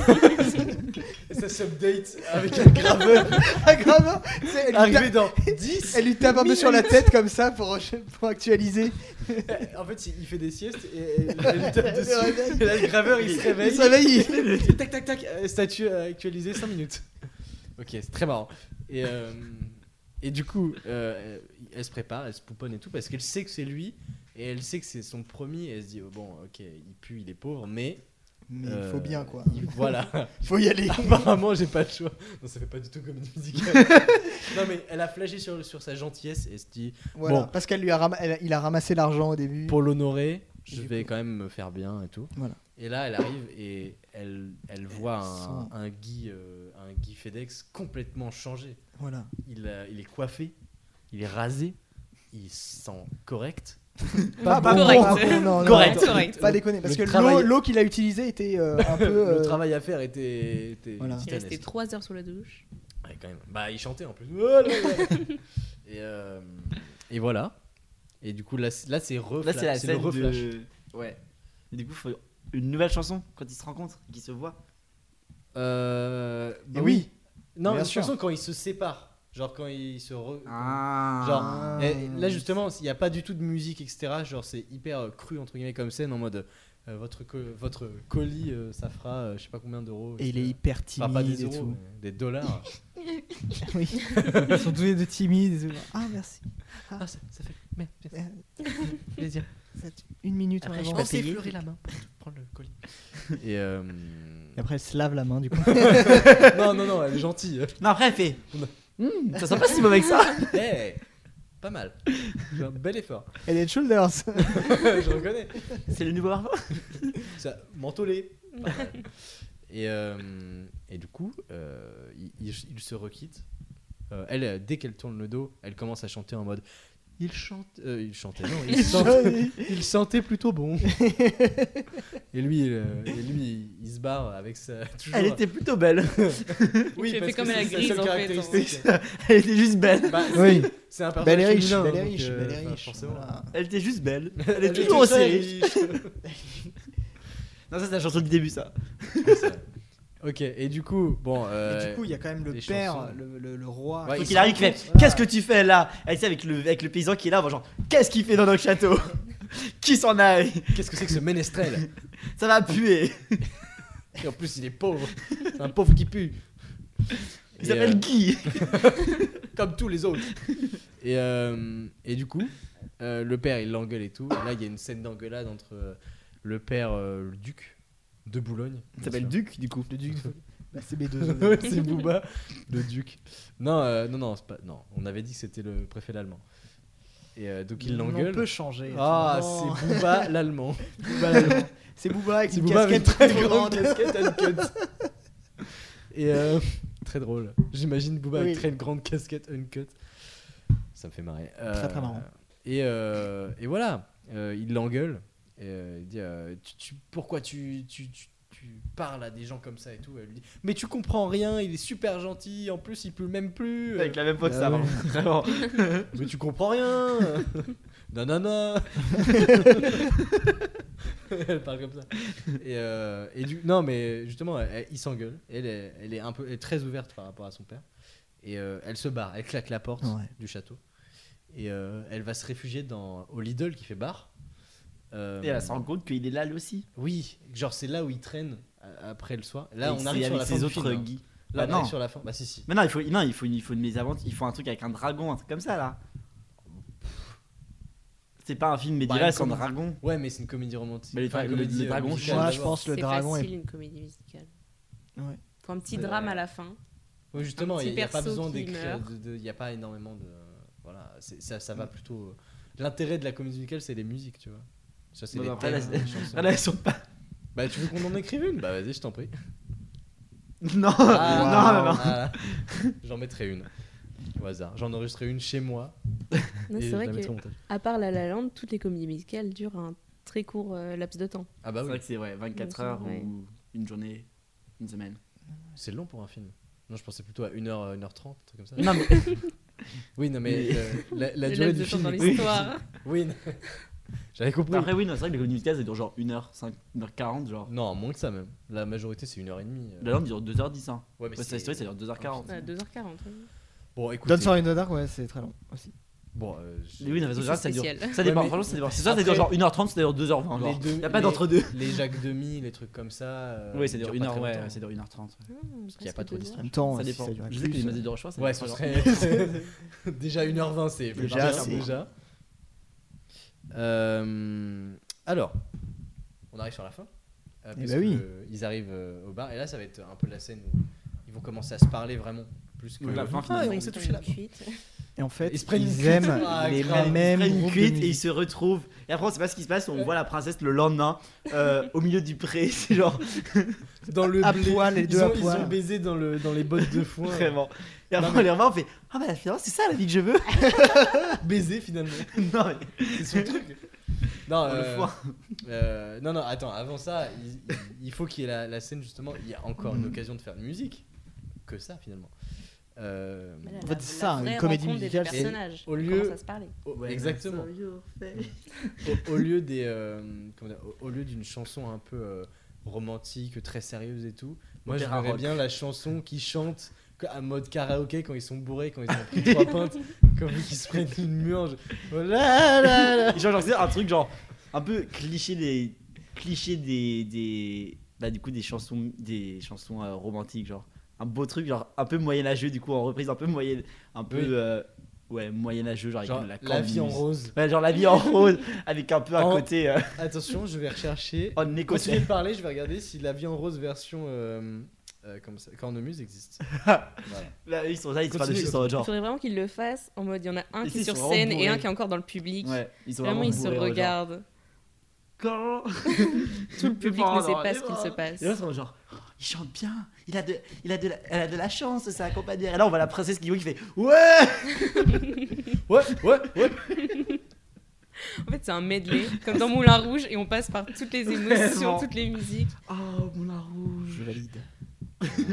Et ça s'update avec un graveur
Ah, grave, hein C'est- elle, lui
arrivé
tape,
dans 10.
elle lui tape un peu sur la tête comme ça pour, pour actualiser.
En fait, il fait des siestes et elle lui tape
Le
dessus.
réveil.
Et là, le graveur il se réveille.
Il se réveille.
Et tac tac tac, euh, statut euh, actualisé 5 minutes. Ok, c'est très marrant. Et, euh, et du coup, euh, elle se prépare, elle se pouponne et tout parce qu'elle sait que c'est lui et elle sait que c'est son premier. Et elle se dit, oh, bon, ok, il pue, il est pauvre, mais.
Mais il
euh,
faut bien quoi.
il- Voilà.
Il faut y aller.
Apparemment, j'ai pas le choix. Non, ça fait pas du tout comme une musicale. non, mais elle a flashé sur, sur sa gentillesse et se dit
Voilà,
Bon.
Parce qu'elle lui a, ram- elle a- il a ramassé l'argent au début.
pour l'honorer, je
du
vais
coup-
quand même me faire bien et tout.
Voilà.
Et là, elle arrive et elle, elle voit un,
sent-
un Guy, euh, un Guy FedEx complètement changé.
Voilà.
Il, a- il est coiffé, il est rasé, il sent correct.
Pas, pas
correct.
bon, pas bon, non, non,
Correct.
attends,
Correct.
Pas déconner. Parce
Le
que l'eau-
travail-
l'eau qu'il a utilisée était euh, un peu.
Le
euh,
travail à faire était, était
Voilà.
Il est resté
titanesque.
3 heures sous la douche.
Ouais, quand même. Bah, il chantait en plus. Oh là là. et, euh, et voilà. Et du coup, là, c'est- là, c'est
Là, c'est la
reflash. C'est le
scène
reflash.
de.
Ouais.
Et du coup, faut une nouvelle chanson quand ils se rencontrent, qu'ils se voient.
Euh, bah
Et
oui.
oui.
Non,
Bien
mais
sûr.
surtout quand ils se séparent. Genre quand ils se. re-
Ah.
Genre,
Ah.
et là justement, il n'y a pas du tout de musique, etc. Genre, c'est hyper euh, cru, entre guillemets, comme scène, en mode euh, votre, co- votre colis, euh, ça fera euh, je sais pas combien d'euros.
Et il est
etc.
hyper
Enfin,
timide
pas des
et
euros,
tout.
mais des dollars.
euh. Oui. Ils sont tous les deux timides. ils sont- Ah merci.
ah, ça, ça fait
Plaisir. Euh. Une minute en avance.
effleurer la main pour prendre le colis. Et euh...
Et après, elle se lave la main du coup.
non, non, non, elle est gentille.
Non, après, elle fait. Hmm, ça sent pas si mauvais que ça.
Hey, Eh, pas mal. C'est un bel effort.
Elle est shoulders.
Je reconnais.
C'est le nouveau Marvel.
Ça, mentholé. Pas mal. et, euh, et du coup, euh, il- il- ils se requittent. Euh, elle, euh, dès qu'elle tourne le dos, elle commence à chanter en mode Il chante. euh, il chantait, non, il, sentait, il sentait plutôt bon. et lui, il, euh, et lui il, il se barre avec sa. Toujours,
Elle était plutôt belle.
Elle
oui,
fait
parce
comme
que
à la
c'est sa
grise,
seule
en fait, hein.
caractéristique.
Elle était juste belle.
Bah, c'est-
Oui.
C'est un
Belle
personnage
et riche.
féminin,
Belle et
donc,
riche.
euh,
Belle et
enfin,
riche.
forcément.
voilà.
Elle était juste belle. Elle est
était
toujours aussi
très
riche. Non, ça, c'est la chanson du début, ça.
ok, et du coup, bon.
Et
euh,
du coup, il y a quand même le
les
père,
chansons.
le, le- le roi.
Ouais,
Faut
il
qu'il
se
arrive, qu'il fait Qu'est-ce que tu fais là Elle sait avec le, avec le paysan qui est là, genre Qu'est-ce qu'il fait dans notre château Qui s'en aille
Qu'est-ce que c'est que ce ménestrel
Ça va puer
Et en plus, il est pauvre. C'est un pauvre qui pue. Et,
Il s'appelle
euh,
Guy
comme tous les autres. Et, euh, et du coup, euh, le père, il l'engueule et tout. Et là, il y a une scène d'engueulade entre euh, le père, euh, le duc de Boulogne.
Il s'appelle Duc, du coup.
Le duc. Bah, c'est mes deux. honneurs.
c'est Booba, le duc. Non, euh, non, non, c'est pas, non, on avait dit que c'était le préfet l'allemand. Et euh, donc, il
On peut
l'engueule.
changer.
Ah,
Non.
c'est Booba l'allemand.
Booba, l'allemand. C'est Booba avec
C'est
une
Booba avec une
casquette
très
trop
grande
grande.
casquette uncut. Et euh, très drôle. J'imagine Booba avec
Oui.
très grande casquette uncut. Ça me fait marrer. Euh,
Très, très marrant.
Et, euh, et voilà, Euh, il l'engueule. Et euh, il dit euh, tu, tu- Pourquoi tu, tu, tu- tu parles à des gens comme ça et tout Elle lui dit Mais tu comprends rien, il est super gentil, en plus il pleut même plus.
Avec la même voix que
Ah
ça,
ouais.
vraiment. Vraiment.
Mais tu comprends rien Nanana Elle parle comme ça. Et, euh, et du, non, mais justement, elle- elle- il s'engueule. Elle est, elle est un peu elle est très ouverte par rapport à son père. Et euh, elle se barre, elle claque la porte
Ouais.
du château. Et euh, elle va se réfugier dans, au Lidl qui fait bar. Euh,
Et elle se rend compte qu'il est là, lui aussi.
Oui, genre c'est là où il traîne euh, après le soir. Là,
Et
on
c'est
arrive sur
avec
la fin
ses
du
autres
film, hein.
Guy.
Là, on
Bah,
arrive
non.
sur la fin. Bah si, si.
Mais non, il faut, non, il faut, une- il faut une mésaventure. Il faut un truc avec un dragon, un truc comme ça, là. C'est pas un film médiéval
une
sans
comédie.
dragon.
Ouais, mais c'est une comédie romantique.
Mais les dra-
une
le-
comédie,
les
euh,
dragons,
musicale,
Moi, je
d'abord.
pense le
C'est
dragon
facile
est.
une comédie musicale.
Ouais.
Faut un petit
C'est
drame
vrai.
à la fin.
Oui, justement,
petit
il n'y a, pas
perso
besoin
qui
d'écrire.
meurt.
Il n'y a pas énormément de. Voilà, c'est- ça, ça va plutôt. L'intérêt de la comédie musicale, c'est les musiques, tu vois. Ça, c'est
Bon,
les
bah, après,
thèmes,
là,
les chansons.
Ah, là, elles sont pas.
Bah, tu veux qu'on en écrive une Bah, vas-y, je t'en prie.
Non,
Ah,
non, non, non.
ah, J'en mettrai une. au hasard. J'en enregistrerai une chez moi.
Non,
et
c'est
je
vrai
la mettrai
que,
au montage.
à part La La Land, toutes les comédies musicales durent un très court euh, laps de temps.
Ah bah
C'est
oui,
vrai que c'est ouais, 24
Bien sûr,
heures
ouais.
ou une journée, une semaine.
c'est long pour un film. Non, je pensais plutôt à 1h, 1h30, un truc comme ça.
Non, mais-
Oui, non, mais euh, la, la
Le
durée
laps
du
de temps
film.
dans
est-
l'histoire.
Oui, non. j'avais compris.
Après, oui, non, c'est vrai que les communes musicales, ça dure genre 1h, 1h40, genre.
Non, moins que ça même. La majorité, c'est 1h30. euh.
La langue dure 2h10, hein.
Ouais, mais
West Side Story, ça dure 2h40.
Ouais, 2h40. oui.
Bon, écoute.
Don't in the Dark, ouais, c'est très long aussi.
Bon, euh, je-
Mais oui, non, mais
C'est
ça, ça dure.
spécial.
Ça dépend,
Ouais, mais-
franchement, ça dépend. C'est ça, ça dure genre
Après-
1h30, ça dure 2h20.
les
Genre.
deux-
Y a pas
les-
d'entre-deux.
Les Jacques Demi, les trucs comme ça. euh,
Oui, ça dure
durent
1h,
pas
ouais,
très longtemps.
ça dure 1h30.
Ah,
qu'il y a
presque
pas trop
deux
d'histoire.
heures.
En même temps,
ça
si
dépend.
durait
Je
plus,
sais que les
euh,
Mazes de Rochefort, ça
Ouais,
dure
ce
genre-
serait. déjà 1h20, c'est
Déjà,
déjà.
c'est-
déjà. Euh, alors, on arrive sur la fin. Euh,
Eh
parce
bah oui.
que Ils arrivent euh, au bar et là, ça va être un peu la scène où ils vont commencer à se parler vraiment. Plus que.
Oui, la fin,
ah,
finalement.
on s'est touché là.
Cuite.
Et en fait,
Ils se prennent une
ils
cuite.
aiment
Ah,
les
grave. Ils
Ils
mêmes
prennent une
groupes de
cuite et ils
musique.
se retrouvent. Et après, on sait pas ce qui se passe. On voit la princesse le lendemain euh, au milieu du pré. C'est genre
Dans le
à
blé.
poil, les
Ils
deux à
ont- ils ont
poil.
baisé dans, le, dans les bottes de foin.
vraiment. Et après,
Non, mais-
on les revoit, on fait Ah bah finalement, c'est ça la vie que je veux.
Baiser finalement.
non, mais
C'est son truc. Non,
Dans le
euh,
foin.
euh, non, non, attends, avant ça, il, il- il faut qu'il y ait la, la scène justement. Il y a encore
Mm.
une occasion de faire de musique. Que ça finalement. Euh,
Voilà,
En
la-
fait, c'est ça,
la
une
vraie
comédie
rencontre des
musicale,
c'est-
personnages.
au
Ils
lieu-
commencent à se parler.
au- exactement. Au, au lieu des, euh, comment dire, au- au lieu d'une chanson un peu euh, romantique, très sérieuse et tout, moi je
Opéra
verrais
rock.
bien la chanson qui chante que- à mode karaoké quand ils sont bourrés, quand ils ont pris trois pintes, comme qu'ils se prennent une murge. Voilà, là, là.
Et genre, genre, c'est un truc genre un peu cliché des cliché des, des bah du coup des chansons des chansons euh, romantiques genre un beau truc genre un peu moyenâgeux du coup en reprise un peu moyen un peu
Oui.
euh, ouais moyenâgeux genre,
Genre,
avec de la,
la vie en
cornemuse.
rose.
Ouais, genre la vie en rose avec un peu un
En-
côté euh,
Attention, je vais rechercher.
Oh,
en
Continuez
écossais
de parler, je vais regarder si la vie en rose version euh, euh, comme ça, cornemuse existe. Voilà.
Là, ils sont là ils se parlent
Continuez,
dessus ils sont
Il
genre
faudrait vraiment qu'ils le fassent en mode il y en a
Et
un qui
si,
est
ils
sur
sont vraiment
scène et
bourrés.
un qui est encore dans le public.
ouais ils sont
Vraiment,
vraiment
ils se
bourrés, genre.
regardent.
Quand-
Tout le public
Bon,
ne sait
alors,
pas
allez
ce qu'il
voir.
se passe.
Et là, ils sont genre, Oh, il chante bien, il a de, il a de, la, elle a de la chance, sa compagnière. Et là, on voit la princesse Guillaume qui fait Ouais
Ouais, ouais, ouais.
En fait, c'est un medley, comme dans Moulin Rouge, et on passe par toutes les émotions,
Vraiment.
toutes les musiques.
Oh, Moulin Rouge Je valide.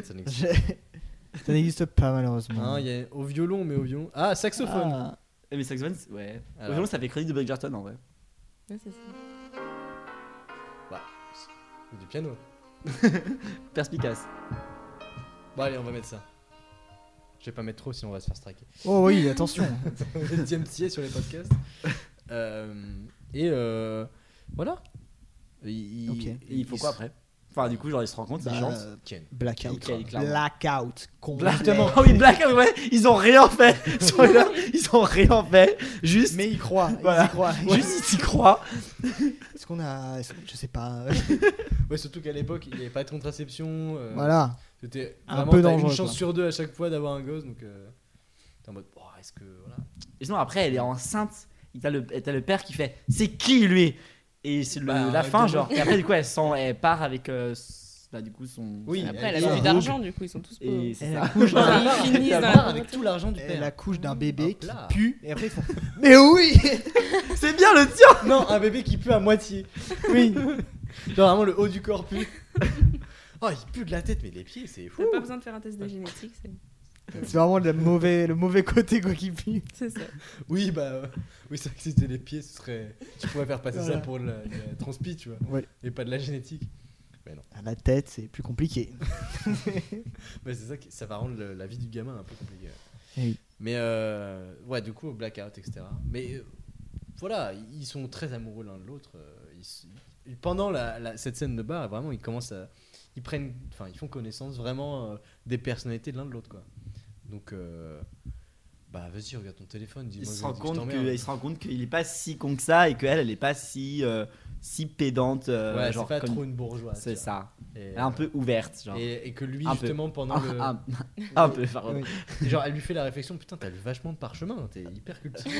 Ça n'existe
Je- Ça n'existe pas
pas.
malheureusement.
Hein, il y a- au violon, mais au violon. Ah, saxophone.
Ah.
Eh, Mais saxophone, c'est- ouais.
Alors.
Au violon, ça fait crédit de Bridgerton en vrai.
Ouais, c'est ça.
Du piano.
Perspicace.
Bon, allez, on va mettre ça. Je vais pas mettre trop, sinon on va se faire striker.
Oh oui, attention.
Deuxième tier sur les podcasts. Euh, et euh, voilà. Il,
Ok.
Et il faut quoi après Enfin, du coup, genre, ils se rencontrent,
Bah,
ils chantent.
euh,
Ken.
Blackout.
Nickel, clairement.
Blackout.
Exactement.
complètement.
Oh oui, Black, ouais, ils ont rien fait. Spoiler, ils ont rien fait. Juste,
Mais ils croient. Ils
Voilà.
y croient.
juste, ils y croient.
Est-ce qu'on a. est-ce- Je sais pas.
Ouais, surtout qu'à l'époque, il n'y avait pas de contraception. euh,
voilà.
C'était
Un
vraiment,
peu
t'as
dangereux,
Une chance
quoi.
sur deux à chaque fois d'avoir un gosse. Donc, euh, t'es en mode, oh, est-ce que. Voilà.
Et sinon, après, elle est enceinte. Et t'as le, et t'as le père qui fait C'est qui lui Et c'est le-
Bah,
la fin,
demain.
genre. Et après, du coup, elle, s'en- elle part avec. euh, s- bah, du coup, son.
Oui,
sa-
Après, elle
Et
a
un
plus d'argent, du coup, ils sont tous pauvres.
Et c'est
Elle
ça.
accouche
Genre,
d'un-
ils finissent dans
La
la
part avec tout l'argent du
elle
père.
accouche d'un bébé
Hop
qui
là.
pue. Et après, ils font Mais oui
C'est bien le tien
Non, un bébé qui pue à moitié.
Oui
Genre vraiment le haut du corps pue. oh, il pue de la tête, mais les pieds, c'est fou.
T'as pas besoin de faire un test de génétique, c'est-
C'est vraiment le mauvais, le mauvais côté, quoi, qui pue.
c'est ça.
Oui, bah, euh, oui, c'est vrai que si c'était les pieds, ce serait. Tu pourrais faire passer ça
Voilà.
pour la, la transpi, tu vois.
Ouais.
Et pas de la génétique.
À la tête, c'est plus compliqué.
Mais c'est ça qui ça va rendre le- la vie du gamin un peu compliquée.
Eh oui.
Mais euh, ouais, du coup, au blackout, etc. Mais euh, voilà, ils sont très amoureux l'un de l'autre. euh, ils s- ils- pendant la, la- cette scène de bar, vraiment, ils commencent à. Ils prennent. Enfin, ils font connaissance vraiment euh, des personnalités de l'un de l'autre, quoi. Donc. euh, bah, vas-y, regarde ton téléphone. Dis hein.
il
moi,
se, rend compte que, euh, il se rend compte qu'il est pas si con que ça et qu'elle, elle est pas si, euh, si pédante. euh,
Ouais,
genre,
c'est pas
comme-
trop une bourgeoise.
C'est
tu vois.
ça.
Et,
Elle est un peu ouverte, genre.
Et, et que lui,
Un peu.
justement, pendant le.
Un, un- un peu, pardon.
Oui.
Genre, elle lui fait la réflexion Putain, t'as lu vachement de parchemin, t'es hyper cultivé.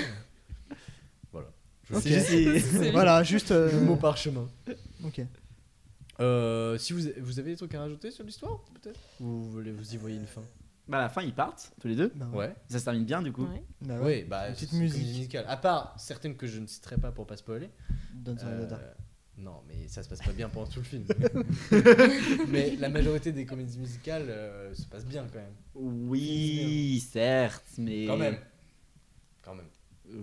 voilà. Je
Ok.
sais juste
C'est-
voilà, juste. euh,
le mot parchemin.
ok.
Euh, si vous, vous avez des trucs à rajouter sur l'histoire, peut-être Ou vous voulez vous y voyez une fin
Bah, à la fin, ils partent, tous les deux.
Bah
Ouais.
Et ça se termine bien, du coup.
Ouais.
Bah ouais.
Oui, bah,
Une petite
c'est une
musique.
comédie musicale. À part certaines que je ne citerai pas pour pas spoiler.
Donne
Euh, non, mais ça se passe pas bien pendant tout le film. mais la majorité des comédies musicales euh, se passent bien quand même.
Oui, certes, mais.
Quand même. Quand même.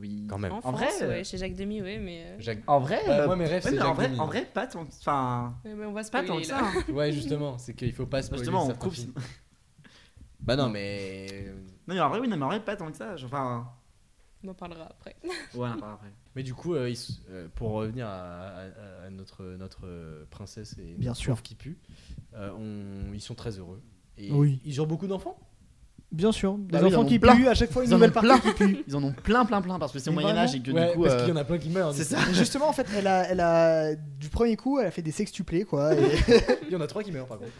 Oui.
même.
En,
En vrai,
France,
euh,
ouais, chez Jacques Demi, ouais, mais. euh,
Jacques...
En vrai,
Bah,
euh,
moi, mes rêves,
ouais,
c'est
mais en
Jacques
vrai,
Demy.
en vrai, pas tant, enfin,
ouais, mais on va se
pas tant que ça. hein.
Ouais, justement, c'est qu'il faut pas spoiler.
Justement, on
certains
coupe.
films.
Non,
Bah non, mais.
mais en vrai, oui, non, mais en vrai, pas tant que ça. Enfin,
On en parlera après.
ouais, on en parlera après.
Mais du coup, euh, ils s- euh, pour revenir à, à- à notre, notre euh, princesse et
Bien
notre
sûr.
pauvre qui pue, euh, on- ils sont très heureux. Et
Oui.
Ils ont beaucoup d'enfants
Bien sûr, des
Bah oui,
enfants
on
qui
plein.
puent, à chaque fois une
Ils en ont
nouvelle partie.
plein. Ils en ont plein, plein, plein. Parce que c'est au
Mais
Moyen-Âge et que
Ouais,
du coup.
parce
euh,
qu'il y en a plein qui meurent. hein,
C'est ça.
Et justement, en fait, elle a, elle a, du premier coup, elle a fait des sextuplés, quoi. et-
Il y en a trois qui meurent par contre.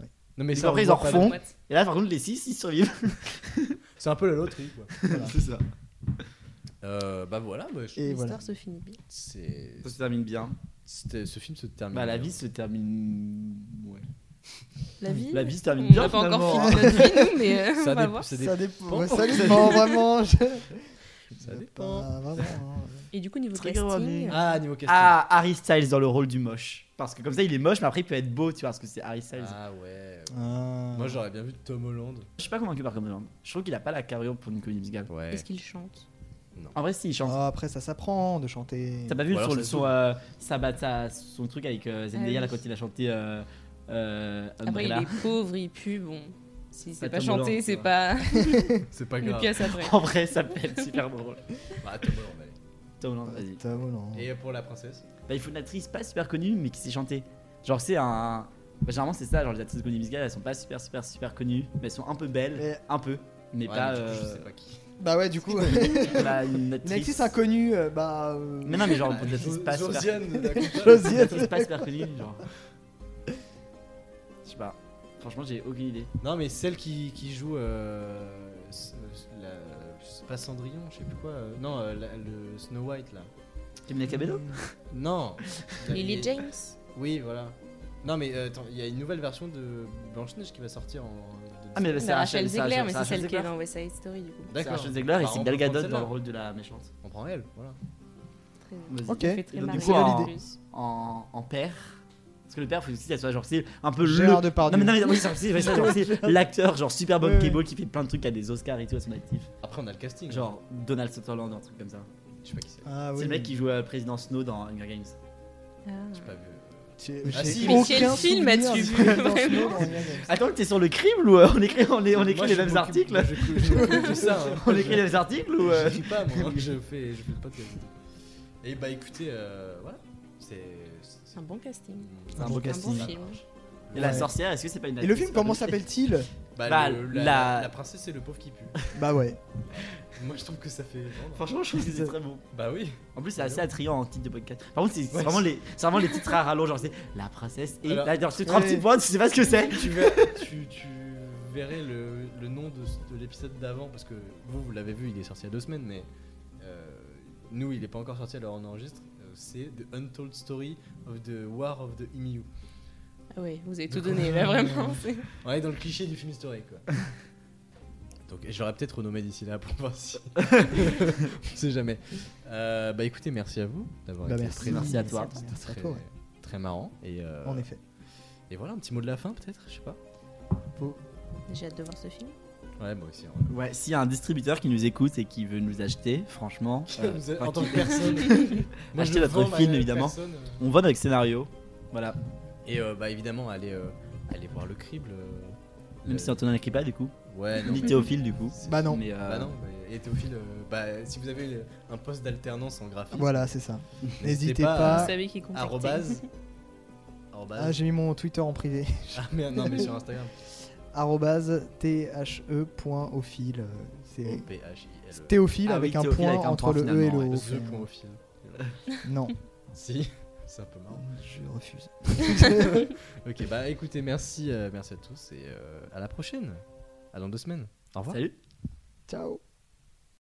Ouais.
Non, mais
Et
ça,
après,
on
ils en
voit pas
refont.
le-
Et là, par contre, les 6, ils survivent.
C'est un peu la loterie quoi. Voilà.
C'est ça.
Euh, bah voilà, bah, je-
Et
L'histoire
voilà.
se finit bien.
c'est.
Ça se termine bien.
c'était- Ce film se termine.
Bah, la
bien.
vie se termine. Ouais.
La vie.
La vie se termine
On
bien.
n'a pas
finalement,
encore
hein.
fini notre vie, nous, mais euh,
Ça
on va
dé-
voir.
ça dé-
Ça dépend,
dépend.
ça dépend vraiment. je-
Ça
Je-
dépend.
bah, vraiment, hein.
Et du coup, niveau
Trigger warning.
casting.
Ah, niveau casting.
Ah, Harry Styles dans le rôle du moche. Parce que comme ça, il est moche, mais après, il peut être beau, tu vois, parce que c'est Harry Styles.
Ah ouais.
Ah.
Moi j'aurais bien vu Tom Holland.
Je suis pas convaincu par Tom Holland. Je trouve qu'il a pas la carrière pour une comédie musicale.
Ouais.
Est-ce qu'il chante
En vrai, si, il chante.
Ah, après, ça s'apprend de chanter.
T'as pas vu
Ou alors
sur
ça
le
se
son,
joue.
euh, sa- bah, sa- son truc avec euh, Zendaya
Ah
là,
oui.
quand il a chanté euh, euh,
Après, il
Umbrella
est pauvre, il pue, bon. S'il sait
Bah,
pas
Tom Holland,
chanter,
tu
c'est
vois.
pas
C'est pas
une
grave.
pièce après.
En vrai, ça peut être super drôle.
Bah, Tom Holland, allez.
Tom Holland, vas-y.
T'as- non.
Et pour la princesse
Bah, il faut une actrice pas super connue, mais qui sait chanter. Genre, c'est un. Bah, généralement, c'est ça, genre les actrices de comédie musicale, elles sont pas super, super, super connues, mais elles sont un peu belles,
Mais-
un peu, mais
Ouais,
pas.
mais du coup, Je
euh,
sais pas qui.
Bah ouais, du coup,
bah, une actrice.
une actrice inconnue, euh, bah. euh,
Mais non, mais genre, une actrice
Jo-
pas super
Josiane, d'accord.
Une
Josiane.
actrice pas super connue, genre. Je sais pas. Franchement, j'ai aucune idée.
Non, mais celle qui, qui joue. euh, s- euh, la- c'est pas Cendrillon, je sais plus quoi. euh, non, euh, la- le Snow White là.
Camila Cabello
Non
Lily James
Oui, voilà. Non, mais euh, attends, il y a une nouvelle version de Blanche-Neige qui va sortir en.
Ah, mais
Bah,
c'est
C'est Bah, Rachel Zegler, mais c'est
Rachel
celle qui est
Zegler.
dans West Side Story, du coup.
C'est
D'accord.
Rachel Zegler et
Bah,
c'est
on
Gal
peut prendre
Gadot dans
celle-là.
le rôle de la méchante.
On prend elle, voilà.
Très...
Vas-y.
Ok.
Ça fait très
Et donc, du
marrer.
coup, en,
validé.
en, en père. Parce que le père, faut aussi qu'elle soit genre c'est un peu
Gérard
le.
Depardieu.
Non mais non mais oui, c'est- c'est- c'est- c'est- genre, c'est l'acteur genre super Bob
Ouais, ouais.
Cable qui fait plein de trucs à des Oscars et tout à son actif.
Après, on a le casting. hein.
Genre Donald Sutherland un truc comme ça.
Je sais pas qui c'est.
Ah
c'est
oui.
le mec qui joue euh, président Snow dans Hunger Games.
Ah.
J'ai pas vu.
J'ai-
Ah,
j'ai
si,
mais
aucun
quel film
souvenir
as-tu
du
vu,
président
vraiment
Snow dans Hunger Games.
Attends, t'es sur le crime ou euh, on écrit on, est- on écrit
Moi,
les
je
mêmes
m'occupe-
articles
moi, Je je m'occupe de ça. hein.
On écrit les mêmes articles ou euh,
Je dis pas, moi, hein, je fais, je fais le podcast. Et bah écoutez, euh, voilà. C'est. c'est-
C'est un bon casting.
C'est un beau
Un
casting.
bon film.
Et la
Ouais.
sorcière, est-ce que c'est pas une
Et le film, comment s'appelle-t-il
Bah,
Bah,
le- la,
la-
la princesse et le pauvre qui pue.
Bah ouais.
Moi je trouve que ça fait. vendre.
Franchement, je trouve que c'est très bon.
Bah oui.
En plus, c'est assez attrayant en titre de podcast. Par contre, c'est c'est
Ouais.
vraiment, les, c'est vraiment les titres à rallonge. Genre, c'est La princesse et.
Alors-
là, genre, c'est trois petits points, tu sais pas ce que c'est.
tu, ver- tu- tu verrais le, le nom de, ce- de l'épisode d'avant, parce que vous, vous l'avez vu, il est sorti il y a deux semaines, mais euh, nous, il n'est pas encore sorti, alors on enregistre. euh, C'est The Untold Story of the War of the Emu.
Ah ouais, vous avez tout donné, là, vraiment. c'est-
On est dans le cliché du film historique, quoi. Donc, je l'aurais peut-être renommé d'ici là pour voir si. on sait jamais. Euh, bah écoutez, merci à vous d'avoir
Bah,
été
merci.
très,
Merci à toi.
Merci à
très,
toi, ouais.
très marrant. Et, euh,
En effet.
et voilà, un petit mot de la fin, peut-être Je sais pas.
J'ai hâte de voir ce film.
Ouais, moi aussi. hein.
Ouais, s'il y a un distributeur qui nous écoute et qui veut nous acheter, franchement, euh,
Vous êtes-
enfin,
en tant
qui-
que personne. Moi, je
Achetez notre
vends ma
film, évidemment.
personne, euh.
on va avec scénario. Voilà,
Et euh, bah évidemment, allez, euh, allez voir le crible. euh,
même
euh,
si Antonin n'écrit pas du coup,
Ouais, non.
ni Théophile du coup.
c'est-
Bah non.
Mais, euh,
Bah non, mais- et Théophile, euh, bah, si vous avez euh, un poste d'alternance en graphisme,
Voilà, c'est ça.
N'hésitez
N'hésitez
pas euh,
pas.
Vous savez qui contacter.
arrobase.
Ah,
arrobase-
j'ai mis mon Twitter en privé.
Ah, merde, non, mais sur Instagram.
Arrobase THE.ophile. C'est
O-P-H-I-L-E.
Théophile
Ah oui,
avec un
Théophile
point
avec un
entre
point,
le E et le
finalement,
O.
ouais.
The point au fil.
Non,
Si, c'est un peu marrant.
je refuse.
Ok, bah écoutez, merci, euh, merci à tous et euh, à la prochaine. À dans deux semaines. Au revoir.
Salut.
Ciao.